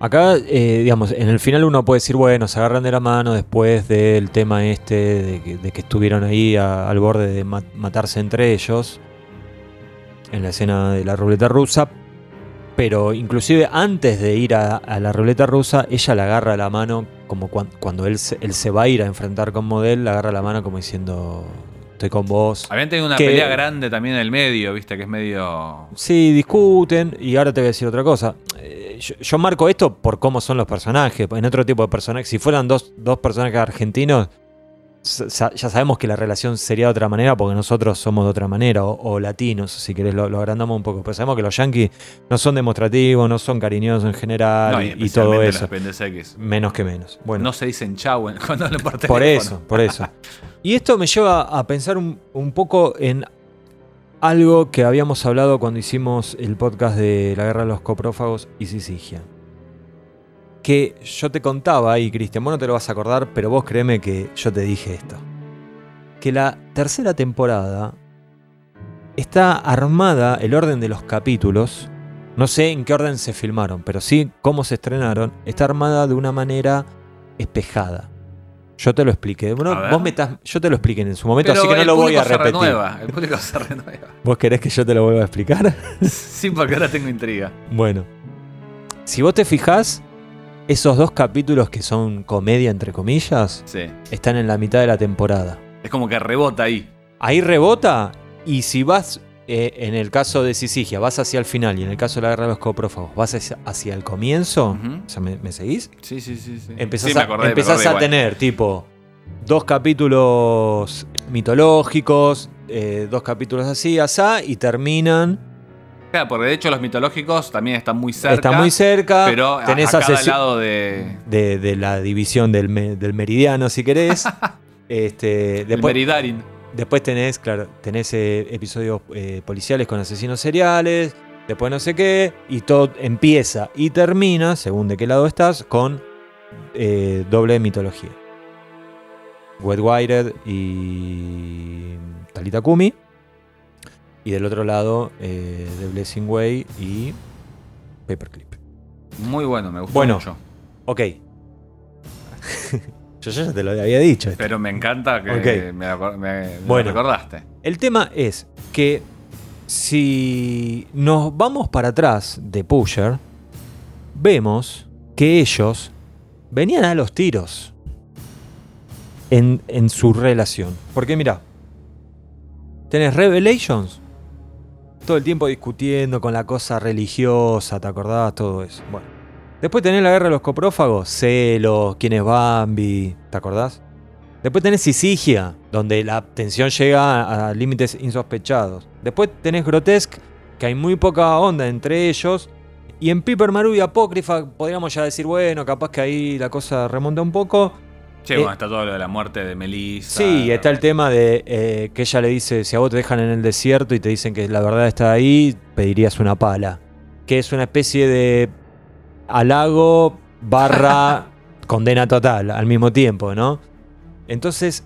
[SPEAKER 3] Acá, eh, digamos, en el final uno puede decir, bueno, se agarran de la mano después del tema este, de que, de que estuvieron ahí a- al borde de ma- matarse entre ellos, en la escena de la ruleta rusa. Pero inclusive antes de ir a, a la ruleta rusa, ella le agarra la mano, como cuan- cuando él se, él se va a ir a enfrentar con Model, le agarra la mano como diciendo, estoy con vos.
[SPEAKER 4] Habían tenido una
[SPEAKER 3] Que-
[SPEAKER 4] pelea grande también en el medio, viste, que es medio.
[SPEAKER 3] Sí, discuten. Y ahora te voy a decir otra cosa. Eh, yo, yo marco esto por cómo son los personajes. En otro tipo de personajes, si fueran dos, dos personajes argentinos, sa- sa- ya sabemos que la relación sería de otra manera porque nosotros somos de otra manera. O, o latinos, si querés, lo, lo agrandamos un poco. Pero sabemos que los yanquis no son demostrativos, no son cariñosos en general
[SPEAKER 4] No,
[SPEAKER 3] Ah, y- y, todo
[SPEAKER 4] especialmente
[SPEAKER 3] eso.
[SPEAKER 4] las pendeseques.
[SPEAKER 3] Menos que menos. Bueno.
[SPEAKER 4] No se dicen chau en- cuando hablan por
[SPEAKER 3] Por
[SPEAKER 4] teléfono.
[SPEAKER 3] eso, por eso. Y esto me lleva a pensar un, un poco en algo que habíamos hablado cuando hicimos el podcast de la guerra de los coprófagos y Sisigia. Que yo te contaba, y Cristian, vos no te lo vas a acordar, pero vos créeme que yo te dije esto. Que la tercera temporada está armada, el orden de los capítulos, no sé en qué orden se filmaron, pero sí cómo se estrenaron, está armada de una manera espejada. Yo te lo expliqué. Bueno,
[SPEAKER 4] A ver.
[SPEAKER 3] vos me estás- yo te lo expliqué en su momento,
[SPEAKER 4] Pero
[SPEAKER 3] así que no
[SPEAKER 4] el
[SPEAKER 3] lo voy
[SPEAKER 4] público
[SPEAKER 3] a repetir.
[SPEAKER 4] Se renueva, el público se renueva.
[SPEAKER 3] ¿Vos querés que yo te lo vuelva a explicar?
[SPEAKER 4] sí, porque ahora tengo intriga.
[SPEAKER 3] Bueno, si vos te fijás, esos dos capítulos que son comedia, entre comillas,
[SPEAKER 4] Sí.
[SPEAKER 3] están en la mitad de la temporada.
[SPEAKER 4] Es como que rebota ahí.
[SPEAKER 3] Ahí rebota y si vas, eh, en el caso de Sisigia, vas hacia el final y en el caso de la guerra de los coprófagos, vas hacia, hacia el comienzo,
[SPEAKER 4] Ujú.
[SPEAKER 3] o sea, ¿me, me seguís?
[SPEAKER 4] Sí, sí, sí. sí.
[SPEAKER 3] Empezás,
[SPEAKER 4] Sí, me
[SPEAKER 3] a-
[SPEAKER 4] acordé, me
[SPEAKER 3] empezás
[SPEAKER 4] acordé
[SPEAKER 3] a
[SPEAKER 4] igual.
[SPEAKER 3] tener tipo dos capítulos mitológicos, eh, dos capítulos así, asá, y terminan,
[SPEAKER 4] Claro, porque de hecho los mitológicos también están muy cerca.
[SPEAKER 3] está muy cerca,
[SPEAKER 4] Pero a-
[SPEAKER 3] tenés
[SPEAKER 4] a, cada
[SPEAKER 3] asesi-
[SPEAKER 4] lado de.
[SPEAKER 3] de, de la división del, me- del meridiano, si querés. este,
[SPEAKER 4] del
[SPEAKER 3] después,
[SPEAKER 4] Meridarin.
[SPEAKER 3] después tenés, claro, tenés eh, episodios eh, policiales con asesinos seriales, después no sé qué, y todo empieza y termina, según de qué lado estás, con eh, doble mitología. Wet Wired y Talita Kumi. Y del otro lado, eh, The Blessing Way y Paperclip.
[SPEAKER 4] Muy bueno, me gustó
[SPEAKER 3] Bueno.
[SPEAKER 4] mucho.
[SPEAKER 3] Ok. Yo ya te lo había dicho. esto.
[SPEAKER 4] Pero me encanta que
[SPEAKER 3] Ok.
[SPEAKER 4] me, acor- me- me
[SPEAKER 3] Bueno.
[SPEAKER 4] recordaste.
[SPEAKER 3] El tema es que si nos vamos para atrás de Pusher, vemos que ellos venían a los tiros en, en su relación. Porque mira, tenés Revelations, todo el tiempo discutiendo con la cosa religiosa, ¿te acordás? Todo eso. Bueno. Después tenés la guerra de los coprófagos, celos, quién es Bambi, ¿te acordás? Después tenés Sisigia, donde la tensión llega a, a límites insospechados. Después tenés Grotesque, que hay muy poca onda entre ellos. Y en Piper Maru y Apócrifa podríamos ya decir, bueno, capaz que ahí la cosa remonta un poco.
[SPEAKER 4] Che,
[SPEAKER 3] Eh,
[SPEAKER 4] bueno, está todo lo de la muerte de Melissa.
[SPEAKER 3] Sí, está el tema de eh, que ella le dice, si a vos te dejan en el desierto y te dicen que la verdad está ahí, pedirías una pala. Que es una especie de halago barra condena total al mismo tiempo, ¿no? Entonces,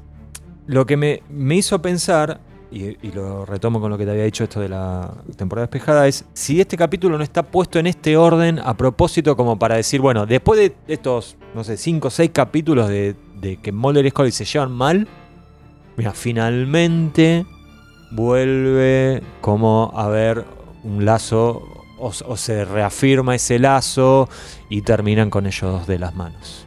[SPEAKER 3] lo que me, me hizo pensar, y, y lo retomo con lo que te había dicho esto de la temporada despejada, es si este capítulo no está puesto en este orden a propósito como para decir, bueno, después de estos, no sé, 5 o 6 capítulos de, de que Mulder y Scully se llevan mal, mira, finalmente vuelve como a ver un lazo o, o se reafirma ese lazo y terminan con ellos dos de las manos.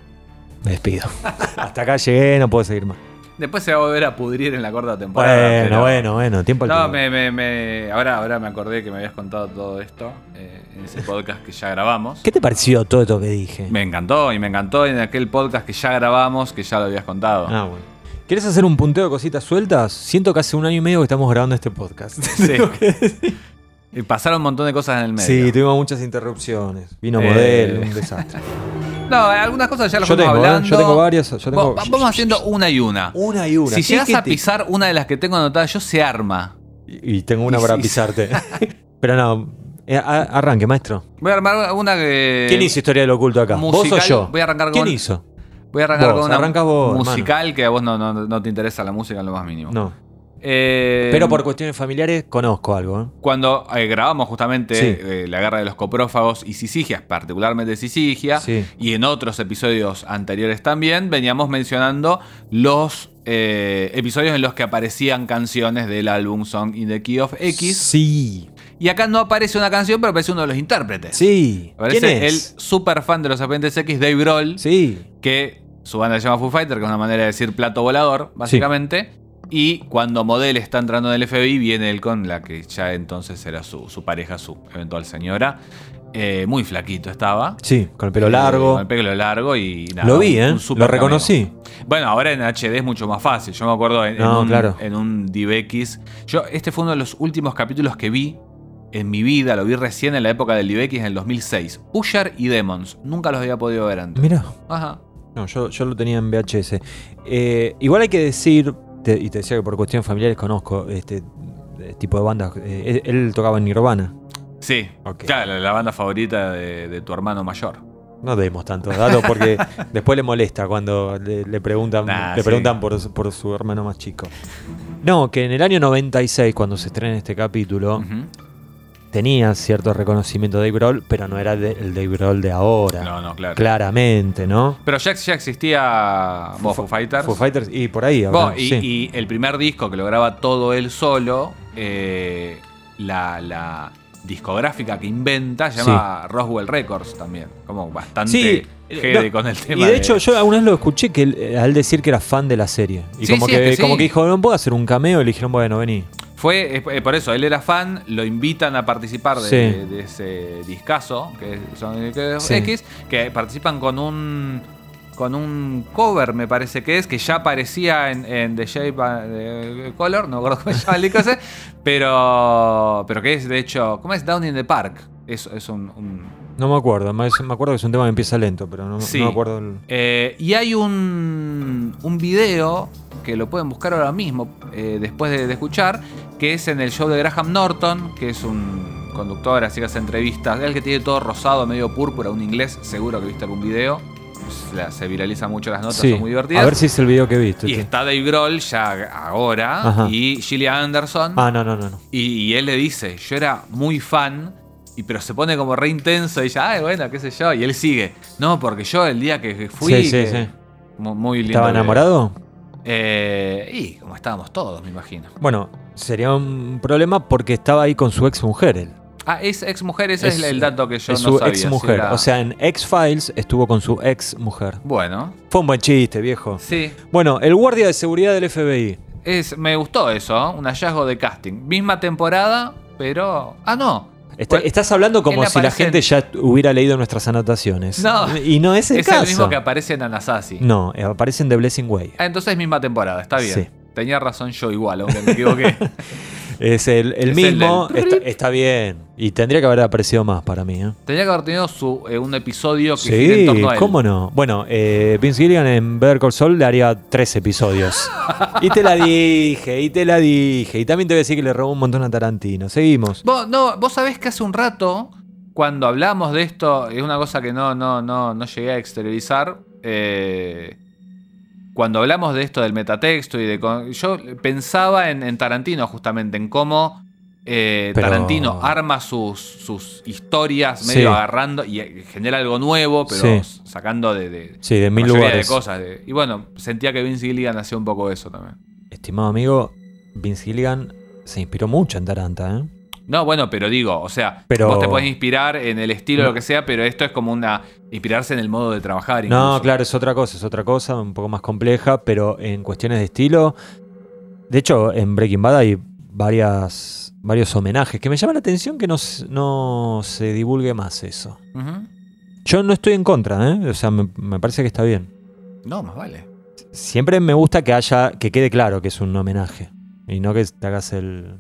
[SPEAKER 3] Me despido. Hasta acá llegué, no puedo seguir más.
[SPEAKER 4] Después se va a volver a pudrir en la cuarta temporada.
[SPEAKER 3] Bueno,
[SPEAKER 4] pero-
[SPEAKER 3] bueno, bueno, tiempo al
[SPEAKER 4] No,
[SPEAKER 3] tiempo.
[SPEAKER 4] me, me- me- ahora, ahora me acordé que me habías contado todo esto eh, en ese podcast que ya grabamos.
[SPEAKER 3] ¿Qué te pareció todo esto que dije?
[SPEAKER 4] Me encantó y me encantó en aquel podcast que ya grabamos que ya lo habías contado.
[SPEAKER 3] Ah, bueno. ¿Quieres hacer un punteo de cositas sueltas? Siento que hace un año y medio que estamos grabando este podcast.
[SPEAKER 4] Sí. Y pasaron un montón de cosas en el medio.
[SPEAKER 3] Sí, tuvimos muchas interrupciones. Vino
[SPEAKER 4] Eh.
[SPEAKER 3] modelo, un desastre.
[SPEAKER 4] No, algunas cosas ya las
[SPEAKER 3] Yo
[SPEAKER 4] fuimos
[SPEAKER 3] tengo, ¿eh?
[SPEAKER 4] hablando.
[SPEAKER 3] Yo tengo varias, yo tengo-
[SPEAKER 4] Va- Vamos haciendo una y una.
[SPEAKER 3] Una y una.
[SPEAKER 4] Si llegas a
[SPEAKER 3] Tiquiti.
[SPEAKER 4] pisar una de las que tengo anotada, yo se arma.
[SPEAKER 3] Y y tengo una para
[SPEAKER 4] Y sí.
[SPEAKER 3] pisarte. Pero no, eh, a- arranque, maestro.
[SPEAKER 4] Voy a armar una que.
[SPEAKER 3] ¿Quién hizo historia del oculto acá?
[SPEAKER 4] Eh, musical,
[SPEAKER 3] ¿Vos o yo?
[SPEAKER 4] voy a arrancar
[SPEAKER 3] ¿Quién
[SPEAKER 4] con-
[SPEAKER 3] hizo?
[SPEAKER 4] Voy a arrancar
[SPEAKER 3] Vos,
[SPEAKER 4] con una
[SPEAKER 3] arrancás vos,
[SPEAKER 4] musical que a vos no, no- no te interesa la música en lo más mínimo.
[SPEAKER 3] No.
[SPEAKER 4] Eh,
[SPEAKER 3] Pero por cuestiones familiares conozco algo. ¿eh?
[SPEAKER 4] Cuando eh, grabamos justamente
[SPEAKER 3] Sí.
[SPEAKER 4] eh, la guerra de los coprófagos y sisigias, particularmente sisigia,
[SPEAKER 3] Sí.
[SPEAKER 4] y en otros episodios anteriores también, veníamos mencionando los eh, episodios en los que aparecían canciones del álbum Song in the Key of X.
[SPEAKER 3] Sí.
[SPEAKER 4] Y acá no aparece una canción, pero aparece uno de los intérpretes.
[SPEAKER 3] Sí.
[SPEAKER 4] Aparece
[SPEAKER 3] ¿Quién
[SPEAKER 4] el
[SPEAKER 3] es?
[SPEAKER 4] super fan de los Apéndices X, Dave Grohl,
[SPEAKER 3] Sí.
[SPEAKER 4] que su banda se llama Foo Fighter, que es una manera de decir plato volador, básicamente. Y cuando Model está entrando en el FBI, viene él con la que ya entonces era su, su pareja, su eventual señora. Eh, muy flaquito estaba.
[SPEAKER 3] Sí, con el pelo
[SPEAKER 4] Eh,
[SPEAKER 3] largo.
[SPEAKER 4] con el pelo largo y nada.
[SPEAKER 3] Lo vi,
[SPEAKER 4] un-
[SPEAKER 3] ¿eh?
[SPEAKER 4] un super
[SPEAKER 3] Lo reconocí.
[SPEAKER 4] cameo. Bueno, ahora en HD es mucho más fácil. Yo me acuerdo en, en
[SPEAKER 3] No,
[SPEAKER 4] un,
[SPEAKER 3] claro.
[SPEAKER 4] en un DivX. Yo, este fue uno de los últimos capítulos que vi en mi vida. Lo vi recién en la época del DivX en el 2006. Pusher y Demons. Nunca los había podido ver antes.
[SPEAKER 3] Mira.
[SPEAKER 4] Ajá.
[SPEAKER 3] No, yo, yo lo tenía en VHS. Eh, igual hay que decir, te- y te decía que por cuestiones familiares conozco este, eh, tipo de bandas. Eh, él, él tocaba en Nirvana.
[SPEAKER 4] Sí,
[SPEAKER 3] Ok.
[SPEAKER 4] claro, la- la banda favorita de, de tu hermano mayor.
[SPEAKER 3] No demos tantos datos porque después le molesta cuando le, le preguntan,
[SPEAKER 4] Nah,
[SPEAKER 3] le
[SPEAKER 4] sí.
[SPEAKER 3] preguntan por, su- por su hermano más chico. No, que en el año 96, cuando se estrena este capítulo,
[SPEAKER 4] Ujú.
[SPEAKER 3] tenía cierto reconocimiento de Dave Grohl, pero no era de- el Dave Grohl de ahora.
[SPEAKER 4] No, no, claro.
[SPEAKER 3] Claramente, ¿no?
[SPEAKER 4] Pero ya, ya existía vos, Foo Fighters.
[SPEAKER 3] Foo Fighters y por ahí.
[SPEAKER 4] Vos,
[SPEAKER 3] habrá-
[SPEAKER 4] y,
[SPEAKER 3] sí.
[SPEAKER 4] y el primer disco que lo graba todo él solo, eh, la, la discográfica que inventa se llama Roswell Records también. Como bastante
[SPEAKER 3] Sí, eh,
[SPEAKER 4] jede
[SPEAKER 3] no,
[SPEAKER 4] con el tema.
[SPEAKER 3] Y de hecho, yo alguna vez lo escuché que él- eh, al decir que era fan de la serie. Y
[SPEAKER 4] Sí,
[SPEAKER 3] como,
[SPEAKER 4] sí,
[SPEAKER 3] que,
[SPEAKER 4] es que
[SPEAKER 3] como
[SPEAKER 4] sí.
[SPEAKER 3] que dijo, no puedo hacer un cameo. Y le dijeron, bueno, vení.
[SPEAKER 4] Fue eh, por eso, él era fan, lo invitan a participar de,
[SPEAKER 3] Sí.
[SPEAKER 4] de ese discazo, que son que es
[SPEAKER 3] Sí.
[SPEAKER 4] X, que participan con un con un cover, me parece que es, que ya aparecía en, en The Shape and the Color, no me acuerdo cómo se llama el disco ese, pero, pero que es de hecho, ¿cómo es? Down in the Park. Es, es un- un,
[SPEAKER 3] No me acuerdo. Me, me acuerdo que es un tema que empieza lento, pero no,
[SPEAKER 4] Sí.
[SPEAKER 3] no me acuerdo. el-
[SPEAKER 4] Eh, y hay un, un video que lo pueden buscar ahora mismo, eh, después de, de escuchar, que es en el show de Graham Norton, que es un conductor, así que hace entrevistas. El que tiene todo rosado, medio púrpura, un inglés, seguro que viste algún video. La- se viralizan mucho las notas,
[SPEAKER 3] Sí.
[SPEAKER 4] son muy divertidas.
[SPEAKER 3] A ver si es el video que viste.
[SPEAKER 4] Y
[SPEAKER 3] sí.
[SPEAKER 4] está Dave Grohl ya ahora,
[SPEAKER 3] Ajá.
[SPEAKER 4] y Gillian Anderson.
[SPEAKER 3] Ah, no, no, no. no.
[SPEAKER 4] Y, y él le dice, yo era muy fan, y, pero se pone como re intenso y ya, ay, bueno, qué sé yo. Y él sigue. No, porque yo el día que que fui...
[SPEAKER 3] Sí, sí,
[SPEAKER 4] que-
[SPEAKER 3] sí.
[SPEAKER 4] Mu- Muy lindo.
[SPEAKER 3] ¿Estaba
[SPEAKER 4] video.
[SPEAKER 3] enamorado?
[SPEAKER 4] Eh, y como estábamos todos, me imagino.
[SPEAKER 3] Bueno, sería un problema porque estaba ahí con su ex mujer él.
[SPEAKER 4] Ah, es ex mujer, ese es,
[SPEAKER 3] Es-
[SPEAKER 4] el dato que yo
[SPEAKER 3] es
[SPEAKER 4] no
[SPEAKER 3] su
[SPEAKER 4] sabía.
[SPEAKER 3] ex
[SPEAKER 4] si
[SPEAKER 3] mujer.
[SPEAKER 4] era-
[SPEAKER 3] O sea, en X-Files estuvo con su ex mujer.
[SPEAKER 4] Bueno,
[SPEAKER 3] Fue un buen chiste, viejo.
[SPEAKER 4] sí.
[SPEAKER 3] Bueno, el guardia de seguridad del FBI.
[SPEAKER 4] Es, me gustó eso, ¿eh? un hallazgo de casting. Misma temporada, pero. Ah, no.
[SPEAKER 3] Está-
[SPEAKER 4] Bueno,
[SPEAKER 3] estás hablando como
[SPEAKER 4] él
[SPEAKER 3] si la
[SPEAKER 4] aparece en-
[SPEAKER 3] gente ya hubiera leído nuestras anotaciones.
[SPEAKER 4] No.
[SPEAKER 3] Y no es el
[SPEAKER 4] es
[SPEAKER 3] caso.
[SPEAKER 4] el mismo que aparece en Anasazi.
[SPEAKER 3] No, eh, aparece en The Blessing Way.
[SPEAKER 4] Ah, entonces misma temporada, está bien.
[SPEAKER 3] Sí.
[SPEAKER 4] Tenía razón yo igual, aunque me equivoqué.
[SPEAKER 3] Es el, el
[SPEAKER 4] Es el
[SPEAKER 3] mismo.
[SPEAKER 4] del-
[SPEAKER 3] está, está bien. Y tendría que haber aparecido más para mí. ¿eh?
[SPEAKER 4] Tenía que haber tenido su, eh, un episodio que gire en
[SPEAKER 3] Sí,
[SPEAKER 4] torno a él.
[SPEAKER 3] ¿cómo no? Bueno, eh, Vince Gilligan en Better Call Saul le haría tres episodios. y te la dije, y te la dije. Y también te voy a decir que le robó un montón a Tarantino. Seguimos.
[SPEAKER 4] Vos, no, vos sabés que hace un rato, cuando hablamos de esto, es una cosa que no, no, no, no llegué a exteriorizar. eh, cuando hablamos de esto del metatexto y de. con- Yo pensaba en, en Tarantino, justamente, en cómo. eh,
[SPEAKER 3] Pero-
[SPEAKER 4] Tarantino arma sus, sus historias medio
[SPEAKER 3] Sí.
[SPEAKER 4] agarrando y eh, genera algo nuevo, pero
[SPEAKER 3] Sí.
[SPEAKER 4] sacando de, de
[SPEAKER 3] Sí, de mil
[SPEAKER 4] mayoría
[SPEAKER 3] lugares.
[SPEAKER 4] de cosas. de- y bueno, sentía que Vince Gilligan hacía un poco eso también.
[SPEAKER 3] Estimado amigo, Vince Gilligan se inspiró mucho en Taranta, ¿eh?
[SPEAKER 4] No, bueno, pero digo, o sea,
[SPEAKER 3] Pero- Mm.
[SPEAKER 4] vos te podés inspirar en el estilo
[SPEAKER 3] No.
[SPEAKER 4] lo que sea, pero esto es como una inspirarse en el modo de trabajar.
[SPEAKER 3] No,
[SPEAKER 4] incluso.
[SPEAKER 3] claro, es otra cosa, es otra cosa, un poco más compleja, pero en cuestiones de estilo. De hecho, en Breaking Bad hay varias, varios homenajes que me llama la atención que no, s- no se divulgue más eso.
[SPEAKER 4] Ujú.
[SPEAKER 3] Yo no estoy en contra, ¿eh? O sea, me, me parece que está bien.
[SPEAKER 4] No, más vale.
[SPEAKER 3] Siempre me gusta que haya, que quede claro que es un homenaje y no que te hagas el.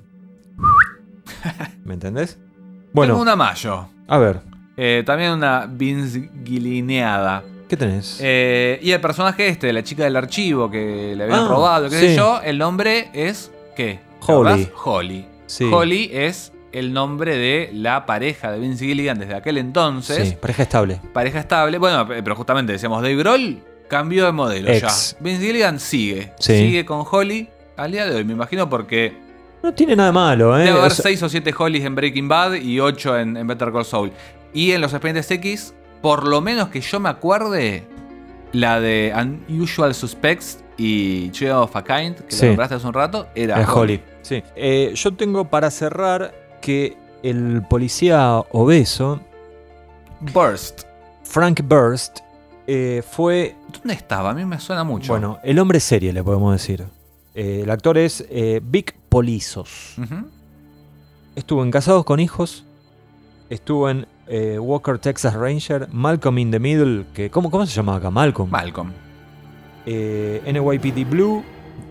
[SPEAKER 3] ¿Me entendés?
[SPEAKER 4] Tengo
[SPEAKER 3] Bueno,
[SPEAKER 4] una mayo.
[SPEAKER 3] a ver,
[SPEAKER 4] Eh, también una Vince Gillineada.
[SPEAKER 3] ¿qué tenés?
[SPEAKER 4] Eh, y el personaje este, la chica del archivo que le habían
[SPEAKER 3] Ah,
[SPEAKER 4] robado, qué sé
[SPEAKER 3] sí.
[SPEAKER 4] yo, el nombre es. ¿Qué? ¿Te
[SPEAKER 3] Holly.
[SPEAKER 4] acordás? Holly.
[SPEAKER 3] Sí.
[SPEAKER 4] Holly es el nombre de la pareja de Vince Gilligan desde aquel entonces.
[SPEAKER 3] sí, pareja estable.
[SPEAKER 4] pareja estable. Bueno, pe- pero justamente decíamos Dave Grohl cambió de modelo
[SPEAKER 3] Ex.
[SPEAKER 4] ya. Vince Gilligan sigue.
[SPEAKER 3] Sí.
[SPEAKER 4] Sigue con Holly al día de hoy, me imagino, porque
[SPEAKER 3] No tiene nada de malo, ¿eh?
[SPEAKER 4] debe
[SPEAKER 3] O
[SPEAKER 4] haber
[SPEAKER 3] sea-
[SPEAKER 4] 6 o 7 Hollys en Breaking Bad y 8 en, en Better Call Saul. Y en los expedientes X, por lo menos que yo me acuerde, la de Unusual Suspects y Children of a Kind, que
[SPEAKER 3] Sí.
[SPEAKER 4] la nombraste hace un rato, era
[SPEAKER 3] Es Holly. Sí. Eh, yo tengo para cerrar que el policía obeso,
[SPEAKER 4] Burst.
[SPEAKER 3] Frank Burst, eh, fue.
[SPEAKER 4] ¿Dónde estaba? A mí me suena mucho.
[SPEAKER 3] Bueno, el hombre serie, le podemos decir. Eh, el actor es eh, Vic Polizos.
[SPEAKER 4] Ujú.
[SPEAKER 3] Estuvo en Casados con Hijos. Estuvo en eh, Walker, Texas Ranger. Malcolm in the Middle. Que, ¿cómo, ¿Cómo se llamaba acá? Malcolm.
[SPEAKER 4] Malcolm.
[SPEAKER 3] eh, NYPD Blue,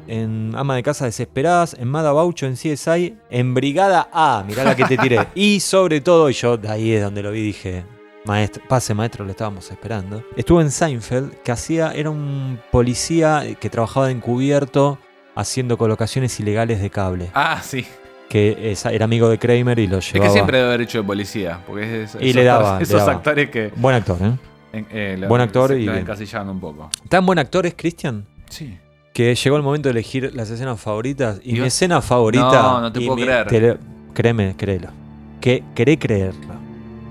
[SPEAKER 3] en Ama de Casa Desesperadas, en Mada Baucho, en CSI, en Brigada A, mirá la que te tiré. y sobre todo, y yo de ahí es donde lo vi, dije, maestro, pase maestro, lo estábamos esperando. Estuvo en Seinfeld, que hacía, era un policía que trabajaba de encubierto haciendo colocaciones ilegales de cable,
[SPEAKER 4] Ah, sí.
[SPEAKER 3] que esa- era amigo de Kramer y lo
[SPEAKER 4] Es
[SPEAKER 3] llevaba.
[SPEAKER 4] que siempre debe haber hecho de policía, porque es, es-
[SPEAKER 3] Y
[SPEAKER 4] esos,
[SPEAKER 3] le daba,
[SPEAKER 4] esos
[SPEAKER 3] le daba.
[SPEAKER 4] actores que
[SPEAKER 3] Buen actor, ¿eh?
[SPEAKER 4] en- eh, la-
[SPEAKER 3] Buen actor
[SPEAKER 4] se
[SPEAKER 3] y-
[SPEAKER 4] la encasillan un poco.
[SPEAKER 3] Tan buen actor es Christian.
[SPEAKER 4] Sí.
[SPEAKER 3] que llegó el momento de elegir las escenas favoritas. Y mi
[SPEAKER 4] Dios.
[SPEAKER 3] escena favorita.
[SPEAKER 4] No, no te
[SPEAKER 3] y
[SPEAKER 4] puedo
[SPEAKER 3] mi-
[SPEAKER 4] creer.
[SPEAKER 3] te lo- créeme, créelo. Que queré creerlo.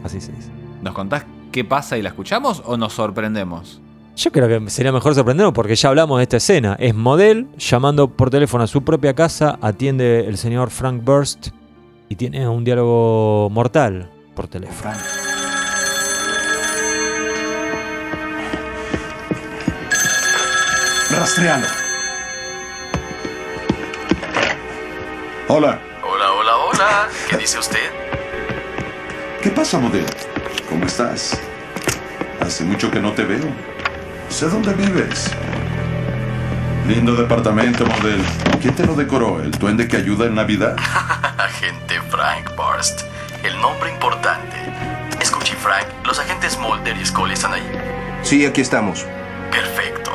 [SPEAKER 3] Así se dice.
[SPEAKER 4] ¿Nos contás qué pasa y la escuchamos o nos sorprendemos?
[SPEAKER 3] Yo creo que sería mejor sorprendernos porque ya hablamos de esta escena. Es Model llamando por teléfono a su propia casa, atiende el señor Frank Burst y tiene un diálogo mortal por teléfono.
[SPEAKER 2] Rastrealo. Hola.
[SPEAKER 1] Hola, hola, hola. ¿Qué dice usted?
[SPEAKER 2] ¿Qué pasa, modelo? ¿Cómo estás? Hace mucho que no te veo. Sé dónde vives. Lindo departamento, modelo. ¿Quién te lo decoró? ¿El duende que ayuda en Navidad?
[SPEAKER 1] Agente Frank Burst. El nombre importante. Escuche, Frank. Los agentes Mulder y Scully están ahí.
[SPEAKER 7] Sí, aquí estamos.
[SPEAKER 1] Perfecto.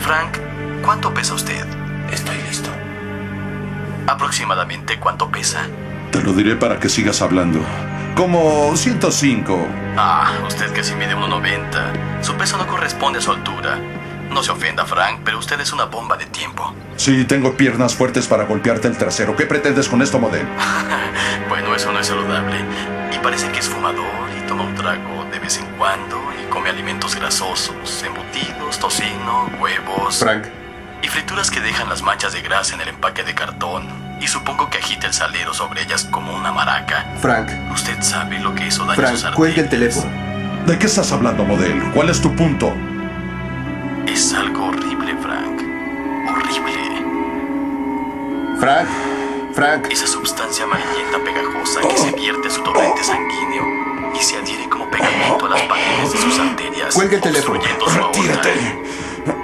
[SPEAKER 1] Frank, ¿cuánto pesa usted? Estoy listo. Aproximadamente cuánto pesa.
[SPEAKER 2] Te lo diré para que sigas hablando. Como 105.
[SPEAKER 1] Ah, usted que sí mide 1,90. Su peso no corresponde a su altura. No se ofenda, Frank, pero usted es una bomba de tiempo.
[SPEAKER 2] Sí, tengo piernas fuertes para golpearte el trasero. ¿Qué pretendes con esto, modelo?
[SPEAKER 1] Bueno, eso no es saludable. Y parece que es fumador y toma un trago de vez en cuando y come alimentos grasosos, embutidos, tocino, huevos.
[SPEAKER 7] Frank,
[SPEAKER 1] Y frituras que dejan las manchas de grasa en el empaque de cartón. Y supongo que agita el salero sobre ellas como una maraca.
[SPEAKER 7] Frank,
[SPEAKER 1] Usted sabe lo que eso daña a sus
[SPEAKER 7] Frank, cuelga el
[SPEAKER 1] arterias.
[SPEAKER 7] teléfono.
[SPEAKER 2] ¿De qué estás hablando, modelo? ¿Cuál es tu punto?
[SPEAKER 1] Es algo horrible, Frank. Horrible.
[SPEAKER 7] Frank,
[SPEAKER 9] Frank.
[SPEAKER 1] Esa sustancia amarillenta pegajosa que se vierte a su torrente sanguíneo y se adhiere como pegamento a las paredes de sus arterias.
[SPEAKER 9] Cuelga el teléfono.
[SPEAKER 1] obstruyendo su aorta.
[SPEAKER 2] Retírate.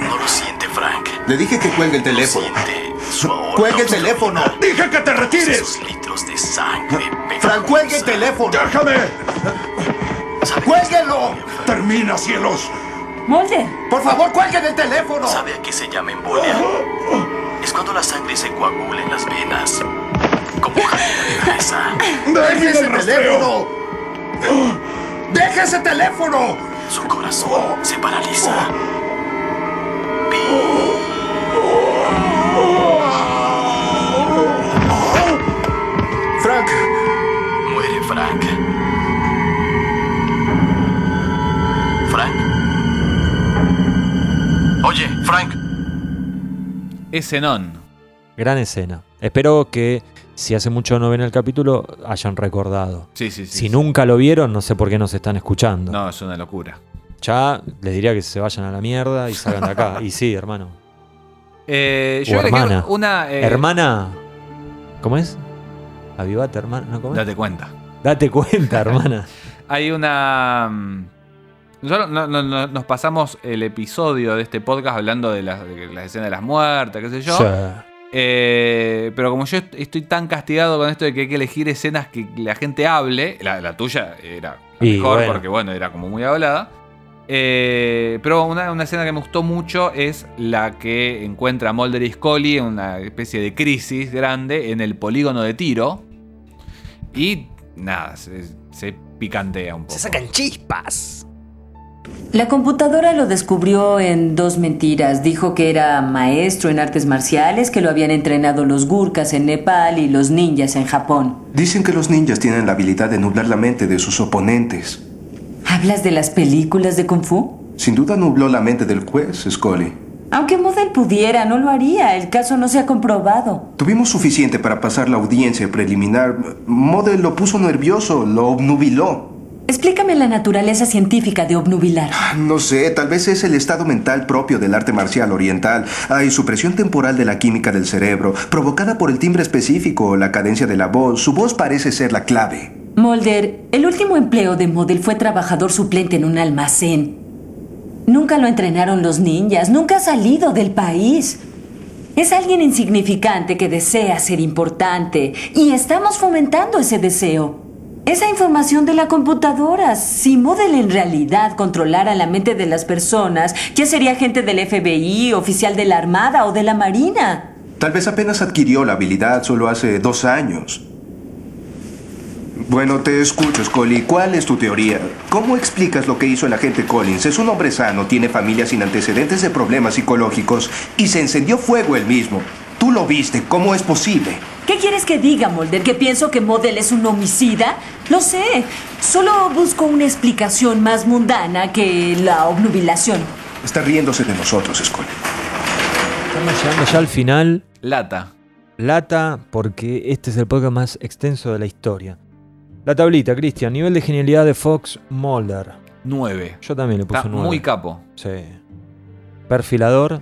[SPEAKER 1] No lo siente, Frank.
[SPEAKER 9] Le dije que cuelgue el
[SPEAKER 1] No
[SPEAKER 9] teléfono.
[SPEAKER 1] siente su aorta
[SPEAKER 9] ¡Cuelgue el
[SPEAKER 1] obstruida
[SPEAKER 9] teléfono!
[SPEAKER 2] ¡Dije que te
[SPEAKER 1] de
[SPEAKER 2] retires!
[SPEAKER 1] Sus litros de sangre pegajosa.
[SPEAKER 9] ¡Frank, cuelgue el teléfono!
[SPEAKER 2] ¡Déjame!
[SPEAKER 1] ¿Sabe qué
[SPEAKER 9] ¡Cuélguelo!
[SPEAKER 2] ¡Termina, cielos!
[SPEAKER 10] Mulder,
[SPEAKER 9] ¡Por favor, cuelguen el teléfono!
[SPEAKER 1] ¿Sabe a qué se llama embolia? Es cuando la sangre se coagula en las venas. Como jalea de fresa.
[SPEAKER 9] ¡Deje
[SPEAKER 2] ¡Déjame
[SPEAKER 9] ese
[SPEAKER 2] el rastreo!
[SPEAKER 9] teléfono! ¡Deje ese teléfono!
[SPEAKER 1] Su corazón se paraliza.
[SPEAKER 9] Frank,
[SPEAKER 1] Muere Frank. Frank. Oye, Frank.
[SPEAKER 4] Es Zenón.
[SPEAKER 3] Gran escena. Espero que si hace mucho no ven el capítulo, hayan recordado.
[SPEAKER 4] Sí, sí, sí.
[SPEAKER 3] Si nunca lo vieron, no sé por qué nos están escuchando.
[SPEAKER 4] No, es una locura.
[SPEAKER 3] Ya les diría que se vayan a la mierda y salgan de acá. y sí, hermano.
[SPEAKER 4] Eh,
[SPEAKER 3] O
[SPEAKER 4] yo creo que
[SPEAKER 3] hermana.
[SPEAKER 4] una. eh,
[SPEAKER 3] Hermana. ¿Cómo es? Avivate, hermana. ¿no? ¿Cómo es?
[SPEAKER 4] Date cuenta.
[SPEAKER 3] Date cuenta, hermana.
[SPEAKER 4] Hay una. mm, Nosotros no- no- no- nos pasamos el episodio de este podcast hablando de las, de las escenas de las muertes, qué sé yo.
[SPEAKER 3] Sí.
[SPEAKER 4] Eh, pero como yo est- estoy tan castigado con esto de que hay que elegir escenas que la gente hable, la, la tuya era la
[SPEAKER 3] Y
[SPEAKER 4] mejor
[SPEAKER 3] bueno.
[SPEAKER 4] porque bueno, era como muy hablada. Eh, pero una, una escena que me gustó mucho es la que encuentra a Mulder y Scully en una especie de crisis grande en el polígono de tiro. Y nada, se, se picantea un poco.
[SPEAKER 6] La computadora lo descubrió en dos mentiras. Dijo que era maestro en artes marciales, que lo habían entrenado los gurkas en Nepal y los ninjas en Japón.
[SPEAKER 7] Dicen que los ninjas tienen la habilidad de nublar la mente de sus oponentes.
[SPEAKER 6] ¿Hablas de las películas de Kung Fu?
[SPEAKER 7] Sin duda nubló la mente del juez, Scully.
[SPEAKER 6] Aunque Model pudiera, no lo haría. El caso no se ha comprobado.
[SPEAKER 7] Tuvimos suficiente para pasar la audiencia preliminar. Model lo puso nervioso, lo obnubiló.
[SPEAKER 6] Explícame la naturaleza científica de obnubilar.
[SPEAKER 7] No sé, tal vez es el estado mental propio del arte marcial oriental. Hay supresión temporal de la química del cerebro, provocada por el timbre específico o la cadencia de la voz. Su voz parece ser la clave.
[SPEAKER 6] Mulder, el último empleo de Model fue trabajador suplente en un almacén. Nunca lo entrenaron los ninjas, nunca ha salido del país. Es alguien insignificante que desea ser importante y estamos fomentando ese deseo. Esa información de la computadora, si Model en realidad controlara la mente de las personas, ya sería agente del FBI, oficial de la Armada o de la Marina.
[SPEAKER 7] Tal vez apenas adquirió la habilidad solo hace dos años. Bueno, te escucho, Scully. ¿Cuál es tu teoría? ¿Cómo explicas lo que hizo el agente Collins? Es un hombre sano, tiene familia sin antecedentes de problemas psicológicos y se encendió fuego él mismo. Tú lo viste, ¿cómo es posible?
[SPEAKER 6] ¿Qué quieres que diga, Mulder? ¿Que pienso que Model es un homicida? Lo sé. Solo busco una explicación más mundana que la obnubilación.
[SPEAKER 7] Está riéndose de nosotros, Scully.
[SPEAKER 3] Estamos llegando ya al final.
[SPEAKER 4] Lata.
[SPEAKER 3] Lata, porque este es el podcast más extenso de la historia. La tablita, Cristian. Nivel de genialidad de Fox Mulder.
[SPEAKER 4] 9.
[SPEAKER 3] Yo también le puse
[SPEAKER 4] Está
[SPEAKER 3] un nueve.
[SPEAKER 4] muy capo.
[SPEAKER 3] Sí. Perfilador,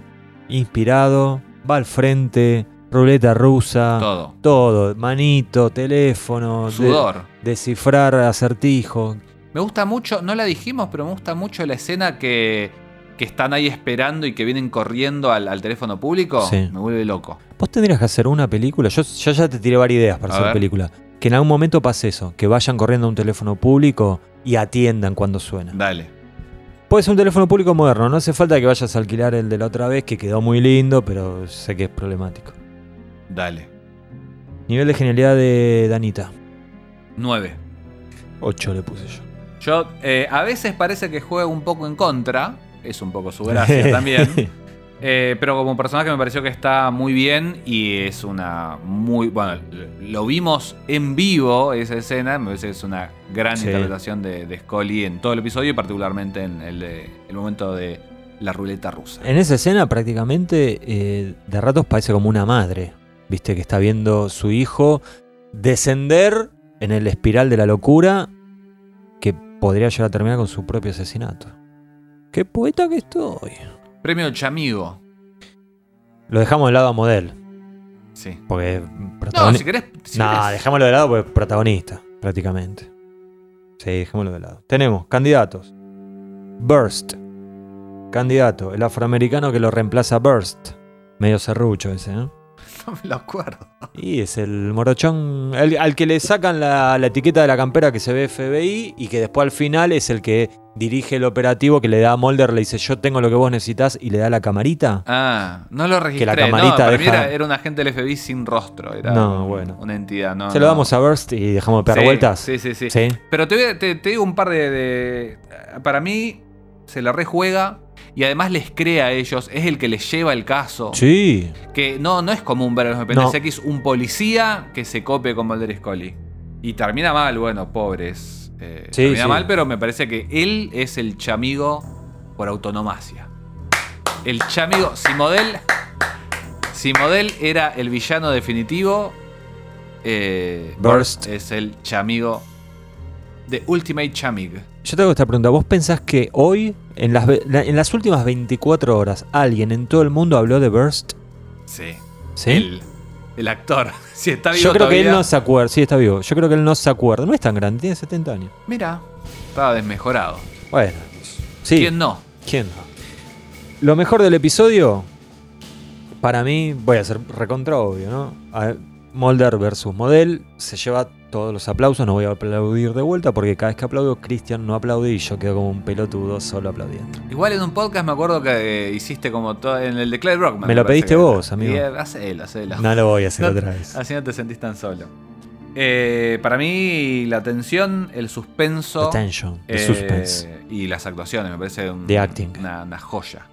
[SPEAKER 3] inspirado, va al frente, ruleta rusa.
[SPEAKER 4] Todo.
[SPEAKER 3] Todo, manito, teléfono, de-
[SPEAKER 4] Sudor.
[SPEAKER 3] descifrar acertijo.
[SPEAKER 4] Me gusta mucho, no la dijimos, pero me gusta mucho la escena que, que están ahí esperando y que vienen corriendo al, al teléfono público.
[SPEAKER 3] Sí.
[SPEAKER 4] Me vuelve loco.
[SPEAKER 3] Vos tendrías que hacer una película. Yo, yo ya te tiré varias ideas para
[SPEAKER 4] A
[SPEAKER 3] hacer
[SPEAKER 4] ver.
[SPEAKER 3] película. Que en algún momento pase eso, que vayan corriendo a un teléfono público y atiendan cuando suena.
[SPEAKER 4] Dale.
[SPEAKER 3] Puede ser un teléfono público moderno, no hace falta que vayas a alquilar el de la otra vez, que quedó muy lindo, pero sé que es problemático.
[SPEAKER 4] Dale.
[SPEAKER 3] Nivel de genialidad de Danita.
[SPEAKER 4] 9.
[SPEAKER 3] 8 le puse yo.
[SPEAKER 4] Yo, eh, a veces parece que juega un poco en contra. Es un poco su gracia también. Eh, pero como personaje me pareció que está muy bien y es una muy. Bueno, lo vimos en vivo esa escena. Me parece que es una gran
[SPEAKER 3] Sí.
[SPEAKER 4] interpretación de, de Scully en todo el episodio y particularmente en el, de- el momento de la ruleta rusa.
[SPEAKER 3] En esa escena prácticamente eh, de ratos parece como una madre, viste que está viendo su hijo descender en el espiral de la locura que podría llegar a terminar con su propio asesinato. Qué poeta que estoy.
[SPEAKER 4] Premio Chamigo.
[SPEAKER 3] Lo dejamos de lado a Model.
[SPEAKER 4] Sí.
[SPEAKER 3] Porque es
[SPEAKER 4] No,
[SPEAKER 3] protagonista.
[SPEAKER 4] si querés. si
[SPEAKER 3] Nah,
[SPEAKER 4] querés.
[SPEAKER 3] dejémoslo de lado porque es protagonista, prácticamente. Sí, dejémoslo de lado. Tenemos candidatos. Burst. Candidato, el afroamericano que lo reemplaza a Burst. Medio serrucho ese, ¿eh?
[SPEAKER 4] No me lo acuerdo.
[SPEAKER 3] Y es el morochón. el- al que le sacan la, la etiqueta de la campera que se ve FBI y que después al final es el que dirige el operativo que le da a Mulder, le dice yo tengo lo que vos necesitas y le da la camarita.
[SPEAKER 4] Ah, no lo registré.
[SPEAKER 3] la camarita
[SPEAKER 4] no, para mí
[SPEAKER 3] deja-
[SPEAKER 4] era, era un agente del FBI sin rostro. Era
[SPEAKER 3] No, bueno.
[SPEAKER 4] Una entidad, ¿no?
[SPEAKER 3] se lo
[SPEAKER 4] Ah, no.
[SPEAKER 3] damos a Burst y dejamos de pegar
[SPEAKER 4] Sí,
[SPEAKER 3] vueltas.
[SPEAKER 4] Sí, sí, sí.
[SPEAKER 3] Sí.
[SPEAKER 4] Pero te, voy a- te- te digo un par de, de- Para mí, se la rejuega y además les crea a ellos. Es el que les lleva el caso.
[SPEAKER 3] Sí.
[SPEAKER 4] Que no, no es común ver a los dependencias X un policía que se cope con Mulder y Scully. Y termina mal, bueno, pobres. Eh,
[SPEAKER 3] Sí,
[SPEAKER 4] termina
[SPEAKER 3] sí.
[SPEAKER 4] mal, pero me parece que él es el chamigo por autonomacia. El chamigo, si Model. Si Model era el villano definitivo, eh,
[SPEAKER 3] Burst.
[SPEAKER 4] es el chamigo de Ultimate Chamig.
[SPEAKER 3] Yo te hago esta pregunta. ¿Vos pensás que hoy, en las, ve- la- en las últimas 24 horas, alguien en todo el mundo habló de Burst?
[SPEAKER 4] Sí.
[SPEAKER 3] ¿Sí?
[SPEAKER 4] Él, el actor. Si está vivo
[SPEAKER 3] Yo creo que él
[SPEAKER 4] todavía-
[SPEAKER 3] no se acuerda. Sí, está vivo. Yo creo que él no se acuerda. No es tan grande, tiene 70 años.
[SPEAKER 4] Mira, estaba desmejorado.
[SPEAKER 3] Bueno. Sí.
[SPEAKER 4] ¿Quién no?
[SPEAKER 3] ¿Quién no? Lo mejor del episodio, para mí, voy a ser recontra obvio, ¿no? A ver, Mulder versus Model se lleva todos los aplausos. No voy a aplaudir de vuelta porque cada vez que aplaudo, Christian no aplaude y yo quedo como un pelotudo solo aplaudiendo.
[SPEAKER 4] Igual en un podcast me acuerdo que eh, hiciste como todo en el de Clyde Rockman.
[SPEAKER 3] Me lo
[SPEAKER 4] parece
[SPEAKER 3] pediste
[SPEAKER 4] que-
[SPEAKER 3] vos, amigo.
[SPEAKER 4] Y, eh, hacelo, hacelo.
[SPEAKER 3] No lo voy a hacer
[SPEAKER 4] No,
[SPEAKER 3] otra vez.
[SPEAKER 4] Así no te sentís tan solo. Eh, para mí, la tensión, el suspenso.
[SPEAKER 3] Attention, the
[SPEAKER 4] eh,
[SPEAKER 3] suspense.
[SPEAKER 4] Y las actuaciones, me parece un-
[SPEAKER 3] The acting.
[SPEAKER 4] Una, una joya.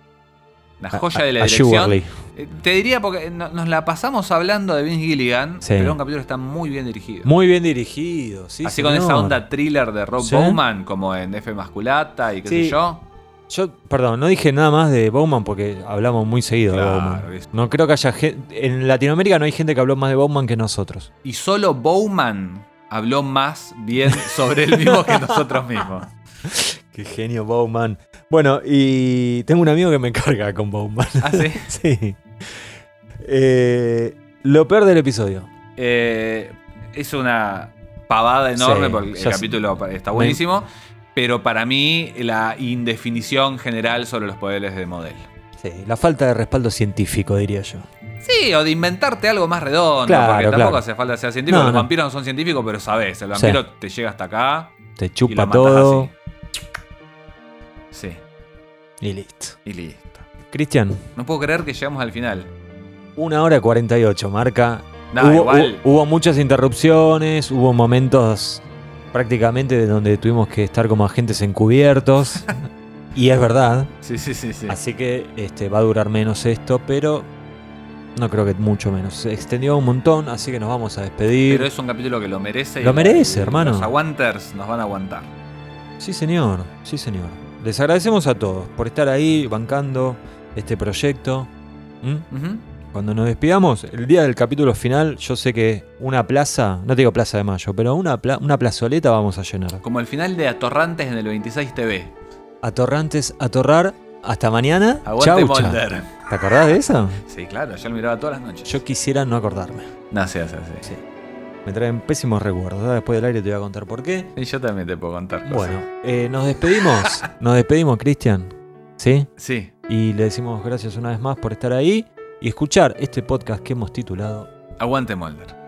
[SPEAKER 4] Una
[SPEAKER 3] A-
[SPEAKER 4] joya
[SPEAKER 3] a-
[SPEAKER 4] de la
[SPEAKER 3] a
[SPEAKER 4] dirección.
[SPEAKER 3] Shewerly.
[SPEAKER 4] Eh, Te diría porque no- nos la pasamos hablando de Vince Gilligan,
[SPEAKER 3] Sí.
[SPEAKER 4] pero es un capítulo que está muy bien dirigido.
[SPEAKER 3] Muy bien dirigido, sí.
[SPEAKER 4] Así con esa
[SPEAKER 3] señor.
[SPEAKER 4] onda thriller de Rob
[SPEAKER 3] Sí.
[SPEAKER 4] Bowman, como en F Masculata y qué
[SPEAKER 3] Sí.
[SPEAKER 4] sé yo.
[SPEAKER 3] Yo, perdón, no dije nada más de Bowman porque hablamos muy seguido de
[SPEAKER 4] Claro,
[SPEAKER 3] Bowman.
[SPEAKER 4] viste.
[SPEAKER 3] No creo que haya gente. En Latinoamérica no hay gente que habló más de Bowman que nosotros.
[SPEAKER 4] Y solo Bowman habló más bien sobre él mismo que nosotros mismos.
[SPEAKER 3] Qué genio Bowman. Bueno, y tengo un amigo que me carga con Bowman.
[SPEAKER 4] ¿Ah, sí?
[SPEAKER 3] sí. Eh, lo peor del episodio.
[SPEAKER 4] Eh, es una pavada enorme
[SPEAKER 3] Sí,
[SPEAKER 4] porque el
[SPEAKER 3] ya sé.
[SPEAKER 4] capítulo pa- está buenísimo. Pero para mí, la indefinición general sobre los poderes de Model.
[SPEAKER 3] Sí, la falta de respaldo científico, diría yo.
[SPEAKER 4] Sí, o de inventarte algo más redondo,
[SPEAKER 3] Claro,
[SPEAKER 4] porque tampoco
[SPEAKER 3] claro.
[SPEAKER 4] hace falta ser científico.
[SPEAKER 3] No,
[SPEAKER 4] los
[SPEAKER 3] no.
[SPEAKER 4] vampiros no son científicos, pero sabes, el
[SPEAKER 3] Sí.
[SPEAKER 4] vampiro te llega hasta acá
[SPEAKER 3] Te
[SPEAKER 4] y lo
[SPEAKER 3] chupa
[SPEAKER 4] matás
[SPEAKER 3] todo
[SPEAKER 4] así. Sí,
[SPEAKER 3] y listo.
[SPEAKER 4] y listo.
[SPEAKER 3] Cristian,
[SPEAKER 4] No puedo creer que llegamos al final.
[SPEAKER 3] una hora 48, marca.
[SPEAKER 4] No,
[SPEAKER 3] hubo,
[SPEAKER 4] igual.
[SPEAKER 3] hu- hubo muchas interrupciones, hubo momentos prácticamente de donde tuvimos que estar como agentes encubiertos. y es verdad.
[SPEAKER 4] Sí, sí, sí, sí.
[SPEAKER 3] Así que este, va a durar menos esto, pero no creo que mucho menos. Se extendió un montón, así que nos vamos a despedir.
[SPEAKER 4] Pero es un capítulo que lo merece. y
[SPEAKER 3] Lo merece,
[SPEAKER 4] y
[SPEAKER 3] hermano.
[SPEAKER 4] Los aguanters nos van a aguantar.
[SPEAKER 3] Sí, señor, sí, señor. Les agradecemos a todos por estar ahí bancando este proyecto. ¿Mm?
[SPEAKER 4] Ujú.
[SPEAKER 3] Cuando nos despidamos, el día del capítulo final, yo sé que una plaza, no te digo plaza de mayo, pero una, pla- una plazoleta vamos a llenar.
[SPEAKER 4] Como el final de Atorrantes en el 26 TV.
[SPEAKER 3] Atorrantes, atorrar, hasta mañana.
[SPEAKER 4] Aguante
[SPEAKER 3] Chau, chau.
[SPEAKER 4] Molder.
[SPEAKER 3] ¿Te acordás de eso?
[SPEAKER 4] Sí, claro, yo lo miraba todas las noches.
[SPEAKER 3] Yo quisiera no acordarme.
[SPEAKER 4] No, sí, sí, sí.
[SPEAKER 3] Sí. Me traen pésimos recuerdos. Ahora Después del aire te voy a contar por qué.
[SPEAKER 4] Y yo también te puedo contar. cosas.
[SPEAKER 3] Bueno, eh, nos despedimos. Nos despedimos, Cristian. ¿Sí?
[SPEAKER 4] Sí.
[SPEAKER 3] Y le decimos gracias una vez más por estar ahí y escuchar este podcast que hemos titulado
[SPEAKER 4] Aguante Molder.